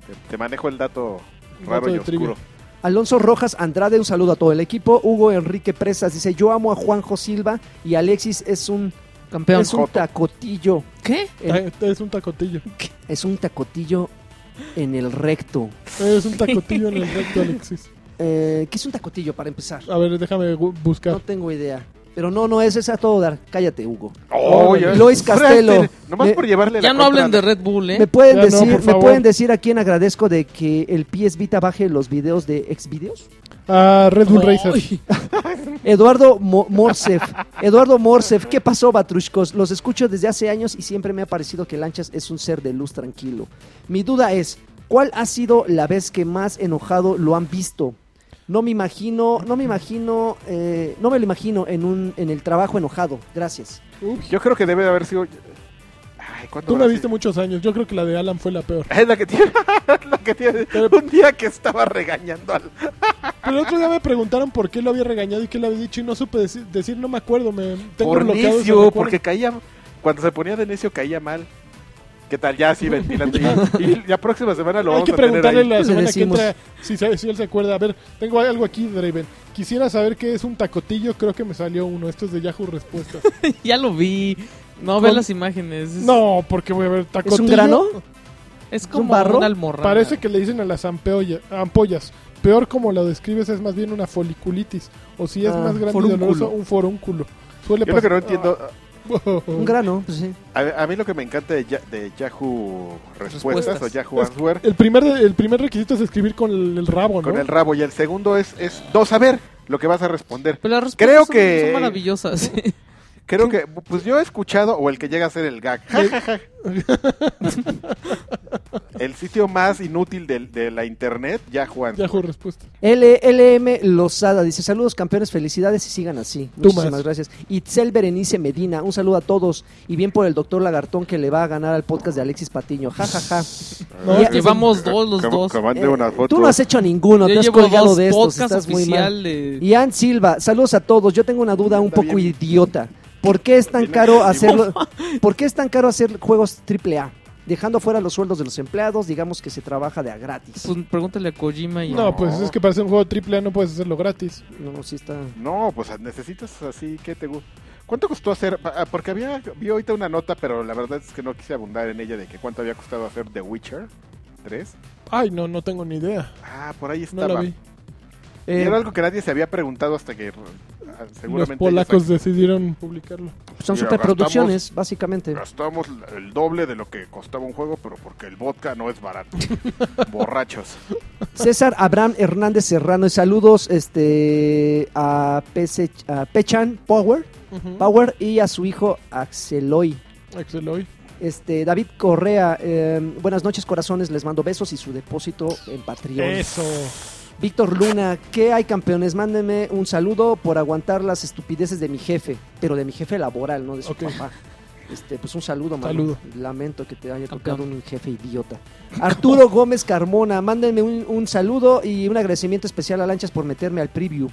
Te, te manejo el dato Un raro dato y de trivia. oscuro. Alonso Rojas Andrade, un saludo a todo el equipo. Hugo Enrique Presas dice, yo amo a Juanjo Silva y Alexis es un, Campeón. es un Joto. tacotillo. ¿Qué? en- Ah, Es un tacotillo. es un tacotillo en el recto. Es un tacotillo en el recto, Alexis. Eh, ¿Qué es un tacotillo para empezar? A ver, déjame gu- No buscar. tengo idea. Pero no, no, ese es a todo dar. Cállate, Hugo. Oh, ya- Lois Castelo. Nomás Me- por llevarle la Ya no contra- hablen de Red Bull, ¿eh? ¿Me pueden, Ya no, decir, por ¿Me favor. pueden decir a quién agradezco de que el PS Vita baje los videos de Xvideos? Ah, Red Bull Racer. Ay, Eduardo Mo- Morsev. Eduardo Morsev, ¿qué pasó, Batrushkos? Los escucho desde hace años y siempre me ha parecido que Lanchas es un ser de luz tranquilo. Mi duda es, ¿cuál ha sido la vez que más enojado lo han visto? No me imagino, no me imagino, eh, no me lo imagino en un en el trabajo enojado. Gracias. Ups. Yo creo que debe de haber sido... Ay, ¿cuándo Tú la habrá viste sido? muchos años. Yo creo que la de Alan fue la peor. Es la que tiene, la que tiene un día que estaba regañando al... Pero el otro día me preguntaron por qué lo había regañado y qué le había dicho y no supe deci- decir, no me acuerdo, me tengo por bloqueado ese necio, recuerdo. porque caía, cuando se ponía de necio caía mal. ¿Qué tal? Ya sí, ventilando. y, y la próxima semana lo Hay vamos que a tener preguntarle ahí. la Le semana decimos. que entra si, sabe- si él se acuerda. A ver, tengo algo aquí, Draven. Quisiera saber qué es un tacotillo. Creo que me salió uno. Esto es de Yahoo Respuestas. ya lo vi. No, ve Con- las imágenes. Es, no, porque voy a ver ¿Es tacotillo. un grano? es como ¿un barro? una almorrana. Parece que le dicen a las ampeolla- ampollas. Peor como lo describes es más bien una foliculitis. O si es Ah, más grande y forúnculo. doloroso, un forúnculo. Suele Yo lo que no pasar- entiendo, Ah, Un grano, pues sí. a, a mí lo que me encanta de, Ya- de Yahoo Respuestas, Respuestas. o Yahoo Es- Answer, El primer, el primer requisito es escribir con el, el rabo, ¿no? con el rabo, y el segundo es, es no saber lo que vas a responder. Pero las respuestas Creo son, que- son maravillosas. Creo que, pues yo he escuchado, o el que llega a ser el gag, ja, ja, ja. el sitio más inútil del- de, la internet, Yahoo Answer. Yahoo Respuesta. L- LM Lozada dice: Saludos campeones, felicidades y sigan así. Tú Muchísimas más. gracias. Itzel Berenice Medina, un saludo a todos. Y bien por el doctor Lagartón que le va a ganar al podcast de Alexis Patiño. Ja, ja, ja. No, Y- este es un- Llevamos dos, los Que- dos. que mande una Eh, foto. Tú no has hecho ninguno, Yo te has llevo colgado dos de estos. podcasts Estás muy mal. oficiales. Ian Silva, saludos a todos. Yo tengo una duda un Está poco bien. idiota. ¿Por qué es tan Bien caro agresivo. hacerlo? ¿Por qué es tan caro hacer juegos AAA? Dejando fuera los sueldos de los empleados, digamos que se trabaja de a gratis. Pues pregúntale a Kojima y... No, pues No. es que para hacer un juego triple A no puedes hacerlo gratis. No, sí está. No, pues necesitas así, ¿qué te gusta? ¿Cuánto costó hacer? Pa- ah, Porque había, vi ahorita una nota, pero la verdad es que no quise abundar en ella de que cuánto había costado hacer The Witcher 3. Ay, no, no tengo ni idea. Ah, por ahí No estaba. la vi. Y Eh, era algo que nadie se había preguntado hasta que ah, Los seguramente polacos ellos decidieron publicarlo. pues, son Mira, superproducciones, básicamente. Gastamos el doble de lo que costaba un juego, pero porque el vodka no es barato. Borrachos. César Abraham Hernández Serrano, y saludos este, a, PC ch- a Pechan Power, Power y a su hijo Axeloy. Axel hoy. Este, David Correa, eh, buenas noches corazones, les mando besos y su depósito en Patreon. Eso. Víctor Luna, ¿qué hay campeones? Mándenme un saludo por aguantar las estupideces de mi jefe, pero de mi jefe laboral, no de su Ok. papá. Este, pues un saludo, mano. Saludo. Lamento que te haya Campeón. tocado un jefe idiota. Arturo Gómez Carmona, mándenme un, un saludo y un agradecimiento especial a Lanchas por meterme al preview.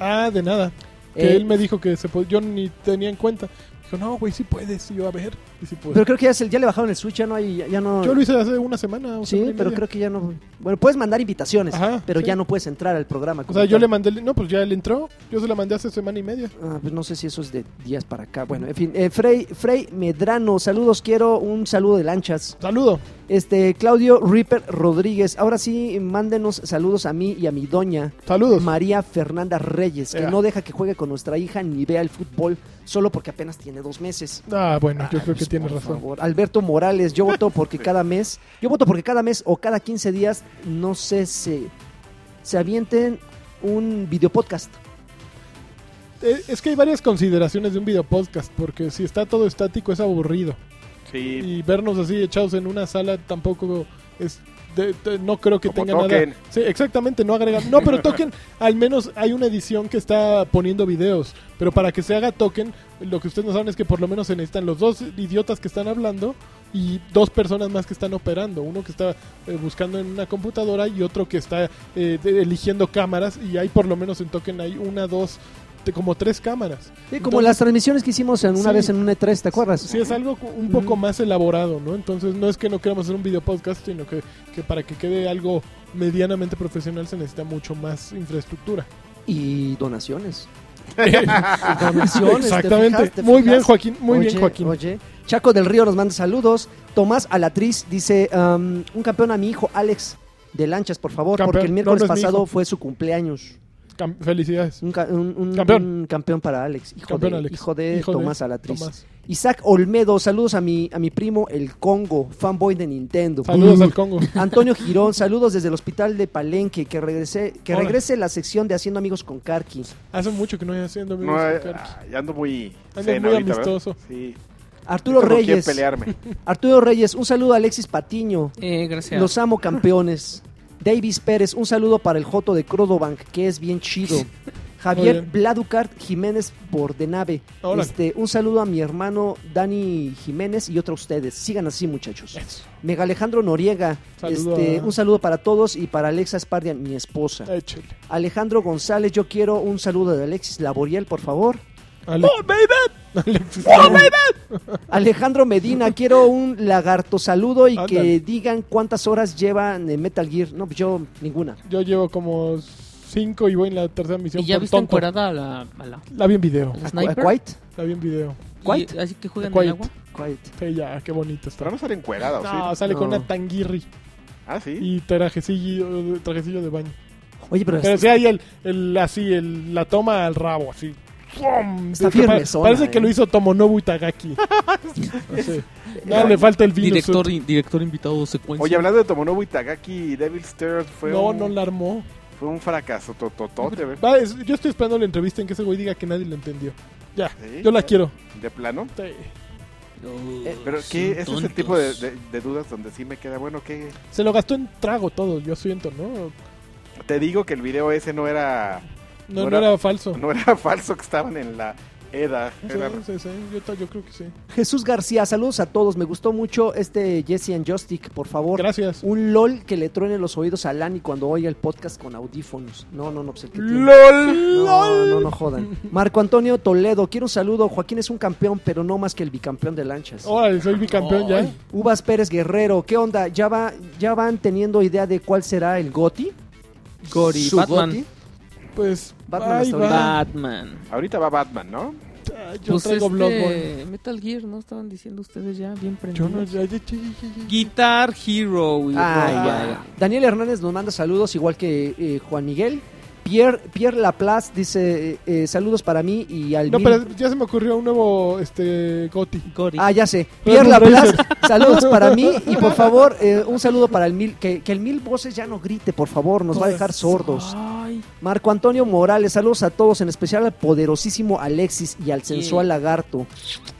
Ah, de nada. Que Eh, él me dijo que se po- yo ni tenía en cuenta. Dijo, no, güey, sí puedes. Y yo, a ver. Y sí puedo. Pero creo que ya, se- ya le bajaron el switch, ya no hay, ya, ya no. Yo lo hice hace una semana. o sí, semana y pero media. creo que ya no. Bueno, puedes mandar invitaciones, Ajá, pero sí. ya no puedes entrar al programa. O como sea, yo tal. le mandé. el- No, pues ya él entró. Yo se la mandé hace semana y media. Ah, pues no sé si eso es de días para acá. Bueno, en fin, eh, Frey, Frey Medrano, saludos, quiero un saludo de lanchas. Saludo. Este, Claudio Ripper Rodríguez, ahora sí, mándenos saludos a mí y a mi doña Saludos. María Fernanda Reyes, que Ea. no deja que juegue con nuestra hija ni vea el fútbol, solo porque apenas tiene dos meses. Ah, bueno, yo Ah, creo que pues, tienes por razón. favor. Alberto Morales, yo voto porque cada mes, yo voto porque cada mes o cada 15 días, no sé, se, se avienten un videopodcast. Eh, Es que hay varias consideraciones de un video podcast, porque si está todo estático es aburrido. Sí, Y vernos así echados en una sala tampoco es de- de- no creo que Como tenga token. nada. Sí, exactamente, no agregan. No, pero token, al menos hay una edición que está poniendo videos. Pero para que se haga token, lo que ustedes no saben es que por lo menos se necesitan los dos idiotas que están hablando y dos personas más que están operando. Uno que está eh, buscando en una computadora y otro que está eh, de- eligiendo cámaras. Y hay por lo menos en token hay una, dos, te- como tres cámaras. Sí, como las transmisiones que hicimos en una Sí. vez en un E3, ¿te acuerdas? Sí, es algo cu- un poco más elaborado, ¿no? Entonces no es que no queramos hacer un video podcast, sino que, que para que quede algo medianamente profesional se necesita mucho más infraestructura. Y donaciones. Ah, Exactamente. muy bien, Joaquín. Joaquín. Muy bien, este, Oye, Joaquín. Oye, Chaco del Río nos manda saludos. Tomás Alatriz dice, um, un campeón a mi hijo, Alex de Lanchas, por favor, Campeón, porque el no, miércoles no es mi pasado hijo. fue su cumpleaños. Cam- Felicidades. Un, ca- un- un- Campeón. un campeón para Alex, hijo, Campeón, de, Alex. hijo de Hijo de Tomás Alatriz. Tomás. Isaac Olmedo, saludos a mi, a mi primo, el Congo, fanboy de Nintendo. Saludos Uh. al Congo. Antonio Girón, saludos desde el hospital de Palenque, que regrese, que Hola. regrese la sección de Haciendo Amigos con Karki. Hace mucho que no hay haciendo No, amigos eh, con Karki. ah, ya ando muy Ando zen muy ahorita, ¿verdad? amistoso. Sí. Arturo Yo no quiero Reyes, pelearme. Arturo Reyes, un saludo a Alexis Patiño, Eh, gracias. Los amo, campeones. Davis Pérez, un saludo para el Joto de Crodobank, que es bien chido. Javier Muy bien. Bladucart Jiménez Bordenave. Hola. Este, un saludo a mi hermano Dani Jiménez y otro a ustedes. Sigan así, muchachos. Mega Alejandro Noriega, Saludo este, a- un saludo para todos y para Alexa Spardian, mi esposa. Échale. Alejandro González, yo quiero un saludo de Alexis Laboriel, por favor. Ale- Oh. Alexis. Alejandro Medina, quiero un lagarto saludo y Ándale. que digan cuántas horas llevan en Metal Gear. No, pues yo ninguna. Yo llevo como cinco y voy en la tercera misión. ¿Y ya por viste tonto. encuerada a la, a la- La vi en video. al ¿A cu- a sniper? White? La vi en video. Y- Quiet. así que juegan en Quiet. el agua. Quiet. Sí, ya, qué bonito está. Pero no sale encuerada, ¿o No, sí? sale con No. una tanguirri Ah, sí. y trajecillo, trajecillo de baño. Oye, pero, Pero sí hay el, el así, el, la toma al rabo, así. ¡Pum! Está Sí, que pa- firmezona, Parece eh. que lo hizo Tomonobu Itagaki. Sí. No, le falta el Venus. Director, director invitado secuencia. Oye, hablando de Tomonobu Itagaki, Devil Stairs fue, Pues No, un, no la armó. fue un fracaso tototote, ¿verdad? Va, es- yo estoy esperando la entrevista en que ese güey diga que nadie lo entendió. Ya, Sí, yo la ya. quiero. De plano. Sí. Eh, Pero que ese es el tipo de, de- de dudas donde sí me queda, bueno, que Se lo gastó en trago todo, yo siento, ¿no? te digo que el video ese no era No, No no era- era falso. no era falso que estaban en la EDA. Sí, Era- sí, sí, yo, ta- yo creo que sí. Jesús García, saludos a todos. Me gustó mucho este Jesse and Justic, por favor. Gracias. Un LOL que le truene los oídos a Lani cuando oiga el podcast con audífonos. No, no, no, pues el que tiene. LOL. No, no, no jodan. Marco Antonio Toledo, quiero un saludo. Joaquín es un campeón, pero no más que el bicampeón de lanchas. Órale, soy bicampeón ya. Ay. Uvas Pérez Guerrero, ¿qué onda? ¿Ya, va, ¿Ya van teniendo idea de cuál será el Goti? Gori, ¿Su Batman. Goti? Pues, Batman ahí hasta va. Ah. Batman. Ahorita va Batman, ¿no? Ah, Yo Pues traigo este, Bloodborne. Metal Gear, ¿no? Estaban diciendo ustedes ya bien Yo prendidos. no, ya, ya, ya, ya, ya, ya. Guitar Hero. güey. Ay, Ah, ay, ay. Daniel Hernández nos manda saludos, igual que eh, Juan Miguel. Pierre, Pierre Laplace dice eh, saludos para mí y al No, Mil- pero ya se me ocurrió un nuevo este Goti. Gori. Ah, ya sé. Pierre Racer. Laplace, saludos para mí y por favor, eh, un saludo para el Mil. Que, que el Mil Voces ya no grite, por favor, nos va a dejar sordos. Ay, Marco Antonio Morales, saludos a todos, en especial al poderosísimo Alexis y al sensual Yeah. lagarto.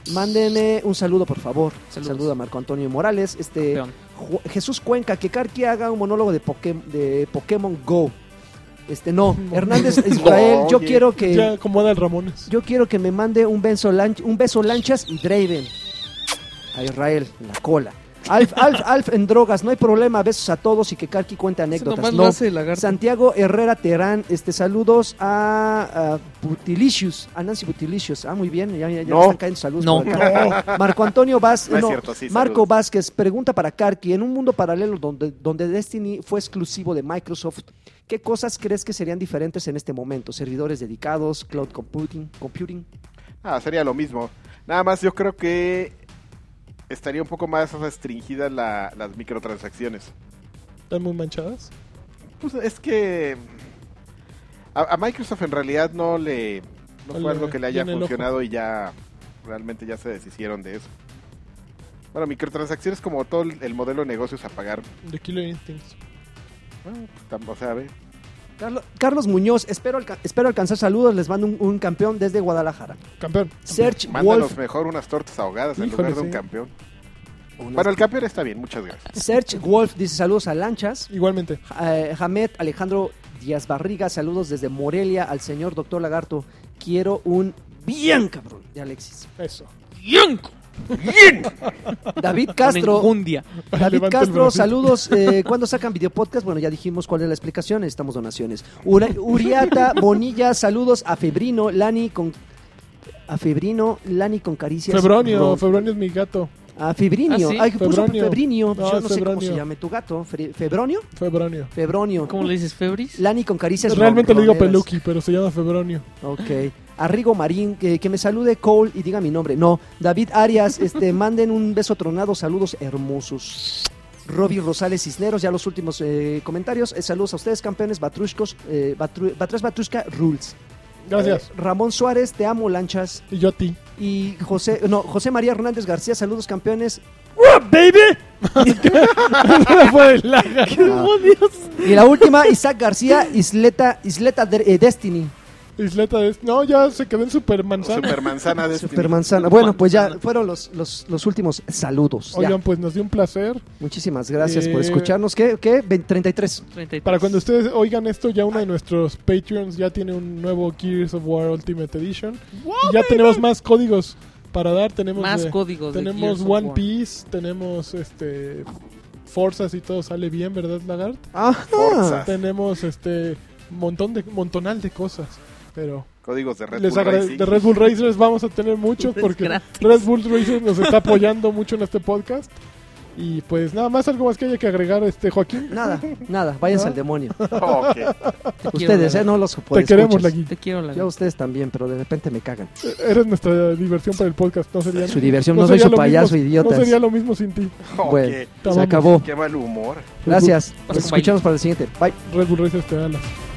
Mándenme un saludo, por favor. Saludos. Saludo a Marco Antonio Morales. Este, campeón. Ju- Jesús Cuenca, que Karki haga un monólogo de, Poké- de Pokémon Go. Este no, Hernández Israel, yo oye, quiero que Ya acomoda el Ramones. yo quiero que me mande un beso, lan- un beso lanchas y Draven. A Israel, en la cola. Alf, Alf, Alf en drogas, no hay problema, besos a todos y que Karki cuente Ese anécdotas. nomás lo No. hace el lagarto. Santiago Herrera Terán, este saludos a, a Butilicious, a Nancy Butilicious. Ah, muy bien, ya, ya- ya No. me están cayendo saludos. No. por acá. Marco Antonio Vázquez, No Ah, es no, cierto, sí, Marco saludos. Vázquez, pregunta para Karki, en un mundo paralelo donde, donde Destiny fue exclusivo de Microsoft, ¿qué cosas crees que serían diferentes en este momento? Servidores dedicados, cloud computing, computing. Ah, sería lo mismo. Nada más yo creo que estaría un poco más restringidas la- las microtransacciones. Están muy manchadas. Pues es que a, a Microsoft en realidad no le No no fue le- algo que le haya tiene el ojo. funcionado y ya realmente ya se deshicieron de eso. Bueno, microtransacciones como todo el el modelo de negocios a pagar, pues, The Killer Instincts. tam- o sea, ve, Carlos, Carlos Muñoz, espero, alca- espero alcanzar saludos, les mando un, un campeón desde Guadalajara. Campeón. Serge mándanos Wolf, mejor unas tortas ahogadas en Híjole, lugar de un sí. campeón. Unas- Bueno, el campeón está bien, muchas gracias. Serge Wolf dice saludos a Lanchas. Igualmente. Eh, Hamed Alejandro Díaz Barriga, saludos desde Morelia al señor doctor Lagarto. Quiero un bien cabrón de Alexis. Eso. David Con Castro, enjundia. David Levanta el Castro, bracito. saludos. Eh, ¿Cuándo sacan videopodcast? Bueno, ya dijimos cuál es la explicación, necesitamos donaciones. Ura- Uriata Bonilla, saludos a Febrino, Lani con a Febrino, Lani con caricias. Febronio, Ro- Febronio es mi gato. a Febrinio. Ah, ¿sí? Ay, puso Febronio. Febrinio. No, Yo no sé cómo Febronio. se llame tu gato. Fre- ¿Febronio? Febronio. Febronio. ¿Cómo le dices, Febris? Lani con caricias. Realmente le digo ronroneras. Peluki, pero se llama Febronio. Ok. Arrigo Marín, que, que me salude Cole y diga mi nombre. No, David Arias, este, manden un beso tronado, saludos hermosos. Robbie Rosales Cisneros, ya los últimos eh, comentarios. Eh, saludos a ustedes, campeones Batrushcos, eh, Batru- Batrás Batrushka Rules. Gracias. Eh, Ramón Suárez, te amo, lanchas. Y yo a ti. Y José, no, José María Hernández García, saludos, campeones. Fue el laga. Y la última, Isaac García, Isleta, Isleta de- eh, Destiny. Isleta de... No, ya se quedó en Supermanzana. Supermanzana de Supermanzana. Bueno, pues ya fueron los, los, los últimos saludos. Ya. Oigan, pues nos dio un placer. Muchísimas gracias por Eh, escucharnos. ¿Qué? ¿Qué? Ve- 33. 33. Para cuando ustedes oigan esto, ya uno de nuestros Patreons ya tiene un nuevo Gears of War Ultimate Edition. Y ya tenemos más códigos para dar. Tenemos, Más de- códigos. de tenemos Gears of One War. Piece, tenemos este Forzas y todo sale bien, ¿verdad, Lagart? Ah, Forza. Tenemos este montón de montonal de cosas. Pero Códigos de Red les Bull agrade- Racing. de Red Bull Racers vamos a tener muchos Es porque gratis. Red Bull Racers nos está apoyando mucho en este podcast. Y pues nada más, algo más que haya que agregar, este Joaquín. nada, nada. Váyanse al demonio. Ok. quiero, Ustedes, Lalo. ¿eh? No los Te queremos, escuchas. Lagui. Te quiero, la Yo a ustedes también, pero de repente me cagan. Eres nuestra diversión para el podcast, no sería Su diversión, no no soy sería su lo payaso, mismo- idiotas. No sería lo mismo sin ti. Ok. Bueno. Te Se amamos. acabó. Qué mal humor. Gracias. Pásame Nos baile. escuchamos para el siguiente. Bye. Red Bull Racers te da las-